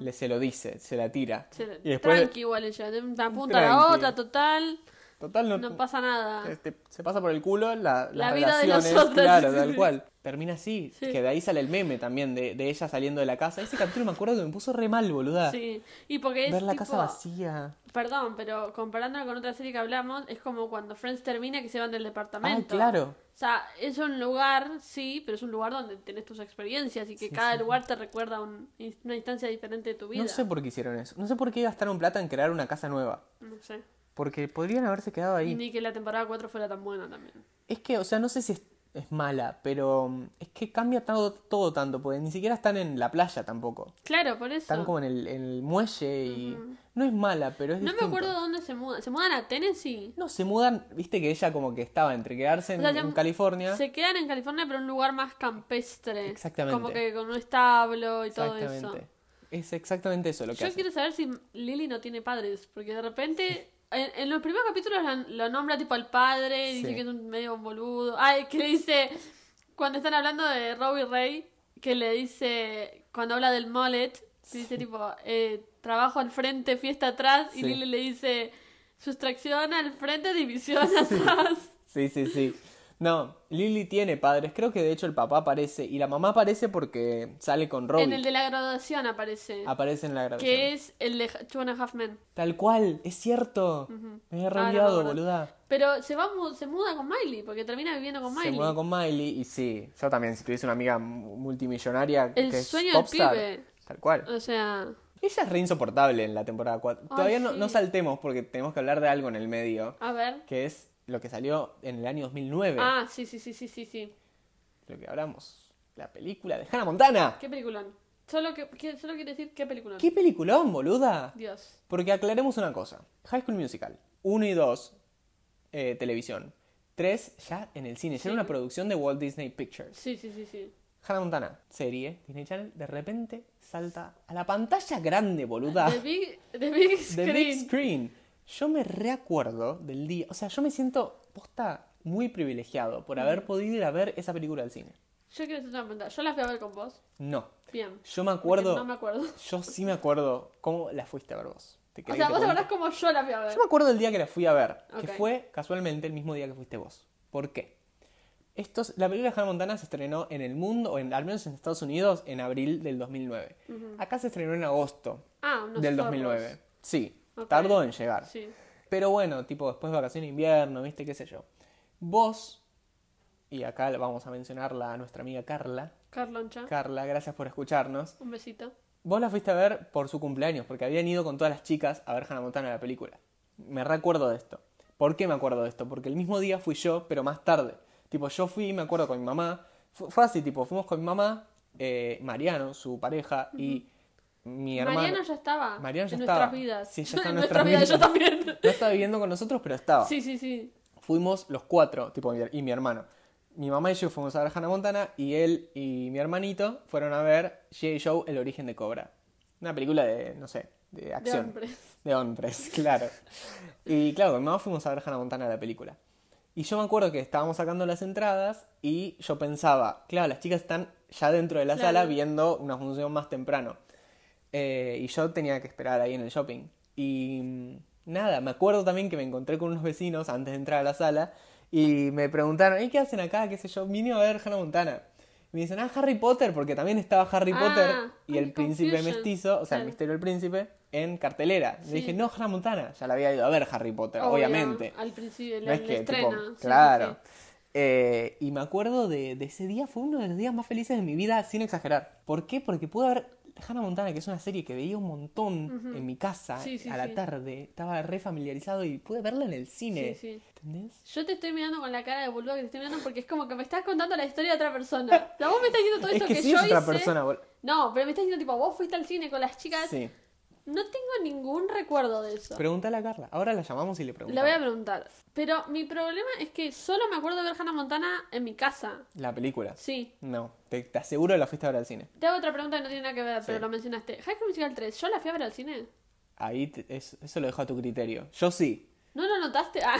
[SPEAKER 1] Le, se lo dice, se la tira.
[SPEAKER 2] Se-
[SPEAKER 1] Y después,
[SPEAKER 2] Tranqui igual ella, de una punta a
[SPEAKER 1] Tranqui.
[SPEAKER 2] la otra, total,
[SPEAKER 1] total, no,
[SPEAKER 2] no pasa nada.
[SPEAKER 1] Este, se pasa por el culo la, las
[SPEAKER 2] Ah. La vida de
[SPEAKER 1] relaciones,
[SPEAKER 2] nosotras.
[SPEAKER 1] claro, tal cual. Termina así,
[SPEAKER 2] Sí.
[SPEAKER 1] que de ahí sale el meme también de, de ella saliendo de la casa. Ese capítulo me acuerdo que me puso re mal, boluda.
[SPEAKER 2] Sí, y porque es
[SPEAKER 1] Ver la
[SPEAKER 2] tipo-
[SPEAKER 1] casa vacía.
[SPEAKER 2] Perdón, pero comparándola con otra serie que hablamos, es como cuando Friends termina que se van del
[SPEAKER 1] Ah,
[SPEAKER 2] departamento.
[SPEAKER 1] claro.
[SPEAKER 2] O sea, es un lugar, sí, pero es un lugar donde tenés tus experiencias y que cada lugar te recuerda un- una instancia diferente de tu vida.
[SPEAKER 1] No sé por qué hicieron eso. No sé por qué gastaron plata en crear una casa nueva.
[SPEAKER 2] No sé.
[SPEAKER 1] Porque podrían haberse quedado ahí.
[SPEAKER 2] Y ni que la temporada 4 fuera tan buena también.
[SPEAKER 1] Es que, o sea, no sé si es, es mala, pero mm, es que cambia todo, todo tanto, porque ni siquiera están en la playa tampoco.
[SPEAKER 2] Claro, por eso.
[SPEAKER 1] Están como en el, en el muelle y... No es mala, pero es
[SPEAKER 2] No me
[SPEAKER 1] distinto.
[SPEAKER 2] acuerdo dónde se mudan. ¿Se mudan a Tennessee?
[SPEAKER 1] No, se mudan, viste que ella como que estaba entre quedarse en,
[SPEAKER 2] O sea, se-
[SPEAKER 1] en California.
[SPEAKER 2] Se quedan en California, pero en un lugar más campestre.
[SPEAKER 1] Exactamente.
[SPEAKER 2] Como que con un establo y todo eso.
[SPEAKER 1] Exactamente. Es exactamente eso lo que
[SPEAKER 2] Yo
[SPEAKER 1] hace.
[SPEAKER 2] quiero saber si Lily no tiene padres, porque de repente en, en los primeros capítulos la- lo nombra tipo al padre,
[SPEAKER 1] Sí.
[SPEAKER 2] dice que es un medio boludo. Ay, que le dice, cuando están hablando de Robbie Ray, que le dice, cuando habla del mullet, le dice tipo, eh, trabajo al frente, fiesta atrás,
[SPEAKER 1] Sí.
[SPEAKER 2] y Lily le dice, sustracción al frente, división atrás.
[SPEAKER 1] Sí, sí, sí. No, Lily tiene padres. Creo que de hecho el papá aparece y la mamá aparece porque sale con Robbie.
[SPEAKER 2] En el de la graduación aparece,
[SPEAKER 1] Aparece en Ah, la grabación.
[SPEAKER 2] que es el de Two and a Half Men.
[SPEAKER 1] Tal cual, es cierto. Me he
[SPEAKER 2] Ah, no me
[SPEAKER 1] reviado,
[SPEAKER 2] acuerdo.
[SPEAKER 1] boluda.
[SPEAKER 2] Pero se va mu- se muda con Miley, porque termina viviendo con Miley.
[SPEAKER 1] Se muda con Miley y sí, yo también, si tuviese una amiga mu- multimillonaria
[SPEAKER 2] El
[SPEAKER 1] que es
[SPEAKER 2] sueño del
[SPEAKER 1] popstar,
[SPEAKER 2] pibe.
[SPEAKER 1] tal cual.
[SPEAKER 2] O sea,
[SPEAKER 1] Ella es re insoportable en la temporada 4.
[SPEAKER 2] Ay,
[SPEAKER 1] Todavía no,
[SPEAKER 2] sí.
[SPEAKER 1] no saltemos porque tenemos que hablar de algo en el medio,
[SPEAKER 2] a ver.
[SPEAKER 1] que es lo que salió en el año 2009,
[SPEAKER 2] Ah, sí, sí, sí, sí, sí, sí.
[SPEAKER 1] lo que hablamos, la película de Hannah Montana.
[SPEAKER 2] Qué peliculón. Solo que, que- solo quiero decir qué peliculón.
[SPEAKER 1] ¿Qué peliculón, boluda?
[SPEAKER 2] Dios.
[SPEAKER 1] Porque aclaremos una cosa. High School Musical 1 y 2, eh, televisión. 3 ya en el cine, ya era una producción de Walt Disney Pictures.
[SPEAKER 2] Sí, sí, sí, sí.
[SPEAKER 1] Hannah Montana, serie, Disney Channel, de repente salta a la pantalla grande, boluda.
[SPEAKER 2] The Big, the big
[SPEAKER 1] Ah. The
[SPEAKER 2] Screen.
[SPEAKER 1] big screen. Yo me reacuerdo del día, o sea, yo me siento posta muy privilegiado
[SPEAKER 2] Mm.
[SPEAKER 1] por haber podido ir a ver esa película al cine.
[SPEAKER 2] Yo quiero hacer una pregunta. Yo la fui a ver con vos.
[SPEAKER 1] No,
[SPEAKER 2] Bien.
[SPEAKER 1] yo me acuerdo,
[SPEAKER 2] No me acuerdo.
[SPEAKER 1] yo sí me acuerdo cómo la fuiste a ver vos. ¿Te
[SPEAKER 2] O
[SPEAKER 1] querés
[SPEAKER 2] sea,
[SPEAKER 1] que te
[SPEAKER 2] vos te
[SPEAKER 1] cuente?
[SPEAKER 2] acordás como yo la fui a ver.
[SPEAKER 1] Yo me acuerdo del día que la fui a ver, que
[SPEAKER 2] Ok.
[SPEAKER 1] fue casualmente el mismo día que fuiste vos. ¿Por qué? Esto es- la película de Hannah Montana se estrenó en el mundo, o en, al menos en Estados Unidos, en abril del 2009. Acá se estrenó en agosto
[SPEAKER 2] Ah, unos
[SPEAKER 1] del
[SPEAKER 2] zorros.
[SPEAKER 1] 2009. Sí,
[SPEAKER 2] Ok.
[SPEAKER 1] tardó en llegar.
[SPEAKER 2] Sí.
[SPEAKER 1] Pero bueno, tipo después vacaciones de invierno, viste, qué sé yo. Vos, y acá la vamos a mencionarla a nuestra amiga Carla.
[SPEAKER 2] Carloncha.
[SPEAKER 1] Carla, gracias por escucharnos.
[SPEAKER 2] Un besito.
[SPEAKER 1] Vos la fuiste a ver por su cumpleaños, porque habían ido con todas las chicas a ver Hannah Montana la película. Me recuerdo de esto. ¿Por qué me acuerdo de esto? Porque el mismo día fui yo, pero más tarde. Tipo, yo fui, me acuerdo, con mi mamá. Fu- fue así, tipo, fuimos con mi mamá, eh, Mariano, su pareja, y mi hermano.
[SPEAKER 2] Mariano ya estaba.
[SPEAKER 1] Mariano ya
[SPEAKER 2] en
[SPEAKER 1] estaba.
[SPEAKER 2] nuestras vidas.
[SPEAKER 1] Sí, ya está en nuestras
[SPEAKER 2] nuestras vidas.
[SPEAKER 1] vidas. Ah.
[SPEAKER 2] Yo también.
[SPEAKER 1] No estaba viviendo con nosotros, pero estaba.
[SPEAKER 2] Sí, sí, sí.
[SPEAKER 1] Fuimos los cuatro, tipo, mi- y mi hermano. Mi mamá y yo fuimos a ver Hannah Montana y él y mi hermanito fueron a ver G.I. Joe, El origen de Cobra. Una película de, no sé, de acción.
[SPEAKER 2] hombres.
[SPEAKER 1] De hombres, claro. Y claro, con mi mamá fuimos a ver Hannah Montana la película. Y yo me acuerdo que estábamos sacando las entradas y yo pensaba, claro, las chicas están ya dentro de la
[SPEAKER 2] Claro.
[SPEAKER 1] sala viendo una función más temprano. Eh, y yo tenía que esperar ahí en el shopping. Y mm, nada, me acuerdo también que me encontré con unos vecinos antes de entrar a la sala y me preguntaron, ¿y qué hacen acá? ¿Qué sé yo? Vine a ver Hannah Montana. Y me dicen, ah, Harry Potter, porque también estaba Harry
[SPEAKER 2] Ah,
[SPEAKER 1] Potter y
[SPEAKER 2] ay,
[SPEAKER 1] el príncipe
[SPEAKER 2] confusion.
[SPEAKER 1] mestizo, o sea, el
[SPEAKER 2] Claro.
[SPEAKER 1] misterio del príncipe, en cartelera. Le
[SPEAKER 2] Sí.
[SPEAKER 1] dije, no, Hannah Montana. Ya la había ido a ver Harry Potter, obviamente.
[SPEAKER 2] Al principio,
[SPEAKER 1] No
[SPEAKER 2] la
[SPEAKER 1] es que, tipo,
[SPEAKER 2] estrena. sí, sí,
[SPEAKER 1] claro.
[SPEAKER 2] sí.
[SPEAKER 1] Eh, y me acuerdo de, de ese día, fue uno de los días más felices de mi vida, sin exagerar. ¿Por qué? Porque pude ver Hannah Montana, que es una serie que veía un montón en mi casa
[SPEAKER 2] Sí, sí,
[SPEAKER 1] a la
[SPEAKER 2] sí.
[SPEAKER 1] tarde. Estaba re familiarizado y pude verla en el cine.
[SPEAKER 2] Sí, sí.
[SPEAKER 1] ¿Entendés?
[SPEAKER 2] Yo te estoy mirando con la cara de boludo que te estoy mirando porque es como que me estás contando la historia de otra persona. O sea, vos me estás diciendo todo
[SPEAKER 1] Es
[SPEAKER 2] esto
[SPEAKER 1] que,
[SPEAKER 2] que,
[SPEAKER 1] sí
[SPEAKER 2] yo
[SPEAKER 1] es otra
[SPEAKER 2] hice.
[SPEAKER 1] persona, bol-
[SPEAKER 2] No, pero me estás diciendo tipo, vos fuiste al cine con las chicas.
[SPEAKER 1] Sí.
[SPEAKER 2] No tengo ningún recuerdo de eso.
[SPEAKER 1] Pregúntale a Carla. Ahora la llamamos y le
[SPEAKER 2] La voy a
[SPEAKER 1] preguntamos.
[SPEAKER 2] preguntar. Pero mi problema es que solo me acuerdo de ver Hannah Montana en mi casa.
[SPEAKER 1] La película.
[SPEAKER 2] Sí.
[SPEAKER 1] No, te, te aseguro que la fuiste a ver al cine.
[SPEAKER 2] Te hago otra pregunta que no tiene nada que ver,
[SPEAKER 1] Sí.
[SPEAKER 2] pero lo mencionaste. High School Musical 3, ¿yo la fui a ver al cine?
[SPEAKER 1] Ahí te- es- eso lo dejo a tu criterio. Yo sí.
[SPEAKER 2] ¿No lo notaste? Ah.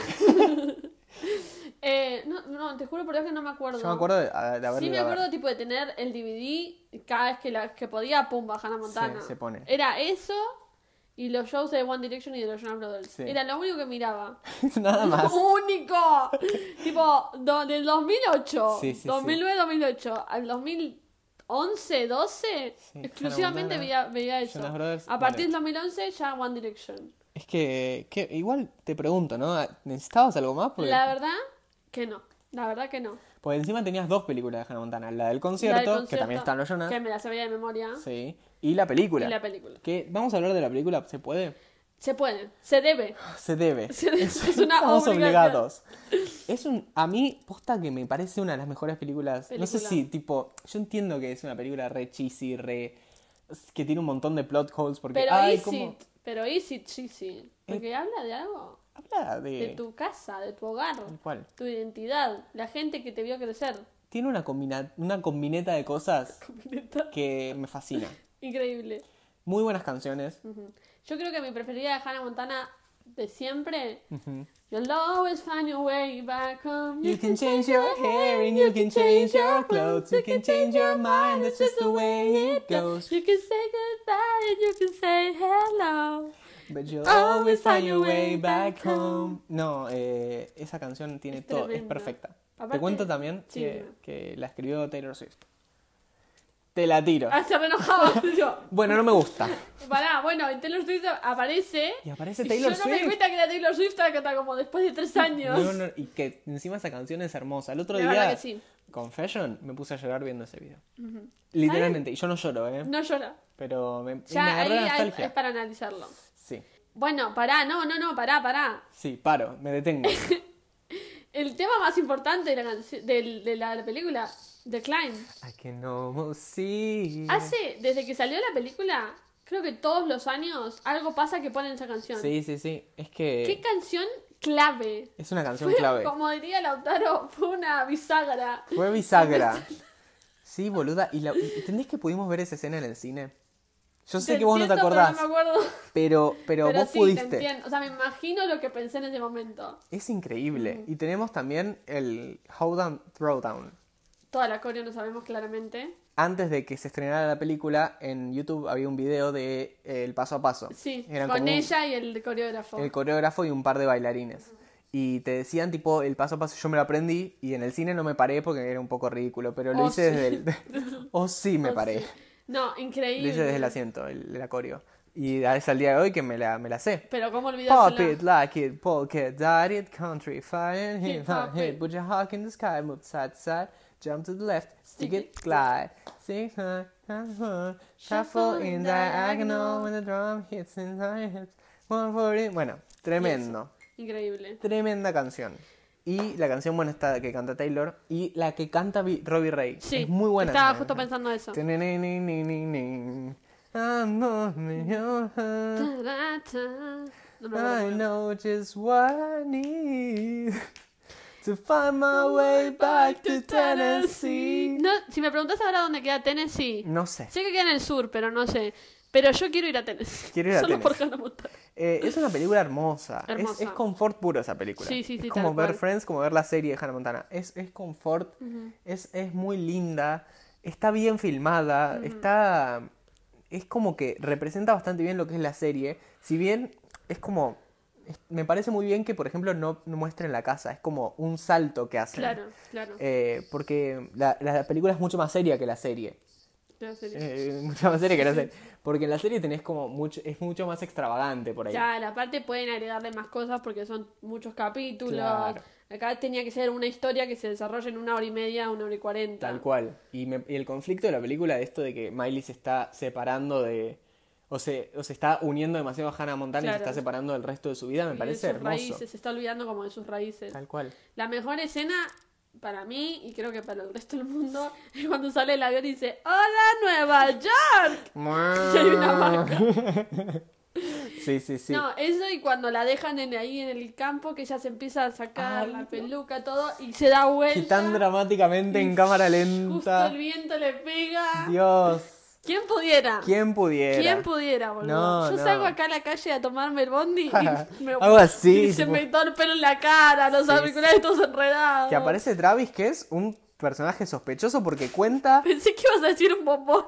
[SPEAKER 2] Eh, no, no, te juro por Dios que no me acuerdo.
[SPEAKER 1] Yo me acuerdo de, de haberla
[SPEAKER 2] Sí, me
[SPEAKER 1] ido a ver.
[SPEAKER 2] acuerdo tipo de tener el DVD cada vez que, la, que podía, pum, Hannah Montana.
[SPEAKER 1] Sí, se pone.
[SPEAKER 2] Era eso y los shows de One Direction y de los Jonas Brothers.
[SPEAKER 1] Sí.
[SPEAKER 2] Era lo único que miraba.
[SPEAKER 1] Nada más.
[SPEAKER 2] Lo único. tipo, do- del 2008,
[SPEAKER 1] Sí, sí, sí.
[SPEAKER 2] 2009, 2008 al 2011, 12,
[SPEAKER 1] Sí,
[SPEAKER 2] exclusivamente
[SPEAKER 1] Hannah
[SPEAKER 2] veía, veía eso.
[SPEAKER 1] Jonas Brothers,
[SPEAKER 2] A partir del 2011 ya One Direction.
[SPEAKER 1] Es que, que igual te pregunto, ¿no? ¿Necesitabas algo más? Porque,
[SPEAKER 2] La verdad que no. La verdad que no.
[SPEAKER 1] porque encima tenías dos películas de Hannah Montana. La del concierto,
[SPEAKER 2] La del
[SPEAKER 1] que también
[SPEAKER 2] concierto,
[SPEAKER 1] están los Jonas.
[SPEAKER 2] Que me la sabía de memoria.
[SPEAKER 1] Sí. Y la película.
[SPEAKER 2] Y la película.
[SPEAKER 1] Que, vamos a hablar de la película, ¿se puede?
[SPEAKER 2] Se puede, se debe.
[SPEAKER 1] Se debe.
[SPEAKER 2] Se debe, es una
[SPEAKER 1] Estamos
[SPEAKER 2] obligación.
[SPEAKER 1] obligados. Es un, a mí, posta que me parece una de las mejores películas. No sé
[SPEAKER 2] Película.
[SPEAKER 1] si, tipo, yo entiendo que es una película re cheesy, re... que tiene un montón de plot holes porque...
[SPEAKER 2] Pero
[SPEAKER 1] ay,
[SPEAKER 2] is
[SPEAKER 1] cómo- Eh.
[SPEAKER 2] it, pero is it cheesy? Porque habla de algo,
[SPEAKER 1] Habla de...
[SPEAKER 2] de tu casa, de tu hogar,
[SPEAKER 1] Tal cual.
[SPEAKER 2] tu identidad, la gente que te vio crecer.
[SPEAKER 1] Tiene una, combina... una combineta de cosas
[SPEAKER 2] Completa.
[SPEAKER 1] que me fascina.
[SPEAKER 2] Increíble.
[SPEAKER 1] Muy buenas canciones.
[SPEAKER 2] Ujú. Yo creo que mi preferida de Hannah Montana de siempre. You'll always find your way back home.
[SPEAKER 1] You can change your hair and you can change your clothes. You can change your mind, that's just the way it goes.
[SPEAKER 2] You can say goodbye and you can say hello.
[SPEAKER 1] But you'll always find your way back home. No, eh, esa canción tiene
[SPEAKER 2] Es
[SPEAKER 1] todo, es
[SPEAKER 2] tremenda.
[SPEAKER 1] perfecta. Te
[SPEAKER 2] Aparte-
[SPEAKER 1] cuento también
[SPEAKER 2] sí,
[SPEAKER 1] que,
[SPEAKER 2] dime.
[SPEAKER 1] que la escribió Taylor Swift. Te la tiro.
[SPEAKER 2] Ah, se me enojaba. Yo,
[SPEAKER 1] Bueno, no me gusta.
[SPEAKER 2] Pará, bueno, y Taylor Swift aparece.
[SPEAKER 1] Y aparece Taylor
[SPEAKER 2] yo no me
[SPEAKER 1] Swift.
[SPEAKER 2] di cuenta que era Taylor Swift hasta que está como después de tres años.
[SPEAKER 1] No, no, y que encima esa canción es hermosa. El otro
[SPEAKER 2] La
[SPEAKER 1] día,
[SPEAKER 2] verdad que sí.
[SPEAKER 1] Confession, me puse a llorar viendo ese video. Literalmente, y yo no lloro, ¿eh?
[SPEAKER 2] No llora.
[SPEAKER 1] Pero me, me
[SPEAKER 2] Ya ahí
[SPEAKER 1] agarró la
[SPEAKER 2] hay-
[SPEAKER 1] nostalgia.
[SPEAKER 2] es para analizarlo.
[SPEAKER 1] Sí,
[SPEAKER 2] Bueno, pará, no, no, no, pará, pará.
[SPEAKER 1] sí, paro, me detengo.
[SPEAKER 2] El tema más importante de la, canci- del- de la, la película, The Climb,
[SPEAKER 1] I can almost see.
[SPEAKER 2] hace, desde que salió la película, creo que todos los años algo pasa que ponen esa canción.
[SPEAKER 1] Sí, sí, sí. Es
[SPEAKER 2] ¿Qué
[SPEAKER 1] que
[SPEAKER 2] canción clave?
[SPEAKER 1] es una canción
[SPEAKER 2] Fue,
[SPEAKER 1] clave.
[SPEAKER 2] Como diría Lautaro, fue una bisagra.
[SPEAKER 1] Fue bisagra. Sí, boluda. Y la... ¿Entendés que pudimos ver esa escena en el cine? Yo sé que vos no te
[SPEAKER 2] entiendo,
[SPEAKER 1] acordás,
[SPEAKER 2] Pero no me acuerdo.
[SPEAKER 1] pero, pero,
[SPEAKER 2] Pero
[SPEAKER 1] vos
[SPEAKER 2] sí, te
[SPEAKER 1] pudiste.
[SPEAKER 2] entiendo. O sea, me imagino lo que pensé en ese momento.
[SPEAKER 1] Es increíble. Y tenemos también el Howdown Throwdown.
[SPEAKER 2] Toda la coreo lo sabemos claramente.
[SPEAKER 1] Antes de que se estrenara la película, en YouTube había un video de eh, el paso a paso.
[SPEAKER 2] Sí,
[SPEAKER 1] Eran
[SPEAKER 2] con
[SPEAKER 1] como un-
[SPEAKER 2] ella y el coreógrafo.
[SPEAKER 1] el coreógrafo y un par de bailarines. Y te decían, tipo, el paso a paso, yo me lo aprendí y en el cine no me paré porque era un poco ridículo, pero lo
[SPEAKER 2] Oh,
[SPEAKER 1] hice
[SPEAKER 2] sí.
[SPEAKER 1] desde el... oh, sí, me
[SPEAKER 2] Oh,
[SPEAKER 1] paré.
[SPEAKER 2] sí. No,
[SPEAKER 1] Lo
[SPEAKER 2] increíble.
[SPEAKER 1] hice desde el asiento, el, el acorio. Y es al día de hoy que me la, me la sé.
[SPEAKER 2] Pero cómo olvidársela.
[SPEAKER 1] Pop it, like it, polka, dot it, country, fire and hip
[SPEAKER 2] Hip hop
[SPEAKER 1] hop, hit.
[SPEAKER 2] it.
[SPEAKER 1] Put your hawk in the sky, move side to side, jump to the left, stick
[SPEAKER 2] Stick
[SPEAKER 1] it,
[SPEAKER 2] it.
[SPEAKER 1] glide. Sing, huh, huh, huh. Shuffle in diagonal when the drum hits in my hips. 140. Bueno, tremendo.
[SPEAKER 2] Increíble.
[SPEAKER 1] Tremenda canción. Y la canción, bueno, está que canta Taylor. Y la que canta Vi- Robbie Ray.
[SPEAKER 2] Sí,
[SPEAKER 1] Es muy buena.
[SPEAKER 2] Estaba
[SPEAKER 1] esa
[SPEAKER 2] justo
[SPEAKER 1] canción.
[SPEAKER 2] pensando eso.
[SPEAKER 1] Tenenenenenenen. I'm on your hand.
[SPEAKER 2] Tarata. No me
[SPEAKER 1] I
[SPEAKER 2] acuerdo.
[SPEAKER 1] know just what I need to find my way back to Tennessee.
[SPEAKER 2] No, si me preguntas ahora dónde queda Tennessee,
[SPEAKER 1] No sé.
[SPEAKER 2] sé que queda en el sur, pero no sé. Pero yo quiero ir a Tennessee.
[SPEAKER 1] Quiero ir a
[SPEAKER 2] Solo por
[SPEAKER 1] Tennessee.
[SPEAKER 2] Hannah Montana.
[SPEAKER 1] Eh, es una película hermosa. Es-
[SPEAKER 2] Hermosa.
[SPEAKER 1] Es, confort puro esa película.
[SPEAKER 2] Sí, sí, sí,
[SPEAKER 1] Es como
[SPEAKER 2] tal
[SPEAKER 1] ver
[SPEAKER 2] cual.
[SPEAKER 1] Friends, como ver la serie de Hannah Montana. Es, es confort, es, es muy linda, está bien filmada, está... Es como que representa bastante bien lo que es la serie. Si bien es como... es- me parece muy bien que, por ejemplo, no, no muestren la casa. Es como un salto que hacen.
[SPEAKER 2] Claro, claro.
[SPEAKER 1] Eh, porque la, la película es mucho más seria que la serie.
[SPEAKER 2] No sé.
[SPEAKER 1] Eh, mucho más seria que la serie. Porque en la serie tenés como mucho, es mucho más extravagante por ahí.
[SPEAKER 2] Claro, aparte pueden agregarle más cosas porque son muchos capítulos.
[SPEAKER 1] Claro.
[SPEAKER 2] Acá tenía que ser una historia que se desarrolle en una hora y media, una hora y cuarenta.
[SPEAKER 1] Tal cual. Y, me- y el conflicto de la película, de esto de que Miley se está separando de. O se, o se está uniendo demasiado a Hannah Montana y se
[SPEAKER 2] Claro.
[SPEAKER 1] está separando del resto de su vida, me
[SPEAKER 2] Y de
[SPEAKER 1] parece
[SPEAKER 2] sus
[SPEAKER 1] hermoso.
[SPEAKER 2] raíces, se está olvidando como de sus raíces.
[SPEAKER 1] Tal cual.
[SPEAKER 2] La mejor escena para mí, y creo que para el resto del mundo, es cuando sale el avión y dice ¡Hola Nueva York! Y hay una vaca.
[SPEAKER 1] Sí, sí, sí.
[SPEAKER 2] No, eso y cuando la dejan en, ahí en el campo, que ella se empieza a sacar
[SPEAKER 1] Ay,
[SPEAKER 2] la
[SPEAKER 1] no.
[SPEAKER 2] peluca, todo, y se da vuelta.
[SPEAKER 1] y tan dramáticamente en cámara
[SPEAKER 2] Justo
[SPEAKER 1] lenta.
[SPEAKER 2] el viento le pega.
[SPEAKER 1] Dios.
[SPEAKER 2] ¿Quién pudiera?
[SPEAKER 1] ¿Quién pudiera?
[SPEAKER 2] ¿Quién pudiera, boludo?
[SPEAKER 1] No,
[SPEAKER 2] Yo
[SPEAKER 1] no.
[SPEAKER 2] salgo acá a la calle a tomarme el bondi y me-
[SPEAKER 1] Algo así,
[SPEAKER 2] y se
[SPEAKER 1] tipo-
[SPEAKER 2] me torpe el pelo en la cara, los
[SPEAKER 1] Sí,
[SPEAKER 2] auriculares todos enredados.
[SPEAKER 1] Que aparece Travis, que es un personaje sospechoso porque cuenta.
[SPEAKER 2] Pensé que ibas a decir un bombón.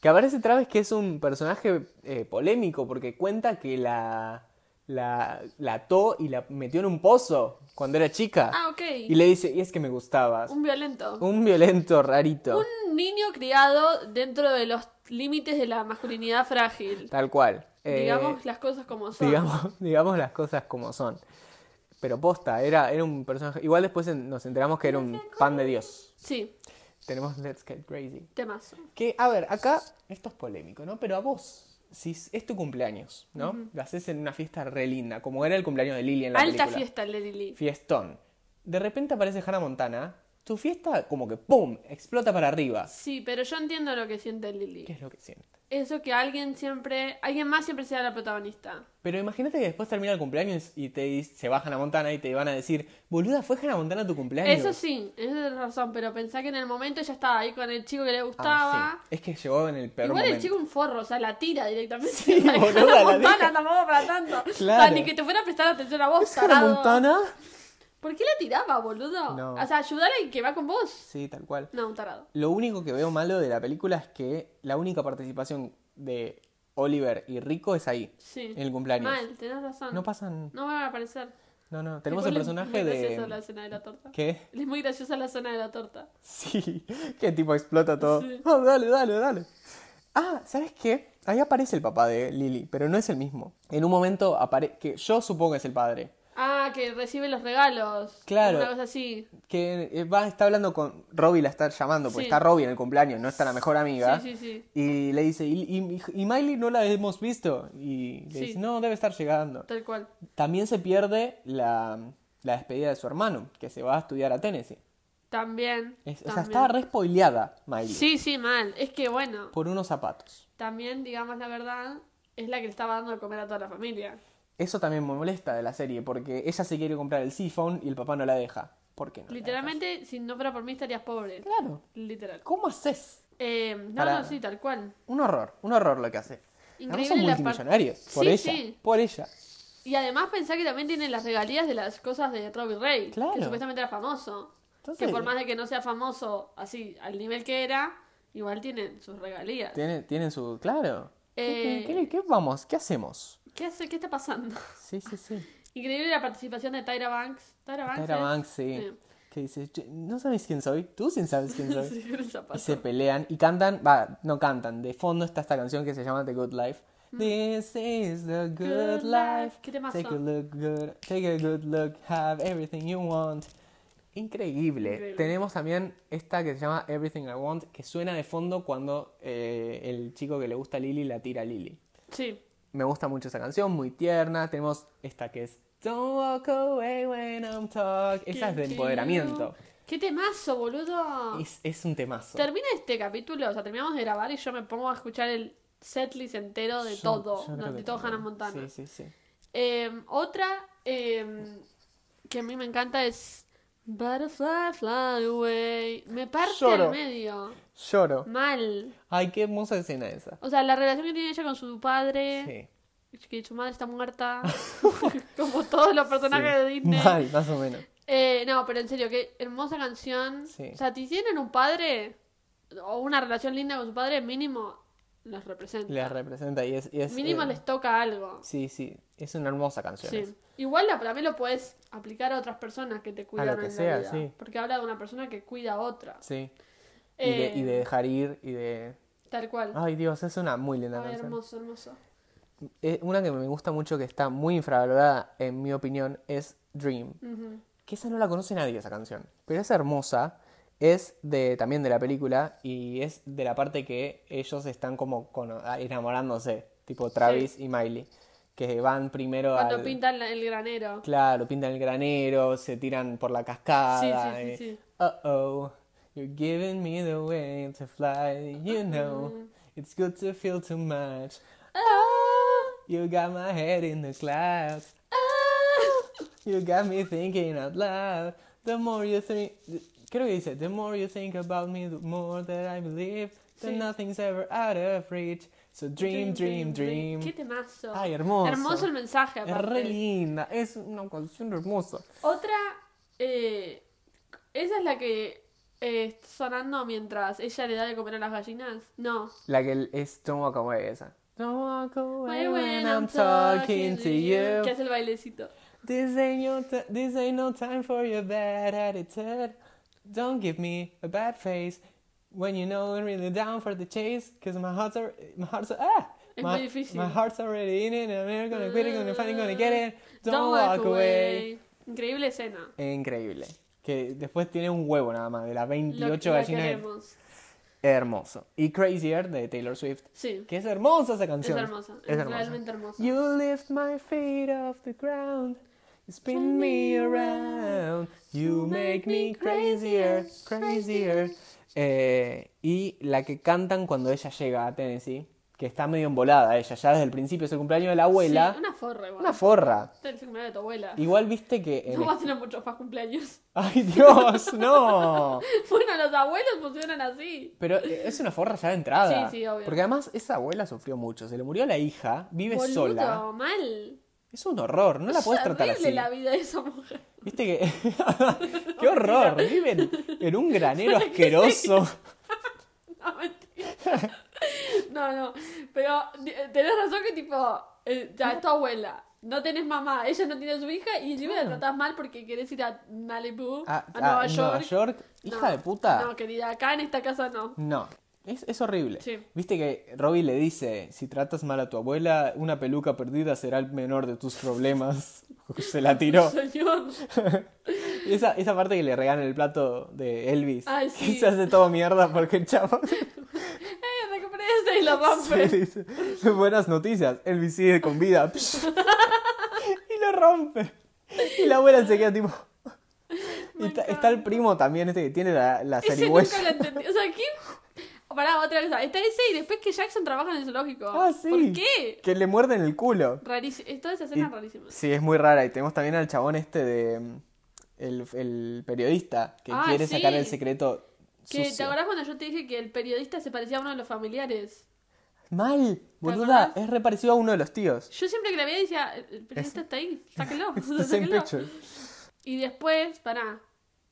[SPEAKER 1] Que aparece Travis, que es un personaje eh, polémico porque cuenta que la. La, la ató y la metió en un pozo cuando era chica.
[SPEAKER 2] Ah, ok.
[SPEAKER 1] Y le dice, y es que me gustabas.
[SPEAKER 2] Un violento.
[SPEAKER 1] Un violento rarito.
[SPEAKER 2] Un niño criado dentro de los límites de la masculinidad frágil.
[SPEAKER 1] Tal cual. Eh,
[SPEAKER 2] digamos las cosas como son.
[SPEAKER 1] digamos, digamos las cosas como son. Pero posta, era, era un personaje. Igual después en- nos enteramos que era un pan de Dios.
[SPEAKER 2] Sí,
[SPEAKER 1] Tenemos Let's Get Crazy.
[SPEAKER 2] temazo.
[SPEAKER 1] Que, a ver, acá esto es polémico, ¿no? Pero a vos, si es es tu cumpleaños, ¿no? Lo haces en una fiesta re linda, como era el cumpleaños de Lily en la
[SPEAKER 2] Alta
[SPEAKER 1] película.
[SPEAKER 2] fiesta el de Lili.
[SPEAKER 1] Fiestón. De repente aparece Hannah Montana, tu fiesta como que ¡pum! explota para arriba.
[SPEAKER 2] Sí, pero yo entiendo lo que siente Lili.
[SPEAKER 1] ¿Qué es lo que siente?
[SPEAKER 2] Eso que alguien siempre, alguien más siempre sea la protagonista.
[SPEAKER 1] Pero imagínate que después termina el cumpleaños y te dis- se va Hannah Montana y te van a decir, boluda, fue Hannah Montana tu cumpleaños.
[SPEAKER 2] Eso sí, eso es razón, pero pensá que en el momento ella estaba ahí con el chico que le
[SPEAKER 1] Ah,
[SPEAKER 2] gustaba.
[SPEAKER 1] sí. Es que llegó en el peor
[SPEAKER 2] Igual
[SPEAKER 1] momento.
[SPEAKER 2] el chico un forro, o sea, la tira directamente.
[SPEAKER 1] Sí,
[SPEAKER 2] La
[SPEAKER 1] boluda,
[SPEAKER 2] Hannah
[SPEAKER 1] la
[SPEAKER 2] Montana
[SPEAKER 1] deja.
[SPEAKER 2] tampoco para tanto. O sea,
[SPEAKER 1] Claro.
[SPEAKER 2] ni que te fuera a prestar atención a vos,
[SPEAKER 1] ¿Es Hannah
[SPEAKER 2] tarado.
[SPEAKER 1] Montana?
[SPEAKER 2] ¿Por qué la tiraba, boludo?
[SPEAKER 1] No.
[SPEAKER 2] O sea, ayudar al que va con vos.
[SPEAKER 1] Sí, tal cual.
[SPEAKER 2] No, un tarado.
[SPEAKER 1] Lo único que veo malo de la película es que la única participación de Oliver y Rico es ahí,
[SPEAKER 2] Sí.
[SPEAKER 1] en el cumpleaños.
[SPEAKER 2] Mal, tenés razón.
[SPEAKER 1] No pasan.
[SPEAKER 2] No van a aparecer.
[SPEAKER 1] No, no. Tenemos
[SPEAKER 2] Igual
[SPEAKER 1] el
[SPEAKER 2] es muy
[SPEAKER 1] personaje
[SPEAKER 2] graciosa la
[SPEAKER 1] de.
[SPEAKER 2] escena de la torta.
[SPEAKER 1] ¿Qué?
[SPEAKER 2] Es muy graciosa la escena de la torta.
[SPEAKER 1] Sí, que tipo explota todo.
[SPEAKER 2] Sí.
[SPEAKER 1] Oh, dale, dale, dale. Ah, ¿sabes qué? Ahí aparece el papá de Lily, pero no es el mismo. En un momento aparece. que yo supongo que es el padre.
[SPEAKER 2] Ah, que recibe los regalos.
[SPEAKER 1] Claro.
[SPEAKER 2] Una cosa así.
[SPEAKER 1] Que eh, va, está hablando con. Robbie la está llamando, porque
[SPEAKER 2] Sí.
[SPEAKER 1] está Robbie en el cumpleaños, no está la mejor amiga.
[SPEAKER 2] Sí, sí, sí.
[SPEAKER 1] Y le dice, ¿y, y, y Miley no la hemos visto? Y le
[SPEAKER 2] Sí.
[SPEAKER 1] dice, no, debe estar llegando.
[SPEAKER 2] Tal cual.
[SPEAKER 1] También se pierde la, la despedida de su hermano, que se va a estudiar a Tennessee.
[SPEAKER 2] También.
[SPEAKER 1] Es- o sea,
[SPEAKER 2] también.
[SPEAKER 1] estaba re spoileada Miley
[SPEAKER 2] Sí, sí, mal. Es que bueno,
[SPEAKER 1] por unos zapatos.
[SPEAKER 2] también, digamos la verdad, es la que le estaba dando de comer a toda la familia.
[SPEAKER 1] Eso también me molesta de la serie, porque ella se quiere comprar el Seaphone y el papá no la deja. ¿Por qué no? la
[SPEAKER 2] Literalmente, si no fuera por mí, estarías pobre.
[SPEAKER 1] deja? Claro.
[SPEAKER 2] Literal.
[SPEAKER 1] ¿Cómo haces?
[SPEAKER 2] Eh, no,
[SPEAKER 1] Para-
[SPEAKER 2] no, sí, tal cual.
[SPEAKER 1] Un horror, un horror lo que hace. Además son
[SPEAKER 2] Increíble la par-
[SPEAKER 1] multimillonarios, por
[SPEAKER 2] Sí,
[SPEAKER 1] ella,
[SPEAKER 2] sí.
[SPEAKER 1] por ella.
[SPEAKER 2] Y además pensar que también tiene las regalías de las cosas de Robbie Ray,
[SPEAKER 1] Claro.
[SPEAKER 2] que supuestamente era famoso.
[SPEAKER 1] Entonces-
[SPEAKER 2] que por más de que no sea famoso así al nivel que era, igual tienen sus regalías.
[SPEAKER 1] Tienen, tienen su, claro. ¿Qué-
[SPEAKER 2] Eh.
[SPEAKER 1] qué- qué- qué vamos? ¿Qué hacemos?
[SPEAKER 2] ¿Qué hace? ¿Qué está pasando?
[SPEAKER 1] Sí, sí, sí.
[SPEAKER 2] Increíble la participación de Tyra Banks. Tyra Banks.
[SPEAKER 1] Tyra
[SPEAKER 2] es?
[SPEAKER 1] Banks, sí.
[SPEAKER 2] Sí.
[SPEAKER 1] Que dice, "Che, ¿no sabes quién soy? Tú sí sabes quién soy.
[SPEAKER 2] Sí, con el
[SPEAKER 1] y
[SPEAKER 2] zapato.
[SPEAKER 1] se pelean y cantan, va, no cantan, de fondo está esta canción que se llama The Good Life. This is the good
[SPEAKER 2] Mm. Good
[SPEAKER 1] life.
[SPEAKER 2] life. Qué temazo.
[SPEAKER 1] Take a look good, take a good look, have everything you want. Increíble.
[SPEAKER 2] Increíble.
[SPEAKER 1] Tenemos también esta que se llama Everything I Want, que suena de fondo cuando eh, el chico que le gusta a Lily la tira a Lily.
[SPEAKER 2] Sí.
[SPEAKER 1] Me gusta mucho esa canción, muy tierna. Tenemos esta que es Don't walk away when I'm talk. Esa es de empoderamiento.
[SPEAKER 2] ¡Qué temazo, boludo!
[SPEAKER 1] Es, es un temazo.
[SPEAKER 2] Termina este capítulo, o sea, terminamos de grabar y yo me pongo a escuchar el setlist entero de
[SPEAKER 1] Yo-
[SPEAKER 2] todo,
[SPEAKER 1] yo creo
[SPEAKER 2] de,
[SPEAKER 1] que
[SPEAKER 2] todo
[SPEAKER 1] también.
[SPEAKER 2] Hannah Montana.
[SPEAKER 1] Sí, sí, sí.
[SPEAKER 2] Eh, otra eh, que a mí me encanta es Butterfly Fly Away. Me parte
[SPEAKER 1] Lloro.
[SPEAKER 2] al medio.
[SPEAKER 1] Lloro.
[SPEAKER 2] Mal.
[SPEAKER 1] Ay, qué hermosa escena esa.
[SPEAKER 2] O sea, la relación que tiene ella con su padre,
[SPEAKER 1] Sí.
[SPEAKER 2] que su madre está muerta, como todos los personajes de
[SPEAKER 1] sí.
[SPEAKER 2] Disney.
[SPEAKER 1] Mal, más o menos.
[SPEAKER 2] Eh, no, pero en serio, qué hermosa canción.
[SPEAKER 1] Sí.
[SPEAKER 2] O sea, si tienen un padre o una relación linda con su padre, mínimo, los representa.
[SPEAKER 1] Les representa y es... y es,
[SPEAKER 2] Mínimo
[SPEAKER 1] eh,
[SPEAKER 2] les toca algo.
[SPEAKER 1] Sí, sí, es una hermosa canción.
[SPEAKER 2] Sí. Igual la- para mí lo puedes aplicar a otras personas que te cuidaron
[SPEAKER 1] que
[SPEAKER 2] en la
[SPEAKER 1] sea,
[SPEAKER 2] vida,
[SPEAKER 1] sí.
[SPEAKER 2] Porque habla de una persona que cuida a otra.
[SPEAKER 1] Sí. Y, de,
[SPEAKER 2] Eh,
[SPEAKER 1] y de dejar ir y de...
[SPEAKER 2] Tal cual.
[SPEAKER 1] Ay Dios, es una muy linda
[SPEAKER 2] Ay,
[SPEAKER 1] Ah, canción.
[SPEAKER 2] hermoso, hermoso.
[SPEAKER 1] Eh, una que me gusta mucho, que está muy infravalorada en mi opinión, es Dream.
[SPEAKER 2] Ujú.
[SPEAKER 1] Que esa no la conoce nadie, esa canción. Pero es hermosa. Es de, también de la película y es de la parte que ellos están como cono- enamorándose. Tipo Travis y Miley. Que van primero
[SPEAKER 2] Cuando
[SPEAKER 1] al...
[SPEAKER 2] pintan la- el granero.
[SPEAKER 1] Claro, pintan el granero, se tiran por la cascada.
[SPEAKER 2] Sí, sí, sí,
[SPEAKER 1] eh,
[SPEAKER 2] sí.
[SPEAKER 1] Uh-oh, you're giving me the way to fly, you
[SPEAKER 2] Mm.
[SPEAKER 1] know. It's good to feel too much. You got my head in the clouds. You got me thinking out loud. The more you think, creo que dice, the more you think about me, the more that I believe that
[SPEAKER 2] Sí.
[SPEAKER 1] nothing's ever out of reach. So dream, dream, dream.
[SPEAKER 2] Qué temazo.
[SPEAKER 1] Ay, hermoso.
[SPEAKER 2] Hermoso el mensaje,
[SPEAKER 1] Es re
[SPEAKER 2] aparte.
[SPEAKER 1] linda, es una canción hermosa.
[SPEAKER 2] Otra, eh, esa es la que eh, está sonando mientras ella le da de comer a las gallinas. No.
[SPEAKER 1] La que es Don't Walk Away esa. Don't walk away
[SPEAKER 2] When
[SPEAKER 1] when I'm talking to you.
[SPEAKER 2] Que hace el bailecito.
[SPEAKER 1] This ain't, your ti- this ain't no time for your bad attitude. Don't give me a bad face when you know I'm really down for the chase. Cause my heart's, are, my heart's, ah!
[SPEAKER 2] Es
[SPEAKER 1] my,
[SPEAKER 2] muy difícil.
[SPEAKER 1] my heart's already in it and I'm never gonna quit it, gonna find it, gonna get it. Don't,
[SPEAKER 2] Mm. Don't
[SPEAKER 1] walk, away.
[SPEAKER 2] Increíble escena.
[SPEAKER 1] Increíble. Que después tiene un huevo nada más de las
[SPEAKER 2] Lo-
[SPEAKER 1] 28
[SPEAKER 2] la
[SPEAKER 1] gallinas.
[SPEAKER 2] queremos.
[SPEAKER 1] Hermoso. Y Crazier de Taylor Swift.
[SPEAKER 2] Sí,
[SPEAKER 1] Que es hermosa esa
[SPEAKER 2] es
[SPEAKER 1] canción.
[SPEAKER 2] hermosa. Es,
[SPEAKER 1] Es hermosa.
[SPEAKER 2] realmente hermosa.
[SPEAKER 1] You lift my feet off the ground. You spin me around. You make me crazier, crazier. Eh, y la que cantan cuando ella llega a Tennessee, que está medio embolada ella, ya desde el principio es el cumpleaños de la abuela.
[SPEAKER 2] Sí, una forra igual.
[SPEAKER 1] Una forra.
[SPEAKER 2] Este es el cumpleaños de tu abuela.
[SPEAKER 1] Igual viste que. en-
[SPEAKER 2] No vas a tener muchos más cumpleaños.
[SPEAKER 1] ¡Ay, Dios! ¡No!
[SPEAKER 2] Bueno, los abuelos funcionan así.
[SPEAKER 1] Pero eh, es una forra ya de entrada.
[SPEAKER 2] Sí, sí, obvio.
[SPEAKER 1] Porque además esa abuela sufrió mucho. Se le murió la hija, vive
[SPEAKER 2] Boludo,
[SPEAKER 1] sola.
[SPEAKER 2] mal.
[SPEAKER 1] Es un horror, no la
[SPEAKER 2] Es
[SPEAKER 1] puedes tratar
[SPEAKER 2] horrible
[SPEAKER 1] así.
[SPEAKER 2] la vida de esa mujer.
[SPEAKER 1] Viste que. ¡Qué horror! Viven en un granero asqueroso.
[SPEAKER 2] No, mentira. No, no. Pero eh, tenés razón que, tipo, eh, ya es tu abuela. No tenés mamá. Ella no tiene a su hija y encima la tratás mal porque querés ir a Malibu,
[SPEAKER 1] A,
[SPEAKER 2] a,
[SPEAKER 1] a
[SPEAKER 2] Ah, Nueva York.
[SPEAKER 1] ah, Hija
[SPEAKER 2] No,
[SPEAKER 1] de puta.
[SPEAKER 2] No, querida, acá en esta casa no.
[SPEAKER 1] No. Es, es horrible.
[SPEAKER 2] Sí.
[SPEAKER 1] Viste que Robbie le dice: Si tratas mal a tu abuela, una peluca perdida será el menor de tus problemas. Se la tiró.
[SPEAKER 2] Señor.
[SPEAKER 1] Y esa, esa parte que le regalan el plato de Elvis.
[SPEAKER 2] Ay,
[SPEAKER 1] Que
[SPEAKER 2] sí.
[SPEAKER 1] se hace todo mierda porque el chavo.
[SPEAKER 2] Eh, recuperé ese y la
[SPEAKER 1] Sí,
[SPEAKER 2] rompe.
[SPEAKER 1] dice, Buenas noticias, Elvis sigue con vida. Psh. y lo rompe. Y la abuela se queda tipo. Y
[SPEAKER 2] Me
[SPEAKER 1] está, está el primo también, este que tiene la, la
[SPEAKER 2] Ese
[SPEAKER 1] zarigüeya.
[SPEAKER 2] nunca lo entendí. O sea, aquí. Pará, otra cosa. Está ese y después que Jackson trabaja en el zoológico.
[SPEAKER 1] Ah, sí.
[SPEAKER 2] ¿Por qué?
[SPEAKER 1] Que le muerden el culo.
[SPEAKER 2] Rarísimo. Toda esa
[SPEAKER 1] Y-
[SPEAKER 2] escena es rarísima.
[SPEAKER 1] sí, es muy rara. Y tenemos también al chabón este de. mm, El, el periodista que
[SPEAKER 2] Ah,
[SPEAKER 1] quiere
[SPEAKER 2] sí.
[SPEAKER 1] sacar el secreto.
[SPEAKER 2] Que, ¿Te
[SPEAKER 1] sucio.
[SPEAKER 2] acordás cuando yo te dije que el periodista se parecía a uno de los familiares?
[SPEAKER 1] Mal, boluda.
[SPEAKER 2] acordás?
[SPEAKER 1] Es re parecido a uno de los tíos.
[SPEAKER 2] Yo siempre que la veía decía, "Eh, el el periodista está ahí, sáquelo.
[SPEAKER 1] The same
[SPEAKER 2] sáquelo.
[SPEAKER 1] picture.
[SPEAKER 2] Y después, pará,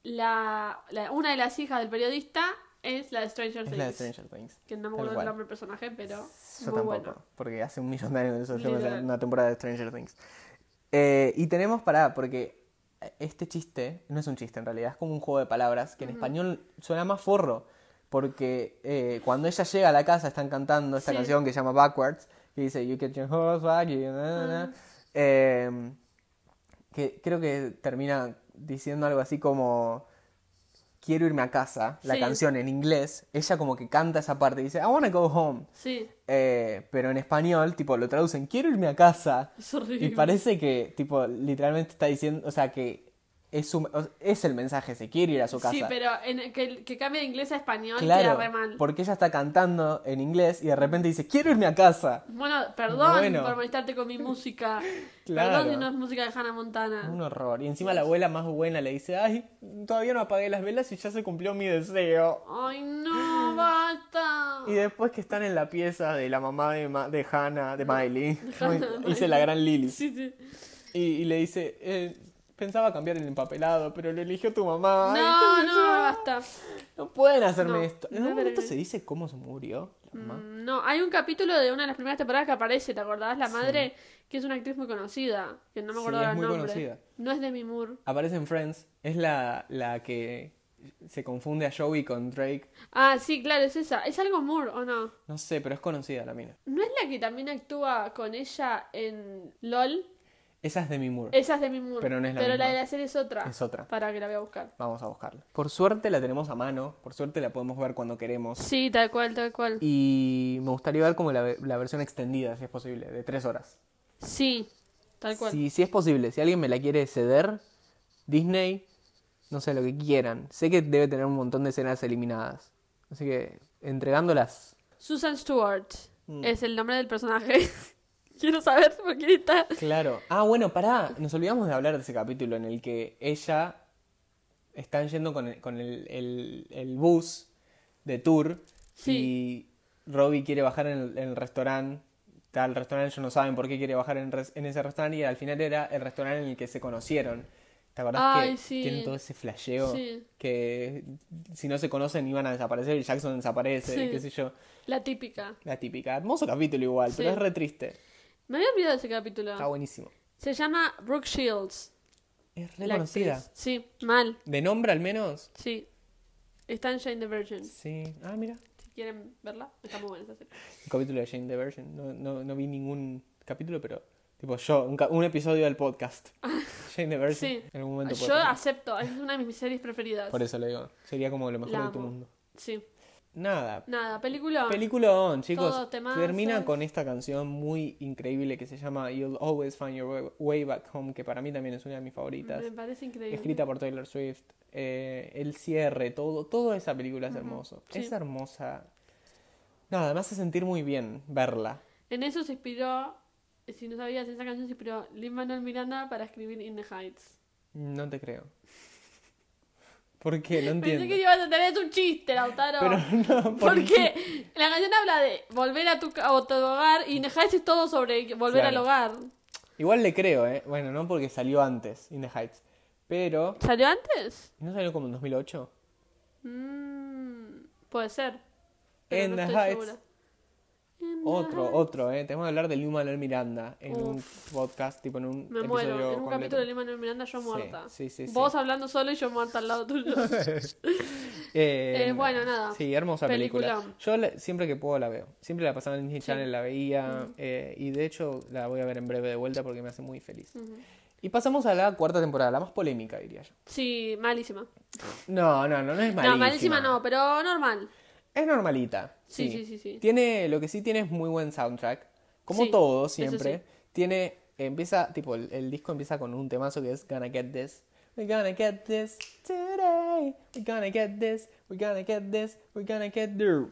[SPEAKER 2] la, la- una de las hijas del periodista es la de Stranger
[SPEAKER 1] Es
[SPEAKER 2] Things.
[SPEAKER 1] la de Stranger Things.
[SPEAKER 2] Que no me
[SPEAKER 1] Tal
[SPEAKER 2] acuerdo
[SPEAKER 1] cual.
[SPEAKER 2] el nombre del personaje, pero
[SPEAKER 1] Yo
[SPEAKER 2] muy
[SPEAKER 1] tampoco,
[SPEAKER 2] bueno.
[SPEAKER 1] porque hace un millón de años que yo me
[SPEAKER 2] Literal.
[SPEAKER 1] sé una temporada de Stranger Things. Eh, y tenemos para, porque este chiste no es un chiste en realidad, es como un juego de palabras que en español suena más forro. Porque eh, cuando ella llega a la casa están cantando esta
[SPEAKER 2] Sí.
[SPEAKER 1] canción que se llama Backwards, que dice You get your horse back, you na, na, na". Eh, que creo que termina diciendo algo así como Quiero irme a casa, la
[SPEAKER 2] Sí.
[SPEAKER 1] canción en inglés. Ella como que canta esa parte y dice I wanna go home.
[SPEAKER 2] Sí,
[SPEAKER 1] Eh, pero en español, tipo, lo traducen, quiero irme a casa.
[SPEAKER 2] es horrible.
[SPEAKER 1] Y parece que, tipo, literalmente está diciendo, o sea, que es, su- o- es el mensaje, se quiere ir a su casa.
[SPEAKER 2] Sí, pero en- que, que cambie de inglés a español queda
[SPEAKER 1] claro,
[SPEAKER 2] re mal.
[SPEAKER 1] porque ella está cantando en inglés y de repente dice, quiero irme a casa.
[SPEAKER 2] Bueno, perdón
[SPEAKER 1] Bueno.
[SPEAKER 2] por molestarte con mi música.
[SPEAKER 1] Claro.
[SPEAKER 2] Perdón si no es música de Hannah Montana.
[SPEAKER 1] Un horror. Y encima la abuela más buena le dice, ay, todavía no apagué las velas y ya se cumplió mi deseo.
[SPEAKER 2] Ay, no, basta.
[SPEAKER 1] Y después que están en la pieza de la mamá de, Ma- de Hannah, de Miley,
[SPEAKER 2] Ah. Hannah,
[SPEAKER 1] hice la gran Lily.
[SPEAKER 2] Sí, sí.
[SPEAKER 1] Y, y le dice, eh, pensaba cambiar el empapelado, pero lo eligió tu mamá. Ay,
[SPEAKER 2] No,
[SPEAKER 1] qué sé
[SPEAKER 2] no,
[SPEAKER 1] yo.
[SPEAKER 2] basta.
[SPEAKER 1] No pueden hacerme
[SPEAKER 2] No,
[SPEAKER 1] esto. ¿En
[SPEAKER 2] no
[SPEAKER 1] algún momento
[SPEAKER 2] debería.
[SPEAKER 1] se dice cómo se murió la mamá?
[SPEAKER 2] Mm, No, hay un capítulo de una de las primeras temporadas que aparece, ¿te acordás? La madre, que es una actriz muy conocida, que no
[SPEAKER 1] Sí,
[SPEAKER 2] me acuerdo
[SPEAKER 1] es
[SPEAKER 2] ahora el
[SPEAKER 1] muy
[SPEAKER 2] nombre.
[SPEAKER 1] conocida.
[SPEAKER 2] No es Demi Moore.
[SPEAKER 1] Aparece en Friends. Es la, la que se confunde a Joey con Drake.
[SPEAKER 2] Ah, sí, claro, es esa. ¿Es algo Moore o no?
[SPEAKER 1] No sé, pero es conocida la mina.
[SPEAKER 2] ¿No es la que también actúa con ella en LOL?
[SPEAKER 1] Esa es Demi Moore.
[SPEAKER 2] Esa es Demi Moore.
[SPEAKER 1] Pero no es la
[SPEAKER 2] Pero la
[SPEAKER 1] misma.
[SPEAKER 2] de la serie es otra.
[SPEAKER 1] Es otra.
[SPEAKER 2] Para que la voy a buscar.
[SPEAKER 1] Vamos a buscarla. Por suerte la tenemos a mano. Por suerte la podemos ver cuando queremos.
[SPEAKER 2] Sí, tal cual, tal cual.
[SPEAKER 1] Y me gustaría ver como la, ve- la versión extendida, si es posible, de tres horas.
[SPEAKER 2] Sí, tal cual.
[SPEAKER 1] Si, si es posible, si alguien me la quiere ceder, Disney, no sé, lo que quieran. Sé que debe tener un montón de escenas eliminadas. Así que entregándolas.
[SPEAKER 2] Susan Stewart
[SPEAKER 1] Mm.
[SPEAKER 2] es el nombre del personaje. Quiero saber por qué está.
[SPEAKER 1] Claro. Ah, bueno, pará. Nos olvidamos de hablar de ese capítulo en el que ella están yendo con el, con el, el- el bus de tour
[SPEAKER 2] Sí.
[SPEAKER 1] y Robbie quiere bajar en el, en el restaurante. Tal restaurante, ellos no saben por qué quiere bajar en, res- en ese restaurante y al final era el restaurante en el que se conocieron. ¿Te acordás
[SPEAKER 2] Ay,
[SPEAKER 1] que
[SPEAKER 2] sí.
[SPEAKER 1] tienen todo ese flasheo?
[SPEAKER 2] Sí.
[SPEAKER 1] Que si no se conocen iban a desaparecer y Jackson desaparece,
[SPEAKER 2] Sí.
[SPEAKER 1] y qué sé yo.
[SPEAKER 2] La típica.
[SPEAKER 1] La típica. Hermoso capítulo igual, pero
[SPEAKER 2] Sí. Ah.
[SPEAKER 1] es re triste.
[SPEAKER 2] Me había olvidado de ese capítulo.
[SPEAKER 1] Está buenísimo.
[SPEAKER 2] Se llama Brooke Shields.
[SPEAKER 1] Es re
[SPEAKER 2] la
[SPEAKER 1] conocida.
[SPEAKER 2] actriz. Sí, mal.
[SPEAKER 1] ¿De nombre al menos?
[SPEAKER 2] Sí. Está en Shane the Virgin.
[SPEAKER 1] Sí. Ah, mira.
[SPEAKER 2] Si quieren verla, está muy buena esa serie.
[SPEAKER 1] El capítulo de Jane the Virgin. No, no, no vi ningún capítulo, pero tipo yo, un, ca- un episodio del podcast. Jane the Virgin.
[SPEAKER 2] Ah, Sí.
[SPEAKER 1] En algún momento. puede
[SPEAKER 2] Yo
[SPEAKER 1] pasar.
[SPEAKER 2] acepto, es una de mis series preferidas.
[SPEAKER 1] Por eso le digo. Sería como lo mejor
[SPEAKER 2] La
[SPEAKER 1] de tu
[SPEAKER 2] amo.
[SPEAKER 1] mundo.
[SPEAKER 2] Sí.
[SPEAKER 1] Nada.
[SPEAKER 2] Nada, película.
[SPEAKER 1] Peliculón, chicos.
[SPEAKER 2] Todo temazo.
[SPEAKER 1] Termina con esta canción muy increíble que se llama You'll Always Find Your Way- Way Back Home, que para mí también es una de mis favoritas.
[SPEAKER 2] Me parece increíble.
[SPEAKER 1] escrita por Taylor Swift, eh, el cierre, todo, toda esa película es hermoso.
[SPEAKER 2] sí.
[SPEAKER 1] Es hermosa. Nada, me hace sentir muy bien verla.
[SPEAKER 2] En eso se inspiró, si no sabías, en esa canción se inspiró Lin Manuel Miranda para escribir In the Heights.
[SPEAKER 1] No te creo. ¿Por qué? No
[SPEAKER 2] Pensé
[SPEAKER 1] entiendo.
[SPEAKER 2] que ibas a tener un chiste, Lautaro.
[SPEAKER 1] Pero no, ¿por
[SPEAKER 2] Porque la canción habla de volver a tu, ca- o tu hogar y In the Heights es todo sobre volver
[SPEAKER 1] Claro.
[SPEAKER 2] al hogar.
[SPEAKER 1] Igual le creo, ¿eh? Bueno, no porque salió antes, In the Heights. Pero,
[SPEAKER 2] ¿Salió antes?
[SPEAKER 1] ¿no salió como en 2008?
[SPEAKER 2] Mm, puede ser. pero
[SPEAKER 1] In
[SPEAKER 2] no
[SPEAKER 1] the
[SPEAKER 2] estoy
[SPEAKER 1] Heights.
[SPEAKER 2] segura. In the
[SPEAKER 1] Otro,
[SPEAKER 2] Heights.
[SPEAKER 1] otro, ¿eh? Tenemos que hablar de Luma Manuel Miranda en un podcast, tipo en un
[SPEAKER 2] Me
[SPEAKER 1] episodio
[SPEAKER 2] muero. En un
[SPEAKER 1] completo.
[SPEAKER 2] capítulo de Lin Manuel Miranda yo
[SPEAKER 1] Sí,
[SPEAKER 2] muerta.
[SPEAKER 1] sí, sí, sí.
[SPEAKER 2] Vos hablando solo y yo muerta al lado tuyo.
[SPEAKER 1] Eh,
[SPEAKER 2] Eh, bueno, nada.
[SPEAKER 1] Sí, hermosa película.
[SPEAKER 2] Peliculón.
[SPEAKER 1] Yo la- siempre que puedo la veo. Siempre la pasaba en Disney Channel, la veía. eh, y de hecho la voy a ver en breve de vuelta porque me hace muy feliz. Y pasamos a la cuarta temporada, la más polémica, diría yo.
[SPEAKER 2] sí, malísima.
[SPEAKER 1] No, no, no, no es malísima.
[SPEAKER 2] No, malísima no, pero normal.
[SPEAKER 1] Es normalita.
[SPEAKER 2] Sí, sí, sí, sí.
[SPEAKER 1] Tiene, lo que sí tiene es muy buen soundtrack. Como
[SPEAKER 2] Sí,
[SPEAKER 1] todo,
[SPEAKER 2] eso
[SPEAKER 1] siempre.
[SPEAKER 2] sí.
[SPEAKER 1] Tiene, empieza, tipo, el, el disco empieza con un temazo que es Gonna Get This. We're gonna get this today. We're gonna get this. We're gonna get this. We're gonna get there.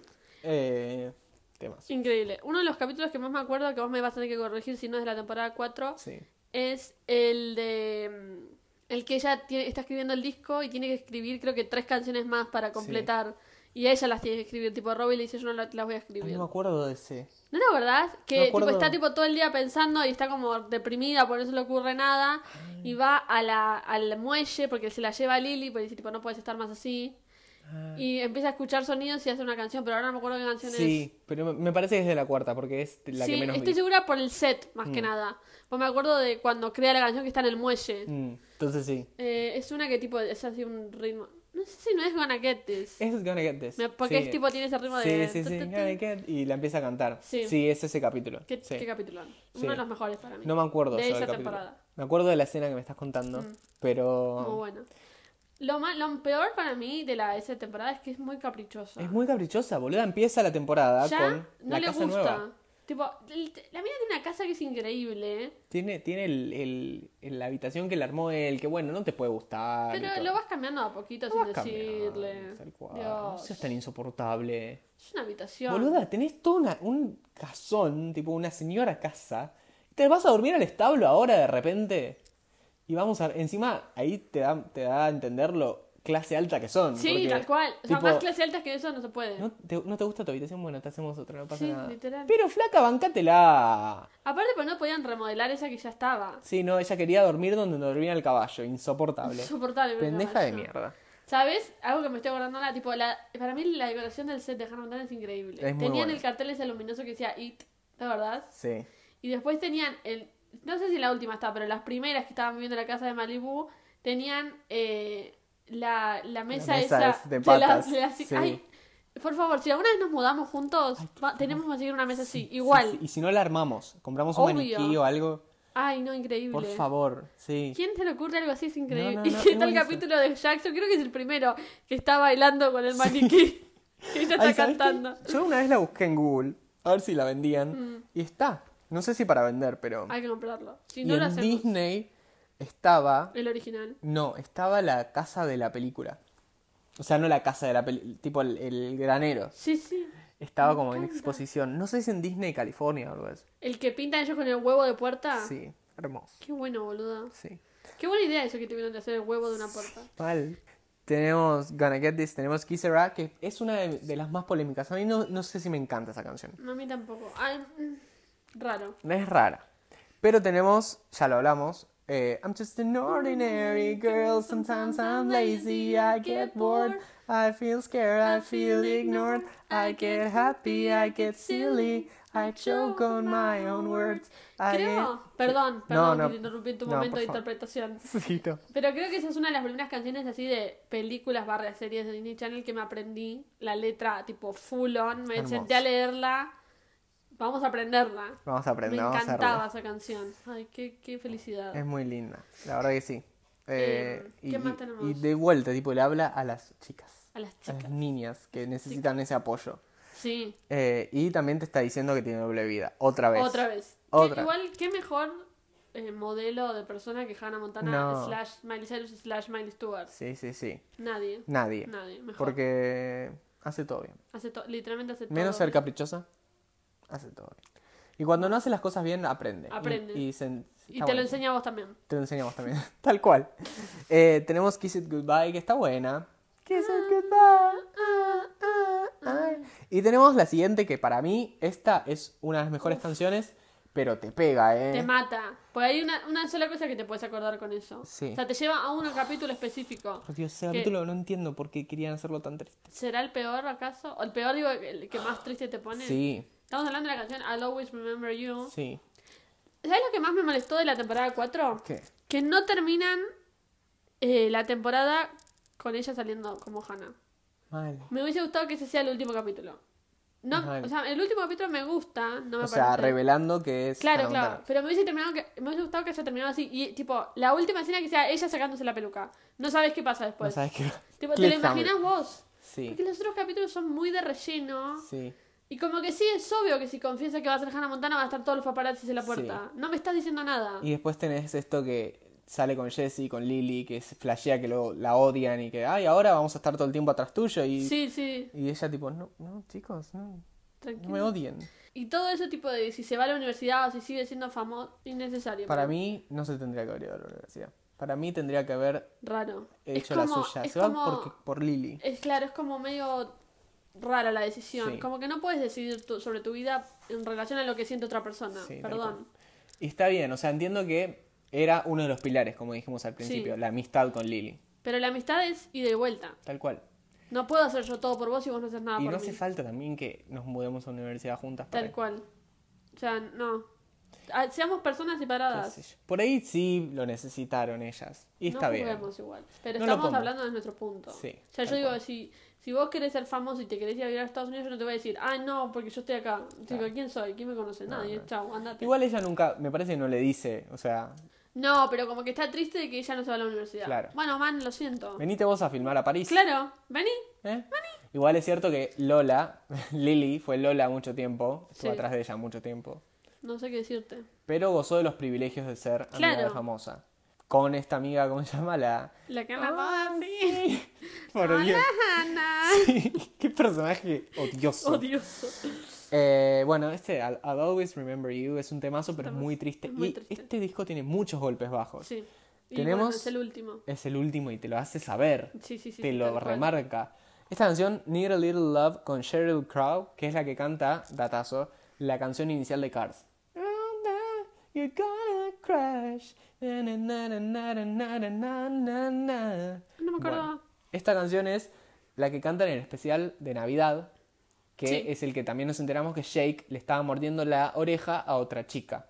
[SPEAKER 1] Eh, temas.
[SPEAKER 2] Increíble. Uno de los capítulos que más me acuerdo, que vos me vas a tener que corregir si no es de la temporada 4,
[SPEAKER 1] Sí.
[SPEAKER 2] es el de. mm, El que ella tiene- está escribiendo el disco y tiene que escribir, creo que tres canciones más para completar. Y ella las tiene que escribir. Tipo, Robbie le dice: Yo no la- las voy a
[SPEAKER 1] Ay,
[SPEAKER 2] escribir.
[SPEAKER 1] no me acuerdo de ese.
[SPEAKER 2] ¿No la verdad?
[SPEAKER 1] Me
[SPEAKER 2] Que tipo,
[SPEAKER 1] acuerdo.
[SPEAKER 2] está tipo todo el día pensando y está como deprimida, por eso le ocurre nada. Y va a la, al muelle porque se la lleva a Lily, porque dice tipo, no puedes estar más así.
[SPEAKER 1] Ah.
[SPEAKER 2] Y empieza a escuchar sonidos y hace una canción, pero ahora no me acuerdo qué canción es.
[SPEAKER 1] Sí, pero me- me parece que es de la cuarta porque es la
[SPEAKER 2] sí,
[SPEAKER 1] que menos
[SPEAKER 2] estoy
[SPEAKER 1] vi.
[SPEAKER 2] segura por el set, más que nada. Pues me acuerdo de cuando crea la canción que está en el muelle.
[SPEAKER 1] Mm, entonces sí.
[SPEAKER 2] Eh, es una que tipo, es así un ritmo. No sé si no es Gonna Get This.
[SPEAKER 1] Es Gonna Get This.
[SPEAKER 2] Me- porque
[SPEAKER 1] sí.
[SPEAKER 2] es tipo, tiene ese ritmo
[SPEAKER 1] Sí,
[SPEAKER 2] de.
[SPEAKER 1] sí,
[SPEAKER 2] tu,
[SPEAKER 1] sí.
[SPEAKER 2] tu, tu.
[SPEAKER 1] Gonna Get- Y la empieza a cantar.
[SPEAKER 2] Sí.
[SPEAKER 1] Sí, es ese capítulo.
[SPEAKER 2] ¿Qué,
[SPEAKER 1] sí.
[SPEAKER 2] qué capítulo? Uno
[SPEAKER 1] Sí.
[SPEAKER 2] de los mejores para mí.
[SPEAKER 1] No me acuerdo
[SPEAKER 2] De
[SPEAKER 1] yo del
[SPEAKER 2] esa
[SPEAKER 1] capítulo.
[SPEAKER 2] temporada. Mm.
[SPEAKER 1] Me acuerdo de la escena que me estás contando, pero
[SPEAKER 2] Muy bueno. Lo, ma- lo peor para mí de la esa temporada es que es muy caprichosa.
[SPEAKER 1] es muy caprichosa, boluda. Empieza la temporada
[SPEAKER 2] ya
[SPEAKER 1] con
[SPEAKER 2] no
[SPEAKER 1] la
[SPEAKER 2] le
[SPEAKER 1] casa
[SPEAKER 2] gusta.
[SPEAKER 1] nueva.
[SPEAKER 2] Tipo, el- la mina tiene una casa que es increíble, ¿eh?
[SPEAKER 1] Tiene, tiene el, el- el- la habitación que le armó él, que bueno, no te puede gustar. y
[SPEAKER 2] pero
[SPEAKER 1] todo.
[SPEAKER 2] lo vas cambiando a poquito
[SPEAKER 1] Lo
[SPEAKER 2] sin
[SPEAKER 1] vas cambiando,
[SPEAKER 2] decirle.
[SPEAKER 1] tal cual. No
[SPEAKER 2] Dios,
[SPEAKER 1] seas tan insoportable.
[SPEAKER 2] es una habitación.
[SPEAKER 1] Boluda, tenés todo una- un casón, tipo una señora casa. ¿Te vas a dormir al establo ahora de repente? Y vamos a... Encima, ahí te da, te da a entenderlo clase alta que son.
[SPEAKER 2] Sí,
[SPEAKER 1] porque,
[SPEAKER 2] tal cual. O sea,
[SPEAKER 1] tipo,
[SPEAKER 2] más clase alta que eso no se puede.
[SPEAKER 1] ¿no te, no te gusta tu habitación? Bueno, te hacemos otra, no pasa
[SPEAKER 2] Sí,
[SPEAKER 1] nada.
[SPEAKER 2] literal.
[SPEAKER 1] Pero flaca, bancátela.
[SPEAKER 2] Aparte, pues no podían remodelar esa que ya estaba.
[SPEAKER 1] Sí, no, ella quería dormir donde dormía el caballo, insoportable.
[SPEAKER 2] Insoportable. pero
[SPEAKER 1] Pendeja de
[SPEAKER 2] no.
[SPEAKER 1] mierda.
[SPEAKER 2] ¿Sabes? Algo que me estoy acordando ahora, tipo, la, para mí la decoración del set de Hannah Montana es increíble.
[SPEAKER 1] Es muy
[SPEAKER 2] tenían
[SPEAKER 1] buena.
[SPEAKER 2] el cartel ese luminoso que decía IT, ¿la verdad?
[SPEAKER 1] Sí.
[SPEAKER 2] Y después tenían el, no sé si la última está, pero las primeras que estaban viviendo en la casa de Malibu tenían eh, la, la mesa,
[SPEAKER 1] mesa
[SPEAKER 2] esa
[SPEAKER 1] es de
[SPEAKER 2] que la-
[SPEAKER 1] patas,
[SPEAKER 2] la-
[SPEAKER 1] sí.
[SPEAKER 2] ay, por favor, si alguna vez nos mudamos juntos, va- tenemos que conseguir una mesa así, igual.
[SPEAKER 1] Sí, sí, Y si no la armamos, compramos un
[SPEAKER 2] Obvio.
[SPEAKER 1] maniquí o algo.
[SPEAKER 2] Ay, no, increíble.
[SPEAKER 1] Por favor, sí.
[SPEAKER 2] ¿Quién se le ocurre algo así? Es increíble.
[SPEAKER 1] no,
[SPEAKER 2] y
[SPEAKER 1] no,
[SPEAKER 2] está
[SPEAKER 1] es
[SPEAKER 2] el
[SPEAKER 1] buenísimo.
[SPEAKER 2] capítulo de Jackson, creo que es el primero, que está bailando con el maniquí. Que ella está
[SPEAKER 1] Ay, ¿sabes qué?
[SPEAKER 2] cantando.
[SPEAKER 1] Yo una vez la busqué en Google, a ver si la vendían. Y está. No sé si para vender, pero.
[SPEAKER 2] Hay que comprarlo. Si
[SPEAKER 1] y
[SPEAKER 2] no
[SPEAKER 1] en
[SPEAKER 2] lo hacemos.
[SPEAKER 1] Disney estaba.
[SPEAKER 2] El original.
[SPEAKER 1] No, estaba la casa de la película. O sea, no la casa de la película, tipo el, el granero.
[SPEAKER 2] Sí, sí.
[SPEAKER 1] Estaba
[SPEAKER 2] Me
[SPEAKER 1] como en
[SPEAKER 2] encanta.
[SPEAKER 1] exposición. No sé si en Disney, California o algo así.
[SPEAKER 2] El que pintan ellos con el huevo de puerta.
[SPEAKER 1] Sí, hermoso.
[SPEAKER 2] Qué bueno, boludo.
[SPEAKER 1] Sí.
[SPEAKER 2] Qué buena idea eso que tuvieron de hacer el huevo de una puerta.
[SPEAKER 1] Mal. Tenemos Gonna Get This, tenemos Kiss Her Ass, que es una de, de las más polémicas. A mí no, no sé si me encanta esa canción.
[SPEAKER 2] No, a mí tampoco. Ay, mm, raro.
[SPEAKER 1] Es rara. Pero tenemos, ya lo hablamos, eh, I'm just an ordinary girl, sometimes I'm lazy, I get bored, I feel scared, I feel ignored, I get happy, I get silly, I choke on my own words. I
[SPEAKER 2] Creo. Perdón,
[SPEAKER 1] No,
[SPEAKER 2] perdón,
[SPEAKER 1] no.
[SPEAKER 2] que te interrumpí en tu
[SPEAKER 1] No, por
[SPEAKER 2] momento de
[SPEAKER 1] favor.
[SPEAKER 2] interpretación.
[SPEAKER 1] get-
[SPEAKER 2] Pero creo que esa es una de las primeras canciones así de películas barra series de Disney Channel que me aprendí. La letra tipo full on. Me
[SPEAKER 1] Hermoso.
[SPEAKER 2] senté a leerla. Vamos a aprenderla.
[SPEAKER 1] Vamos a aprender,
[SPEAKER 2] me
[SPEAKER 1] vamos a
[SPEAKER 2] encantaba
[SPEAKER 1] hacerlo.
[SPEAKER 2] esa canción. Ay, qué, qué felicidad.
[SPEAKER 1] Es muy linda, la verdad que sí. Eh,
[SPEAKER 2] Eh,
[SPEAKER 1] y,
[SPEAKER 2] ¿qué más
[SPEAKER 1] y-
[SPEAKER 2] tenemos?
[SPEAKER 1] y de vuelta, tipo, le habla a las chicas,
[SPEAKER 2] A las
[SPEAKER 1] a las
[SPEAKER 2] chicas.
[SPEAKER 1] niñas que necesitan ese apoyo.
[SPEAKER 2] Sí.
[SPEAKER 1] Eh, y también te está diciendo que tiene doble vida, otra vez.
[SPEAKER 2] Otra vez.
[SPEAKER 1] Otra.
[SPEAKER 2] Que igual, qué mejor eh, modelo de persona que Hannah Montana
[SPEAKER 1] No.
[SPEAKER 2] slash Miley Cyrus slash Miley Stewart.
[SPEAKER 1] Sí, sí, sí.
[SPEAKER 2] Nadie.
[SPEAKER 1] Nadie.
[SPEAKER 2] Nadie. Mejor.
[SPEAKER 1] Porque hace todo bien.
[SPEAKER 2] Hace to- literalmente hace
[SPEAKER 1] Menos
[SPEAKER 2] todo.
[SPEAKER 1] ser caprichosa, hace todo bien. Y cuando no hace las cosas bien, aprende. Y-
[SPEAKER 2] Aprende.
[SPEAKER 1] Y, se en-
[SPEAKER 2] Y
[SPEAKER 1] está
[SPEAKER 2] te lo
[SPEAKER 1] bueno.
[SPEAKER 2] enseña a vos también.
[SPEAKER 1] Te lo enseñamos también. Tal cual. Eh, tenemos Kiss It Goodbye, que está buena. Kiss It Goodbye. ah, ah, ay. Y tenemos la siguiente, que para mí, esta es una de las mejores canciones, pero te pega, ¿eh?
[SPEAKER 2] Te mata. Pues hay una, una sola cosa que te puedes acordar con eso.
[SPEAKER 1] Sí.
[SPEAKER 2] O sea, te lleva a un capítulo específico.
[SPEAKER 1] Por Dios, ese
[SPEAKER 2] Que-
[SPEAKER 1] capítulo no entiendo por qué querían hacerlo tan triste.
[SPEAKER 2] ¿Será el peor acaso? ¿O el peor, digo, el que más triste te pone?
[SPEAKER 1] Sí,
[SPEAKER 2] Estamos hablando de la canción I'll Always Remember You.
[SPEAKER 1] sí.
[SPEAKER 2] ¿Sabes lo que más me molestó de la temporada 4?
[SPEAKER 1] ¿Qué?
[SPEAKER 2] Que no terminan eh, la temporada con ella saliendo como Hannah.
[SPEAKER 1] Mal.
[SPEAKER 2] Me hubiese gustado que ese sea el último capítulo. No,
[SPEAKER 1] Mal.
[SPEAKER 2] o sea, el último capítulo me gusta, no me
[SPEAKER 1] O sea, Ah,
[SPEAKER 2] parece-
[SPEAKER 1] revelando que es.
[SPEAKER 2] Claro,
[SPEAKER 1] Hannah
[SPEAKER 2] claro.
[SPEAKER 1] Montana.
[SPEAKER 2] Pero me hubiese, terminado que, me hubiese gustado que haya terminado así. Y tipo, la última escena que sea ella sacándose la peluca. No sabes qué pasa
[SPEAKER 1] No
[SPEAKER 2] después.
[SPEAKER 1] sabes qué.
[SPEAKER 2] Tipo, te lo
[SPEAKER 1] Cliffhanger.
[SPEAKER 2] imaginas vos.
[SPEAKER 1] Sí,
[SPEAKER 2] Porque los otros capítulos son muy de relleno.
[SPEAKER 1] sí.
[SPEAKER 2] Y como que sí, es obvio que si confiesa que va a ser Hannah Montana, van a estar todos los paparazzis en la puerta. No me estás diciendo nada.
[SPEAKER 1] Y después tenés esto que sale con Jesse, con Lily, que se flashea que lo, la odian y que, ay, ahora vamos a estar todo el tiempo atrás tuyo. Y,
[SPEAKER 2] Sí, sí.
[SPEAKER 1] y ella, tipo, no, no, chicos, no, no
[SPEAKER 2] Tranquilo.
[SPEAKER 1] me odien.
[SPEAKER 2] Y todo ese tipo de si se va a la universidad o si sigue siendo famoso, innecesario.
[SPEAKER 1] Para
[SPEAKER 2] pero
[SPEAKER 1] mí, no se tendría que haber ido a la universidad. Para mí, tendría que haber
[SPEAKER 2] Raro.
[SPEAKER 1] hecho
[SPEAKER 2] es como,
[SPEAKER 1] la suya.
[SPEAKER 2] Es,
[SPEAKER 1] Se va
[SPEAKER 2] como-
[SPEAKER 1] porque, por Lily.
[SPEAKER 2] es claro, es como medio rara la decisión.
[SPEAKER 1] Sí.
[SPEAKER 2] Como que no puedes decidir tu- sobre tu vida en relación a lo que siente otra persona.
[SPEAKER 1] Sí, tal
[SPEAKER 2] Perdón.
[SPEAKER 1] Y está bien, o sea, entiendo que era uno de los pilares, como dijimos al principio, la amistad con Lily.
[SPEAKER 2] Pero la amistad es ida y vuelta.
[SPEAKER 1] Tal cual.
[SPEAKER 2] No puedo hacer yo todo por vos y vos no haces nada
[SPEAKER 1] y
[SPEAKER 2] Ah, por
[SPEAKER 1] no
[SPEAKER 2] mí.
[SPEAKER 1] hace falta también que nos mudemos a la universidad juntas. para
[SPEAKER 2] Tal cual. O sea, no. Ah, Seamos personas
[SPEAKER 1] qué
[SPEAKER 2] separadas.
[SPEAKER 1] sé yo. Por ahí sí lo necesitaron ellas. Y está
[SPEAKER 2] no
[SPEAKER 1] bien.
[SPEAKER 2] juguemos igual. Pero
[SPEAKER 1] No lo
[SPEAKER 2] estamos
[SPEAKER 1] pongo.
[SPEAKER 2] hablando de nuestro punto.
[SPEAKER 1] Sí,
[SPEAKER 2] o sea,
[SPEAKER 1] tal
[SPEAKER 2] yo digo,
[SPEAKER 1] cual.
[SPEAKER 2] si, si vos querés ser famoso y te querés ir a vivir a Estados Unidos, yo no te voy a decir, ah, no, porque yo estoy acá. Digo,
[SPEAKER 1] Claro.
[SPEAKER 2] ¿quién soy? ¿Quién me conoce?
[SPEAKER 1] No,
[SPEAKER 2] Nadie.
[SPEAKER 1] no.
[SPEAKER 2] Chau, andate.
[SPEAKER 1] Igual ella nunca, me parece que no le dice, o sea,
[SPEAKER 2] No, pero como que está triste de que ella no se va a la universidad.
[SPEAKER 1] Claro.
[SPEAKER 2] Bueno, man, lo siento.
[SPEAKER 1] venite vos a filmar a París.
[SPEAKER 2] Claro, vení.
[SPEAKER 1] ¿eh? Igual es cierto que Lola, Lily, fue Lola mucho tiempo, estuvo
[SPEAKER 2] Sí.
[SPEAKER 1] atrás de ella mucho tiempo,
[SPEAKER 2] No sé qué decirte.
[SPEAKER 1] pero gozó de los privilegios de ser amiga
[SPEAKER 2] Claro.
[SPEAKER 1] de famosa. Con esta amiga, ¿cómo se llama? La...
[SPEAKER 2] La que
[SPEAKER 1] Ah,
[SPEAKER 2] me
[SPEAKER 1] sí. Por Dios.
[SPEAKER 2] Ana.
[SPEAKER 1] Sí, Qué personaje odioso.
[SPEAKER 2] Odioso.
[SPEAKER 1] Eh, bueno, este I'll, I'll Always Remember You es un temazo, pero es muy triste.
[SPEAKER 2] es muy
[SPEAKER 1] y
[SPEAKER 2] triste.
[SPEAKER 1] este disco tiene muchos golpes bajos.
[SPEAKER 2] Sí. Y
[SPEAKER 1] Tenemos-
[SPEAKER 2] bueno, es el último.
[SPEAKER 1] Es el último y te lo hace saber.
[SPEAKER 2] Sí, sí, sí.
[SPEAKER 1] te
[SPEAKER 2] sí,
[SPEAKER 1] lo
[SPEAKER 2] tal cual.
[SPEAKER 1] remarca. Esta canción, Need a Little Love, con Sheryl Crow, que es la que canta, datazo, la canción inicial de Cars. You're gonna crash. Na, na, na, na, na, na, na, na, na, na.
[SPEAKER 2] No me acuerdo.
[SPEAKER 1] Bueno, esta canción es la que cantan en el especial de Navidad, que
[SPEAKER 2] Sí.
[SPEAKER 1] es el que también nos enteramos que Jake le estaba mordiendo la oreja a otra chica.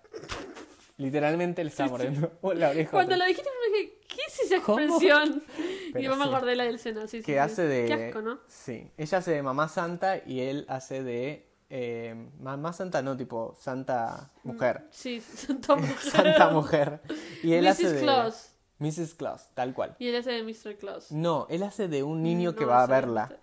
[SPEAKER 1] Literalmente le estaba mordiendo la oreja. a
[SPEAKER 2] Cuando
[SPEAKER 1] otra
[SPEAKER 2] lo dijiste me dije, ¿qué es esa
[SPEAKER 1] ¿Cómo?
[SPEAKER 2] expresión?
[SPEAKER 1] Pero
[SPEAKER 2] y yo me
[SPEAKER 1] sí.
[SPEAKER 2] acordé la del seno, sí, sí.
[SPEAKER 1] que
[SPEAKER 2] sí.
[SPEAKER 1] hace de.
[SPEAKER 2] Qué asco, ¿no?
[SPEAKER 1] Sí. Ella hace de Mamá Santa y él hace de. eh, mamá Santa no, tipo Santa Mujer.
[SPEAKER 2] Sí, Santa Mujer.
[SPEAKER 1] Santa Mujer. Y él
[SPEAKER 2] Mrs.
[SPEAKER 1] hace de.
[SPEAKER 2] Mm. Claus.
[SPEAKER 1] Mrs. Claus, tal cual.
[SPEAKER 2] Y él hace de Mr. Claus. Mm,
[SPEAKER 1] No, él hace de un niño que
[SPEAKER 2] No,
[SPEAKER 1] va a
[SPEAKER 2] sí,
[SPEAKER 1] verla.
[SPEAKER 2] te-
[SPEAKER 1] y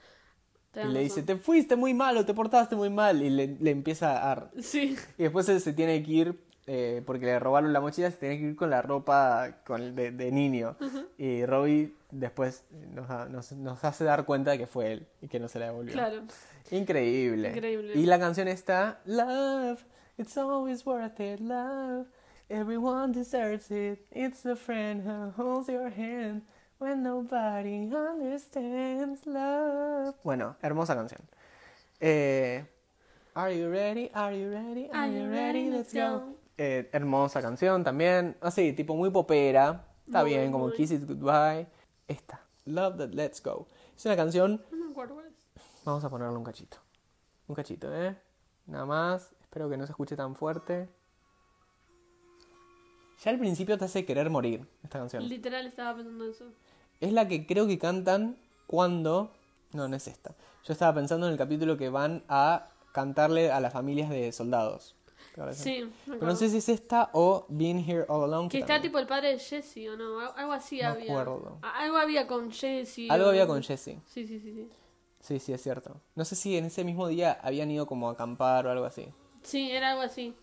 [SPEAKER 2] tenés
[SPEAKER 1] le dice,
[SPEAKER 2] razón.
[SPEAKER 1] te fuiste muy mal o te portaste muy mal. Y le, le empieza a...
[SPEAKER 2] Sí,
[SPEAKER 1] Y después él se tiene que ir, eh, porque le robaron la mochila, se tiene que ir con la ropa con, de, de niño. Y Robbie después nos, ha- nos- nos hace dar cuenta de que fue él y que no se la devolvió.
[SPEAKER 2] claro.
[SPEAKER 1] Increíble.
[SPEAKER 2] Increíble.
[SPEAKER 1] Y la canción está Love, it's always worth it, love. Everyone deserves it. It's a friend who holds your hand when nobody understands love. Bueno, hermosa canción. Eh, are you ready? Are you ready? Are you ready? Let's go. Eh, hermosa canción también. Así, tipo muy popera. Está
[SPEAKER 2] Muy,
[SPEAKER 1] bien, como
[SPEAKER 2] muy.
[SPEAKER 1] Kiss It Goodbye. Esta, Love That Let's Go. Es una canción
[SPEAKER 2] No me acuerdo cuál es.
[SPEAKER 1] Vamos a ponerle un cachito. Un cachito, ¿eh? Nada más. Espero que no se escuche tan fuerte. Ya al principio te hace querer morir esta canción.
[SPEAKER 2] Literal estaba pensando eso.
[SPEAKER 1] Es la que creo que cantan cuando... No, no es esta. Yo estaba pensando en el capítulo que van a cantarle a las familias de soldados. ¿Te parece?
[SPEAKER 2] Sí, me
[SPEAKER 1] Pero no
[SPEAKER 2] acuerdo.
[SPEAKER 1] sé si es esta o Being Here All Alone. que
[SPEAKER 2] que está
[SPEAKER 1] también.
[SPEAKER 2] tipo el padre de Jesse o no, Al- algo así
[SPEAKER 1] No
[SPEAKER 2] había.
[SPEAKER 1] acuerdo.
[SPEAKER 2] A- Algo había con Jesse.
[SPEAKER 1] Algo
[SPEAKER 2] o-
[SPEAKER 1] había con Jesse.
[SPEAKER 2] Sí, sí, sí, sí.
[SPEAKER 1] Sí, sí, es cierto. No sé si en ese mismo día habían ido como a acampar o algo así.
[SPEAKER 2] Sí, era algo así.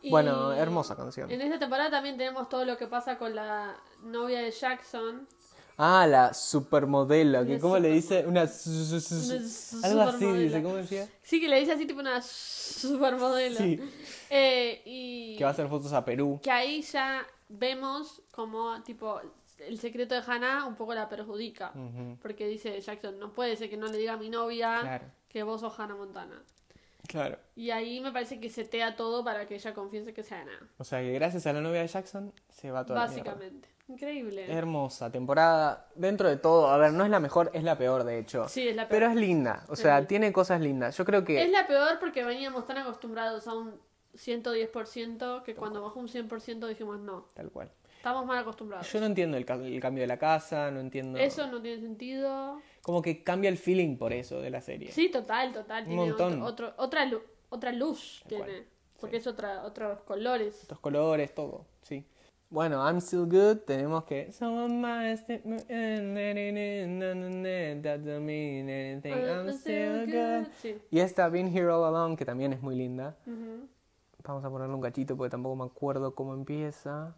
[SPEAKER 2] Y-
[SPEAKER 1] Bueno, hermosa canción.
[SPEAKER 2] En esta temporada también tenemos todo lo que pasa con la novia de Jackson.
[SPEAKER 1] Ah, la supermodelo, que
[SPEAKER 2] Una
[SPEAKER 1] como le dice una, su- su- su-
[SPEAKER 2] Una
[SPEAKER 1] su- algo así,
[SPEAKER 2] supermodelo.
[SPEAKER 1] dice, ¿cómo decía?
[SPEAKER 2] Sí, que le dice así tipo una supermodelo.
[SPEAKER 1] Sí.
[SPEAKER 2] Eh, y
[SPEAKER 1] Que va a hacer fotos a Perú.
[SPEAKER 2] que ahí ya vemos como tipo el secreto de Hannah un poco la perjudica.
[SPEAKER 1] Ujú,
[SPEAKER 2] Porque dice Jackson, no puede ser que no le diga a mi novia
[SPEAKER 1] Claro.
[SPEAKER 2] que vos sos Hannah Montana.
[SPEAKER 1] Claro.
[SPEAKER 2] Y ahí me parece que setea todo para que ella confiese que sea Hannah.
[SPEAKER 1] O sea, que gracias a la novia de Jackson se va toda la mierda.
[SPEAKER 2] Básicamente. Increíble.
[SPEAKER 1] Hermosa temporada, dentro de todo, a ver, no es la mejor, es la peor de hecho.
[SPEAKER 2] Sí, es la peor.
[SPEAKER 1] Pero es linda, o sea, tiene cosas lindas. Yo creo que
[SPEAKER 2] Es la peor porque veníamos tan acostumbrados a un 110% que cuando bajó un 100% dijimos no,
[SPEAKER 1] tal cual.
[SPEAKER 2] estamos mal acostumbrados.
[SPEAKER 1] Yo no entiendo el, ca- el cambio de la casa, no entiendo.
[SPEAKER 2] Eso no tiene sentido.
[SPEAKER 1] Como que cambia el feeling por eso de la serie.
[SPEAKER 2] Sí, total, total. Tiene
[SPEAKER 1] montón.
[SPEAKER 2] Otro, otro- otra, lu- otra luz
[SPEAKER 1] Tal cual,
[SPEAKER 2] tiene. Porque es otra, otros colores.
[SPEAKER 1] Estos colores, todo, sí. Bueno, I'm still good, tenemos que. Someone must have- eh, that don't mean anything, I'm still good.
[SPEAKER 2] Sí.
[SPEAKER 1] Y esta Been Here All Along, que también es muy linda.
[SPEAKER 2] Ujú.
[SPEAKER 1] Vamos a ponerle un cachito porque tampoco me acuerdo cómo empieza.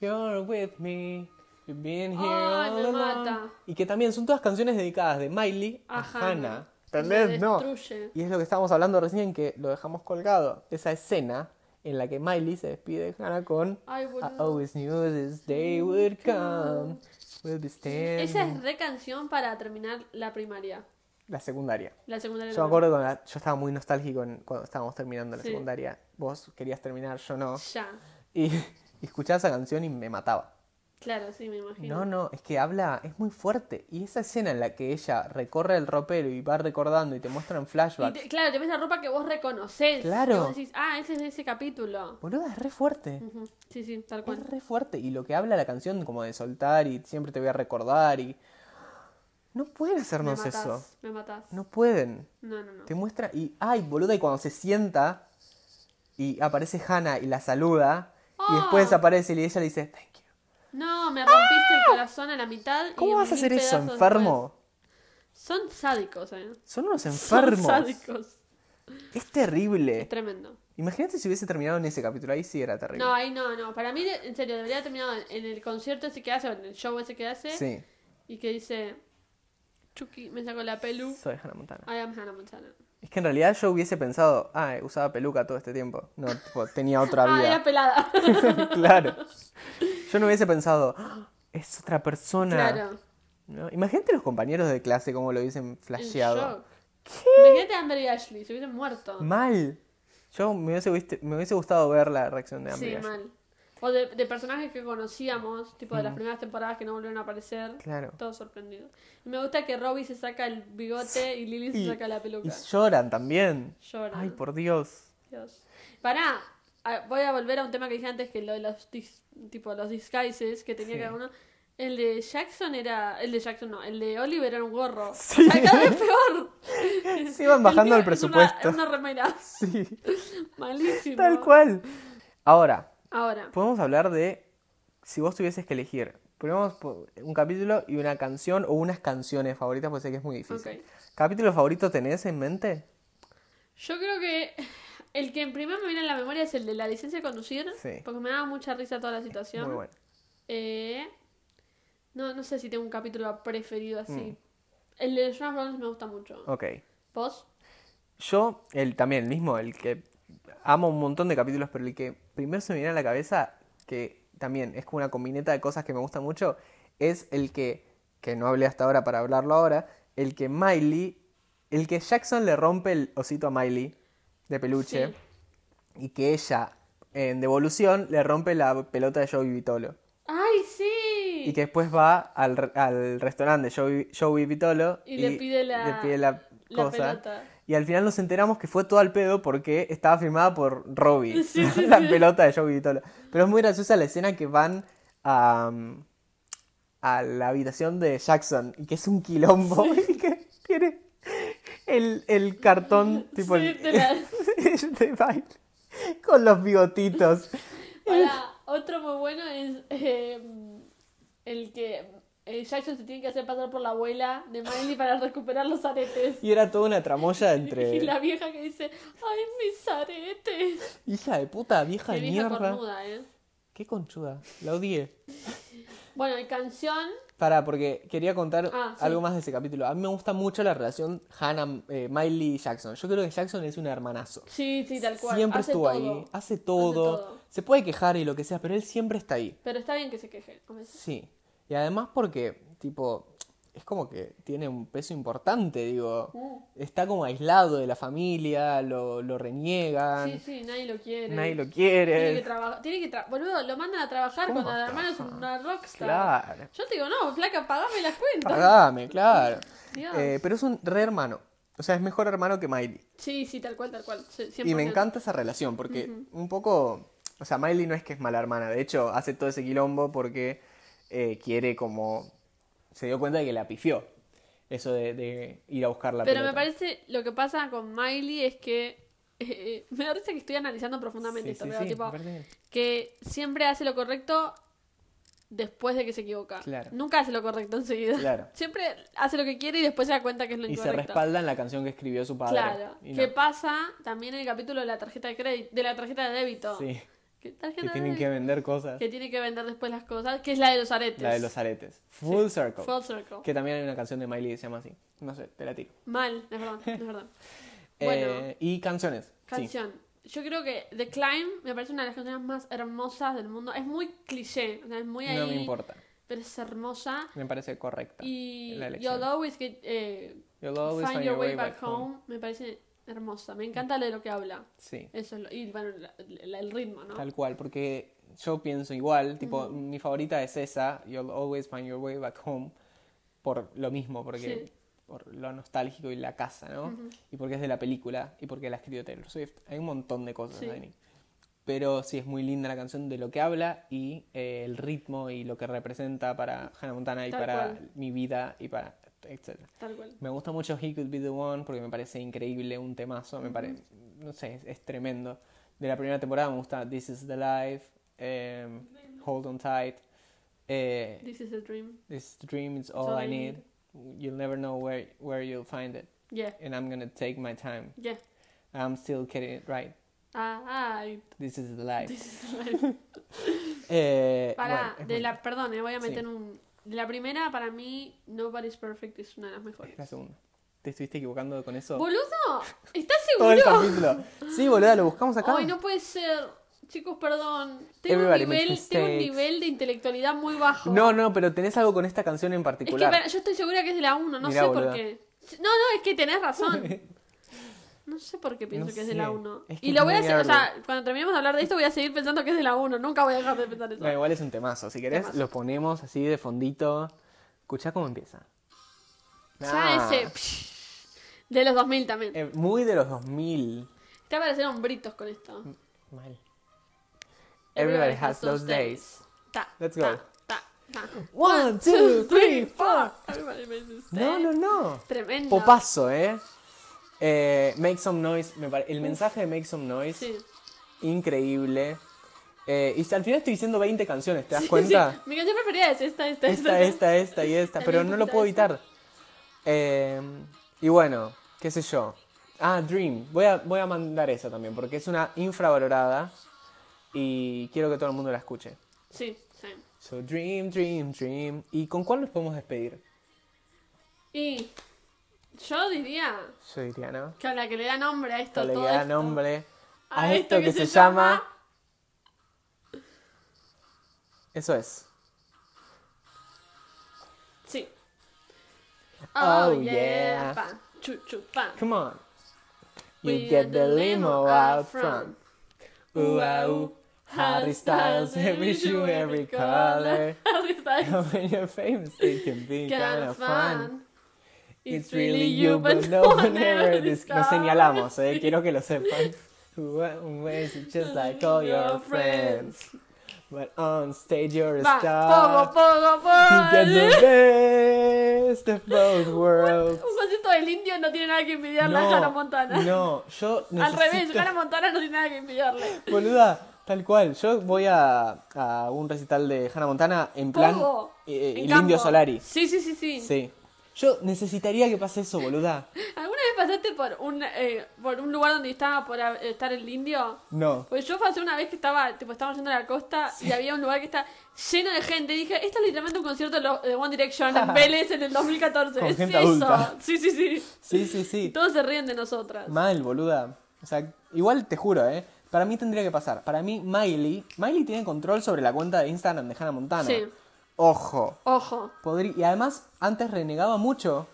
[SPEAKER 1] You're with me, you've been here
[SPEAKER 2] Ay,
[SPEAKER 1] all
[SPEAKER 2] me
[SPEAKER 1] along.
[SPEAKER 2] mata.
[SPEAKER 1] Y que también son todas canciones dedicadas de Miley a,
[SPEAKER 2] A Hannah.
[SPEAKER 1] Hannah.
[SPEAKER 2] Me
[SPEAKER 1] ¿Entendés? No.
[SPEAKER 2] destruye.
[SPEAKER 1] Y es lo que estábamos hablando recién, que lo dejamos colgado. Esa escena en la que Miley se despide de Hannah con
[SPEAKER 2] Ay,
[SPEAKER 1] I
[SPEAKER 2] boludo.
[SPEAKER 1] always knew this day would come. We'll be standing.
[SPEAKER 2] Esa es re canción para terminar la primaria.
[SPEAKER 1] La secundaria.
[SPEAKER 2] La secundaria.
[SPEAKER 1] Yo me
[SPEAKER 2] también.
[SPEAKER 1] acuerdo con la- yo estaba muy nostálgico en- cuando estábamos terminando la
[SPEAKER 2] Sí.
[SPEAKER 1] secundaria. Vos querías terminar, yo no.
[SPEAKER 2] Ya.
[SPEAKER 1] Y, y escuchaba esa canción y me mataba.
[SPEAKER 2] Claro, sí, me imagino.
[SPEAKER 1] No, no, es que habla, es muy fuerte. Y esa escena en la que ella recorre el ropero y va recordando y te muestran
[SPEAKER 2] Y
[SPEAKER 1] flashbacks.
[SPEAKER 2] te- claro, te ves la ropa que vos reconocés.
[SPEAKER 1] Claro.
[SPEAKER 2] Y vos decís, ah, ese es de ese capítulo.
[SPEAKER 1] Boluda, es re fuerte.
[SPEAKER 2] Ujú. Sí, sí, tal cual.
[SPEAKER 1] Es re fuerte. Y lo que habla la canción, como de soltar y siempre te voy a recordar y. No pueden
[SPEAKER 2] me
[SPEAKER 1] hacernos
[SPEAKER 2] matás,
[SPEAKER 1] eso.
[SPEAKER 2] me matás.
[SPEAKER 1] No pueden.
[SPEAKER 2] No, no, no.
[SPEAKER 1] Te muestra. Y. ¡Ay, boluda! Y cuando se sienta y aparece Hannah y la saluda. Y después
[SPEAKER 2] Ah.
[SPEAKER 1] desaparece y ella le dice, Thank you.
[SPEAKER 2] No, me rompiste el corazón a la mitad. y
[SPEAKER 1] ¡Ah! ¿Cómo vas a
[SPEAKER 2] mil
[SPEAKER 1] hacer eso,
[SPEAKER 2] pedazos
[SPEAKER 1] enfermo?
[SPEAKER 2] después. Son sádicos, ¿eh?
[SPEAKER 1] Son unos
[SPEAKER 2] Son
[SPEAKER 1] enfermos.
[SPEAKER 2] sádicos.
[SPEAKER 1] Es terrible.
[SPEAKER 2] Es tremendo.
[SPEAKER 1] Imagínate si hubiese terminado en ese capítulo. Ahí sí era terrible.
[SPEAKER 2] No, ahí no, no. Para mí, de- en serio, debería haber terminado en- en el concierto ese que hace, o en el show ese que hace.
[SPEAKER 1] Sí.
[SPEAKER 2] Y que dice, Chucky, me sacó la pelu.
[SPEAKER 1] Soy Hannah Montana.
[SPEAKER 2] I am Hannah Montana.
[SPEAKER 1] Es que en realidad yo hubiese pensado, ah, usaba peluca todo este tiempo. No, tipo, tenía otra
[SPEAKER 2] Ah, era
[SPEAKER 1] vida.
[SPEAKER 2] pelada.
[SPEAKER 1] claro. Yo no hubiese pensado, "Ah, es otra persona.
[SPEAKER 2] claro.
[SPEAKER 1] ¿No? Imagínate los compañeros de clase como lo hubiesen
[SPEAKER 2] En
[SPEAKER 1] flasheado.
[SPEAKER 2] shock. Imagínate a Amber y Ashley, se hubiesen muerto.
[SPEAKER 1] Mal. Yo me hubiese, guiste- me hubiese gustado ver la reacción de Amber.
[SPEAKER 2] Sí,
[SPEAKER 1] y Ashley.
[SPEAKER 2] mal. O de, de personajes que conocíamos, tipo de las primeras temporadas que no volvieron a aparecer.
[SPEAKER 1] Mm. Claro.
[SPEAKER 2] Todos sorprendidos. Y me gusta que Robbie se saca el bigote y Lily se
[SPEAKER 1] Y-
[SPEAKER 2] saca la peluca.
[SPEAKER 1] Y lloran también.
[SPEAKER 2] Lloran.
[SPEAKER 1] Ay, por Dios.
[SPEAKER 2] Dios. Pará, a- voy a volver a un tema que dije antes, que lo de los, dis- tipo, los disguises que tenía
[SPEAKER 1] Sí.
[SPEAKER 2] cada uno. El de Jackson era. El de Jackson no, el de Oliver era un gorro.
[SPEAKER 1] Sí.
[SPEAKER 2] O sea, cada vez peor.
[SPEAKER 1] Se iban bajando
[SPEAKER 2] peor
[SPEAKER 1] el
[SPEAKER 2] es una-
[SPEAKER 1] presupuesto.
[SPEAKER 2] Es una, remera.
[SPEAKER 1] Sí,
[SPEAKER 2] Malísimo.
[SPEAKER 1] tal cual. Ahora,
[SPEAKER 2] Ahora,
[SPEAKER 1] podemos hablar de si vos tuvieses que elegir. Ponemos po- un capítulo y una canción o unas canciones favoritas, porque sé que es muy difícil.
[SPEAKER 2] ok.
[SPEAKER 1] ¿Capítulo favorito tenés en mente?
[SPEAKER 2] Yo creo que el que en primer me viene a la memoria es el de la licencia de conducir,
[SPEAKER 1] Sí.
[SPEAKER 2] porque me daba mucha risa toda la situación.
[SPEAKER 1] Muy bueno.
[SPEAKER 2] Eh, no, no sé si tengo un capítulo preferido así.
[SPEAKER 1] Mm.
[SPEAKER 2] El de Jonas Brothers me gusta mucho.
[SPEAKER 1] Ok.
[SPEAKER 2] ¿Vos?
[SPEAKER 1] Yo, el también, el mismo, el que amo un montón de capítulos, pero el que primero se me viene a la cabeza, que también es como una combineta de cosas que me gusta mucho, es el que, que no hablé hasta ahora para hablarlo ahora, el que Miley, el que Jackson le rompe el osito a Miley de peluche
[SPEAKER 2] Sí.
[SPEAKER 1] y que ella, en devolución, le rompe la pelota de Joey Vitolo.
[SPEAKER 2] ¡Ay, sí!
[SPEAKER 1] Y que después va al, re- al restaurante de Joey, Joey Vitolo
[SPEAKER 2] Y le pide la-
[SPEAKER 1] le pide la
[SPEAKER 2] la
[SPEAKER 1] cosa.
[SPEAKER 2] pelota.
[SPEAKER 1] Y al final nos enteramos que fue todo al pedo porque estaba firmada por Robbie,
[SPEAKER 2] Sí, sí,
[SPEAKER 1] la
[SPEAKER 2] sí.
[SPEAKER 1] pelota de Joey Vitolo. Pero es muy graciosa la escena que van a, mm, a la habitación de Jackson y que es un quilombo y que tiene el, el cartón tipo
[SPEAKER 2] Sí,
[SPEAKER 1] el-
[SPEAKER 2] de la-
[SPEAKER 1] de baile con los bigotitos.
[SPEAKER 2] Para, otro muy bueno es eh, el que eh, Jackson se tiene que hacer pasar por la abuela de Miley para recuperar los aretes.
[SPEAKER 1] Y era toda una tramoya entre...
[SPEAKER 2] Y la vieja que dice, ¡ay, mis aretes!
[SPEAKER 1] Hija de puta, vieja
[SPEAKER 2] Qué
[SPEAKER 1] de
[SPEAKER 2] vieja
[SPEAKER 1] mierda.
[SPEAKER 2] cornuda, ¿eh?
[SPEAKER 1] Qué conchuda. La odié.
[SPEAKER 2] Bueno, y canción,
[SPEAKER 1] Pará, porque quería contar
[SPEAKER 2] Ah, sí.
[SPEAKER 1] algo más de ese capítulo. A mí me gusta mucho la relación Hannah, eh, Miley y Jackson. Yo creo que Jackson es un hermanazo.
[SPEAKER 2] sí, sí, tal cual.
[SPEAKER 1] Siempre
[SPEAKER 2] hace
[SPEAKER 1] estuvo
[SPEAKER 2] todo.
[SPEAKER 1] ahí, hace todo.
[SPEAKER 2] Hace todo.
[SPEAKER 1] Se puede quejar y lo que sea, pero él siempre está ahí.
[SPEAKER 2] Pero está bien que se queje. a veces.
[SPEAKER 1] Sí. Y además porque, tipo, es como que tiene un peso importante, digo.
[SPEAKER 2] Mm.
[SPEAKER 1] Está como aislado de la familia, lo, lo reniegan,
[SPEAKER 2] Sí, sí, nadie lo quiere.
[SPEAKER 1] Ah, nadie lo
[SPEAKER 2] Tiene que
[SPEAKER 1] quiere.
[SPEAKER 2] trabajar. Tiene que tra- Boludo, lo mandan a trabajar
[SPEAKER 1] ¿Cómo
[SPEAKER 2] cuando
[SPEAKER 1] vas
[SPEAKER 2] la
[SPEAKER 1] a
[SPEAKER 2] hermana es
[SPEAKER 1] trabajar?
[SPEAKER 2] una rockstar.
[SPEAKER 1] Claro.
[SPEAKER 2] Yo te digo, no, flaca, pagame las cuentas.
[SPEAKER 1] Pagame, claro.
[SPEAKER 2] Dios.
[SPEAKER 1] Eh, pero es un re hermano. O sea, es mejor hermano que Miley.
[SPEAKER 2] Sí, sí, tal cual, tal cual. sí, 100%.
[SPEAKER 1] Y me encanta esa relación, porque un poco, o sea, Miley no es que es mala hermana, de hecho, hace todo ese quilombo porque eh, quiere como, se dio cuenta de que la pifió, eso de, de ir a buscar la
[SPEAKER 2] Pero me
[SPEAKER 1] pelota.
[SPEAKER 2] parece, lo que pasa con Miley es que. eh, me da risa que estoy analizando profundamente
[SPEAKER 1] Sí,
[SPEAKER 2] esto,
[SPEAKER 1] sí,
[SPEAKER 2] pero
[SPEAKER 1] sí,
[SPEAKER 2] tipo,
[SPEAKER 1] me parece
[SPEAKER 2] que siempre hace lo correcto después de que se equivoca.
[SPEAKER 1] Claro.
[SPEAKER 2] Nunca hace lo correcto enseguida.
[SPEAKER 1] Claro.
[SPEAKER 2] Siempre hace lo que quiere y después se da cuenta que es lo
[SPEAKER 1] bien. Y se
[SPEAKER 2] incorrecto.
[SPEAKER 1] respalda en la canción que escribió su padre.
[SPEAKER 2] Claro.
[SPEAKER 1] y
[SPEAKER 2] Que
[SPEAKER 1] no.
[SPEAKER 2] pasa también en el capítulo de la tarjeta de crédito, de la tarjeta de débito.
[SPEAKER 1] Sí, que
[SPEAKER 2] ¿Qué tarjeta de
[SPEAKER 1] tienen
[SPEAKER 2] débito?
[SPEAKER 1] que vender cosas.
[SPEAKER 2] que tiene que vender después las cosas, que es la de los aretes.
[SPEAKER 1] La de los aretes. Full Circle.
[SPEAKER 2] Full circle.
[SPEAKER 1] Que también hay una canción de Miley que se llama así. No sé, te la tiro.
[SPEAKER 2] Mal, es verdad, es verdad. Bueno,
[SPEAKER 1] Eh, y canciones. Sí.
[SPEAKER 2] canción. Yo creo que The Climb me parece una de las canciones más hermosas del mundo. Es muy cliché, o sea, es muy ahí,
[SPEAKER 1] No me importa.
[SPEAKER 2] pero es hermosa.
[SPEAKER 1] Me parece correcta.
[SPEAKER 2] Y
[SPEAKER 1] la elección.
[SPEAKER 2] You'll Always Get, eh,
[SPEAKER 1] You'll always
[SPEAKER 2] Find Your Way, Back home. me parece hermosa. Me encanta de lo que habla.
[SPEAKER 1] Sí.
[SPEAKER 2] Eso es lo, y bueno, la- la- el ritmo, ¿no?
[SPEAKER 1] Tal cual, porque yo pienso igual, tipo, mi favorita es esa, You'll Always Find Your Way Back Home, por lo mismo, porque
[SPEAKER 2] Sí.
[SPEAKER 1] por lo nostálgico y la casa, ¿no? Y porque es de la película y porque la escribió Taylor Swift. Hay un montón de cosas
[SPEAKER 2] Sí.
[SPEAKER 1] Dani. Pero sí, es muy linda la canción de lo que habla y eh, el ritmo y lo que representa para Hannah Montana y
[SPEAKER 2] Tal
[SPEAKER 1] para
[SPEAKER 2] cual.
[SPEAKER 1] mi vida y para etcétera.
[SPEAKER 2] Tal cual.
[SPEAKER 1] Me gusta mucho He Could Be the One porque me parece increíble, un temazo, me parece, no sé, es, es tremendo. De la primera temporada me gusta This Is the Life, em, Hold on Tight, eh,
[SPEAKER 2] This is a dream.
[SPEAKER 1] This Dream is All I Need, You'll Never Know Where, where You'll Find It,
[SPEAKER 2] Yeah,
[SPEAKER 1] and I'm Gonna Take My Time,
[SPEAKER 2] yeah.
[SPEAKER 1] I'm Still Getting It Right,
[SPEAKER 2] Ah, ay,
[SPEAKER 1] This Is the Life.
[SPEAKER 2] this is life.
[SPEAKER 1] Eh,
[SPEAKER 2] Para,
[SPEAKER 1] bueno, es
[SPEAKER 2] de
[SPEAKER 1] muy-
[SPEAKER 2] la, perdón, me voy a
[SPEAKER 1] Sí.
[SPEAKER 2] meter un. De la primera, para mí, Nobody's Perfect es una de las mejores.
[SPEAKER 1] la segunda. te estuviste equivocando con eso?
[SPEAKER 2] Boludo, ¿estás
[SPEAKER 1] Todo el
[SPEAKER 2] seguro?
[SPEAKER 1] capítulo. Sí, boluda, lo buscamos acá.
[SPEAKER 2] Ay, no puede ser. Chicos, perdón. Tengo un,
[SPEAKER 1] Everybody makes
[SPEAKER 2] nivel, tengo un
[SPEAKER 1] mistakes.
[SPEAKER 2] nivel de intelectualidad muy bajo.
[SPEAKER 1] no, no, pero tenés algo con esta canción en
[SPEAKER 2] es que
[SPEAKER 1] particular.
[SPEAKER 2] para- yo estoy segura que es de la 1, no
[SPEAKER 1] Mirá,
[SPEAKER 2] sé
[SPEAKER 1] boluda.
[SPEAKER 2] por qué. No, no, es que tenés razón. No sé por qué pienso
[SPEAKER 1] No
[SPEAKER 2] que es de la
[SPEAKER 1] sé.
[SPEAKER 2] 1.
[SPEAKER 1] Es que
[SPEAKER 2] y
[SPEAKER 1] es
[SPEAKER 2] lo voy a
[SPEAKER 1] muy
[SPEAKER 2] hacer, o sea,
[SPEAKER 1] Everly.
[SPEAKER 2] cuando terminemos de hablar de esto voy a seguir pensando que es de la 1. Nunca voy a dejar de pensar eso.
[SPEAKER 1] No, igual es un temazo. Si querés,
[SPEAKER 2] Temazo.
[SPEAKER 1] lo ponemos así de fondito. Escuchá cómo empieza.
[SPEAKER 2] Ya
[SPEAKER 1] Ah,
[SPEAKER 2] ese... psh, de los 2000 también.
[SPEAKER 1] eh, muy de los 2000.
[SPEAKER 2] Te aparecen hombritos con esto.
[SPEAKER 1] Mal. Everybody has those days.
[SPEAKER 2] Ta,
[SPEAKER 1] Let's
[SPEAKER 2] ta,
[SPEAKER 1] go.
[SPEAKER 2] ta, ta.
[SPEAKER 1] One, two, three, four.
[SPEAKER 2] Everybody makes mistakes.
[SPEAKER 1] No, no, no.
[SPEAKER 2] Tremendo.
[SPEAKER 1] Popazo, ¿eh? Eh, Make Some Noise. me pare- El mensaje de Make Some Noise.
[SPEAKER 2] Sí.
[SPEAKER 1] Increíble. Eh, y al final estoy diciendo 20 canciones, ¿te das
[SPEAKER 2] Sí,
[SPEAKER 1] cuenta?
[SPEAKER 2] sí. Mi canción preferida es esta, esta,
[SPEAKER 1] Esta, esta, esta y esta, pero no lo puedo evitar. Eh, y bueno, qué sé yo. Ah, Dream. Voy a, voy a mandar esa también, porque es una infravalorada y quiero que todo el mundo la escuche.
[SPEAKER 2] Sí, sí.
[SPEAKER 1] So, Dream, Dream, Dream. ¿Y con cuál nos podemos despedir?
[SPEAKER 2] Y yo diría
[SPEAKER 1] Yo diría, ¿no?
[SPEAKER 2] que a la que le da nombre a esto,
[SPEAKER 1] Que le
[SPEAKER 2] todo
[SPEAKER 1] da
[SPEAKER 2] esto,
[SPEAKER 1] nombre
[SPEAKER 2] a
[SPEAKER 1] a, esto que, se, llama... Eso es.
[SPEAKER 2] Sí.
[SPEAKER 1] Oh,
[SPEAKER 2] Oh, yeah.
[SPEAKER 1] yeah.
[SPEAKER 2] Pa, chu, chu, pa.
[SPEAKER 1] Come on.
[SPEAKER 2] We
[SPEAKER 1] You get the limo out front. Ooh, ah, ooh. Harry Styles, every shoe, every color.
[SPEAKER 2] Harry Styles
[SPEAKER 1] When you're famous, it can be kind
[SPEAKER 2] kinda
[SPEAKER 1] of fun.
[SPEAKER 2] fun.
[SPEAKER 1] It's really you, but no one ever dis- Nos señalamos, eh, quiero que lo sepan. uh, Ways just like all your friends. But on stage you're a
[SPEAKER 2] Va,
[SPEAKER 1] star.
[SPEAKER 2] poco, poco,
[SPEAKER 1] You get
[SPEAKER 2] poco.
[SPEAKER 1] the best of both worlds.
[SPEAKER 2] Un concierto del indio no tiene nada que envidiarle a Hannah Montana.
[SPEAKER 1] no, yo necesito...
[SPEAKER 2] Al revés, Hannah Montana no tiene nada que envidiarle.
[SPEAKER 1] Boluda, tal cual. Yo voy a, a un recital de Hannah Montana en plan
[SPEAKER 2] Pogo,
[SPEAKER 1] eh,
[SPEAKER 2] en
[SPEAKER 1] el
[SPEAKER 2] campo.
[SPEAKER 1] Indio Solari.
[SPEAKER 2] Sí, sí, sí, sí,
[SPEAKER 1] Sí. Yo necesitaría que pase eso, boluda.
[SPEAKER 2] ¿Alguna vez pasaste por un, eh, por un lugar donde estaba por a- estar el indio?
[SPEAKER 1] No.
[SPEAKER 2] Pues yo pasé una vez que estaba, tipo, estábamos yendo a la costa y había un lugar que está lleno de gente. Y dije, esto es literalmente un concierto de lo- de One Direction en Vélez en el 2014.
[SPEAKER 1] Con
[SPEAKER 2] es
[SPEAKER 1] gente
[SPEAKER 2] eso.
[SPEAKER 1] adulta.
[SPEAKER 2] Sí, sí, sí.
[SPEAKER 1] Sí, sí, sí.
[SPEAKER 2] Todos se ríen de nosotras.
[SPEAKER 1] Mal, boluda. O sea, igual te juro, ¿eh? Para mí tendría que pasar. Para mí, Miley. Miley tiene control sobre la cuenta de Instagram de Hannah Montana.
[SPEAKER 2] Sí.
[SPEAKER 1] Ojo.
[SPEAKER 2] Ojo.
[SPEAKER 1] Podri- Y además, antes renegaba mucho.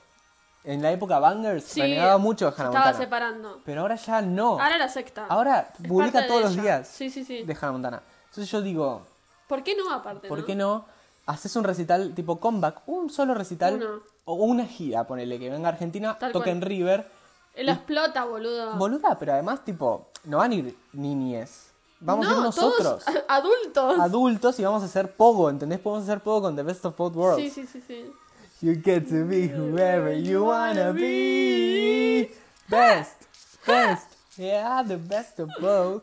[SPEAKER 1] En la época Bangers,
[SPEAKER 2] Sí.
[SPEAKER 1] renegaba mucho de
[SPEAKER 2] se
[SPEAKER 1] Hannah
[SPEAKER 2] Estaba
[SPEAKER 1] Montana.
[SPEAKER 2] separando.
[SPEAKER 1] Pero ahora ya no.
[SPEAKER 2] Ahora la secta.
[SPEAKER 1] Ahora
[SPEAKER 2] Es parte
[SPEAKER 1] publica
[SPEAKER 2] de
[SPEAKER 1] todos los
[SPEAKER 2] ella.
[SPEAKER 1] días
[SPEAKER 2] Sí, sí, sí.
[SPEAKER 1] de Hannah Montana. Entonces yo digo,
[SPEAKER 2] ¿Por qué no aparte?
[SPEAKER 1] ¿por
[SPEAKER 2] no?
[SPEAKER 1] qué no haces un recital tipo comeback? Un solo recital.
[SPEAKER 2] Uno.
[SPEAKER 1] O una gira, ponele, que venga a Argentina,
[SPEAKER 2] Tal
[SPEAKER 1] toque en
[SPEAKER 2] cual.
[SPEAKER 1] River.
[SPEAKER 2] Él lo explota, boludo.
[SPEAKER 1] Boluda, pero además, tipo, no van a ir niñes. Vamos a
[SPEAKER 2] no,
[SPEAKER 1] ir nosotros,
[SPEAKER 2] Todos a- adultos.
[SPEAKER 1] adultos, y vamos a hacer pogo, ¿entendés? Podemos hacer pogo con The Best of Both Worlds.
[SPEAKER 2] Sí, sí, sí, sí.
[SPEAKER 1] You get to be whoever you wanna be. Best, best, yeah, the best of both.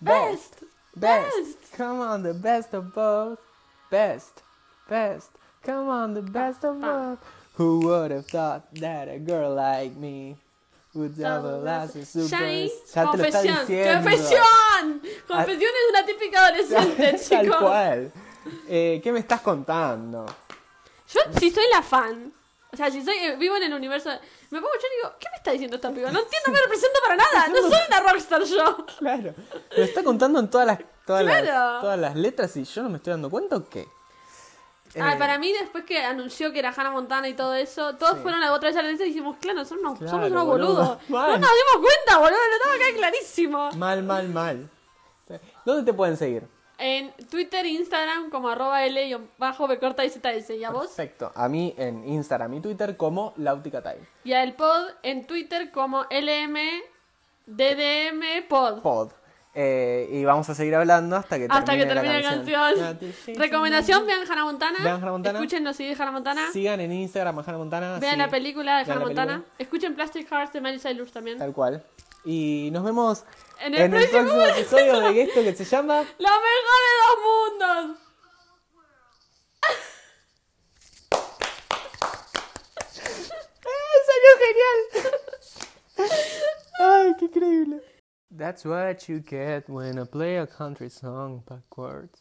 [SPEAKER 1] Best,
[SPEAKER 2] Best.
[SPEAKER 1] best, come on, the best of both. Best, best, come on, the best of both. Who would have thought that a girl like me would ever last a super?
[SPEAKER 2] Shani,
[SPEAKER 1] Ya te lo está
[SPEAKER 2] confesión,
[SPEAKER 1] diciendo. Ah.
[SPEAKER 2] confesión. Confesión es una típica adolescente,
[SPEAKER 1] Tal
[SPEAKER 2] chicos.
[SPEAKER 1] cual. Eh, ¿Qué me estás contando?
[SPEAKER 2] Yo, si soy la fan, o sea, si soy, eh, vivo en el universo, me pongo yo y digo, ¿qué me está diciendo esta piba? No entiendo, me represento para nada. No soy una rockstar yo.
[SPEAKER 1] Claro. Lo está contando en todas las, todas,
[SPEAKER 2] Claro.
[SPEAKER 1] las, todas las letras y yo no me estoy dando cuenta o qué.
[SPEAKER 2] Ah,
[SPEAKER 1] Eh,
[SPEAKER 2] para mí, después que anunció que era Hannah Montana y todo eso, todos fueron a otra vez a la lista y dijimos, claro, son unos,
[SPEAKER 1] Claro,
[SPEAKER 2] somos unos
[SPEAKER 1] boludo.
[SPEAKER 2] boludos. No
[SPEAKER 1] Mal.
[SPEAKER 2] nos dimos cuenta, boludo, lo estaba acá clarísimo.
[SPEAKER 1] Mal, mal, mal. ¿Dónde te pueden seguir?
[SPEAKER 2] En Twitter, Instagram, como arroba L y bajo B corta y ZS. Y a vos.
[SPEAKER 1] Perfecto. A mí en Instagram y Twitter como Lauticatay.
[SPEAKER 2] Y a el pod en Twitter como LMDDM Pod.
[SPEAKER 1] Pod. Eh, y vamos a seguir hablando hasta que
[SPEAKER 2] Hasta que
[SPEAKER 1] termine
[SPEAKER 2] termine la canción. Recomendación, vean Hannah Montana.
[SPEAKER 1] Vean Hannah Montana.
[SPEAKER 2] Escuchen los CDs de Hannah Montana.
[SPEAKER 1] Sigan en Instagram a Hannah Montana.
[SPEAKER 2] Vean
[SPEAKER 1] sí,
[SPEAKER 2] la película de
[SPEAKER 1] Vean
[SPEAKER 2] Hannah
[SPEAKER 1] la
[SPEAKER 2] Montana.
[SPEAKER 1] película.
[SPEAKER 2] Escuchen Plastic Hearts de Miley Cyrus también.
[SPEAKER 1] Tal cual. Y nos vemos
[SPEAKER 2] En el próximo
[SPEAKER 1] episodio de esto que se llama...
[SPEAKER 2] ¡Lo mejor de dos mundos!
[SPEAKER 1] ¡Salió genial! ¡Ay, qué increíble! That's what you get when I play a country song backwards.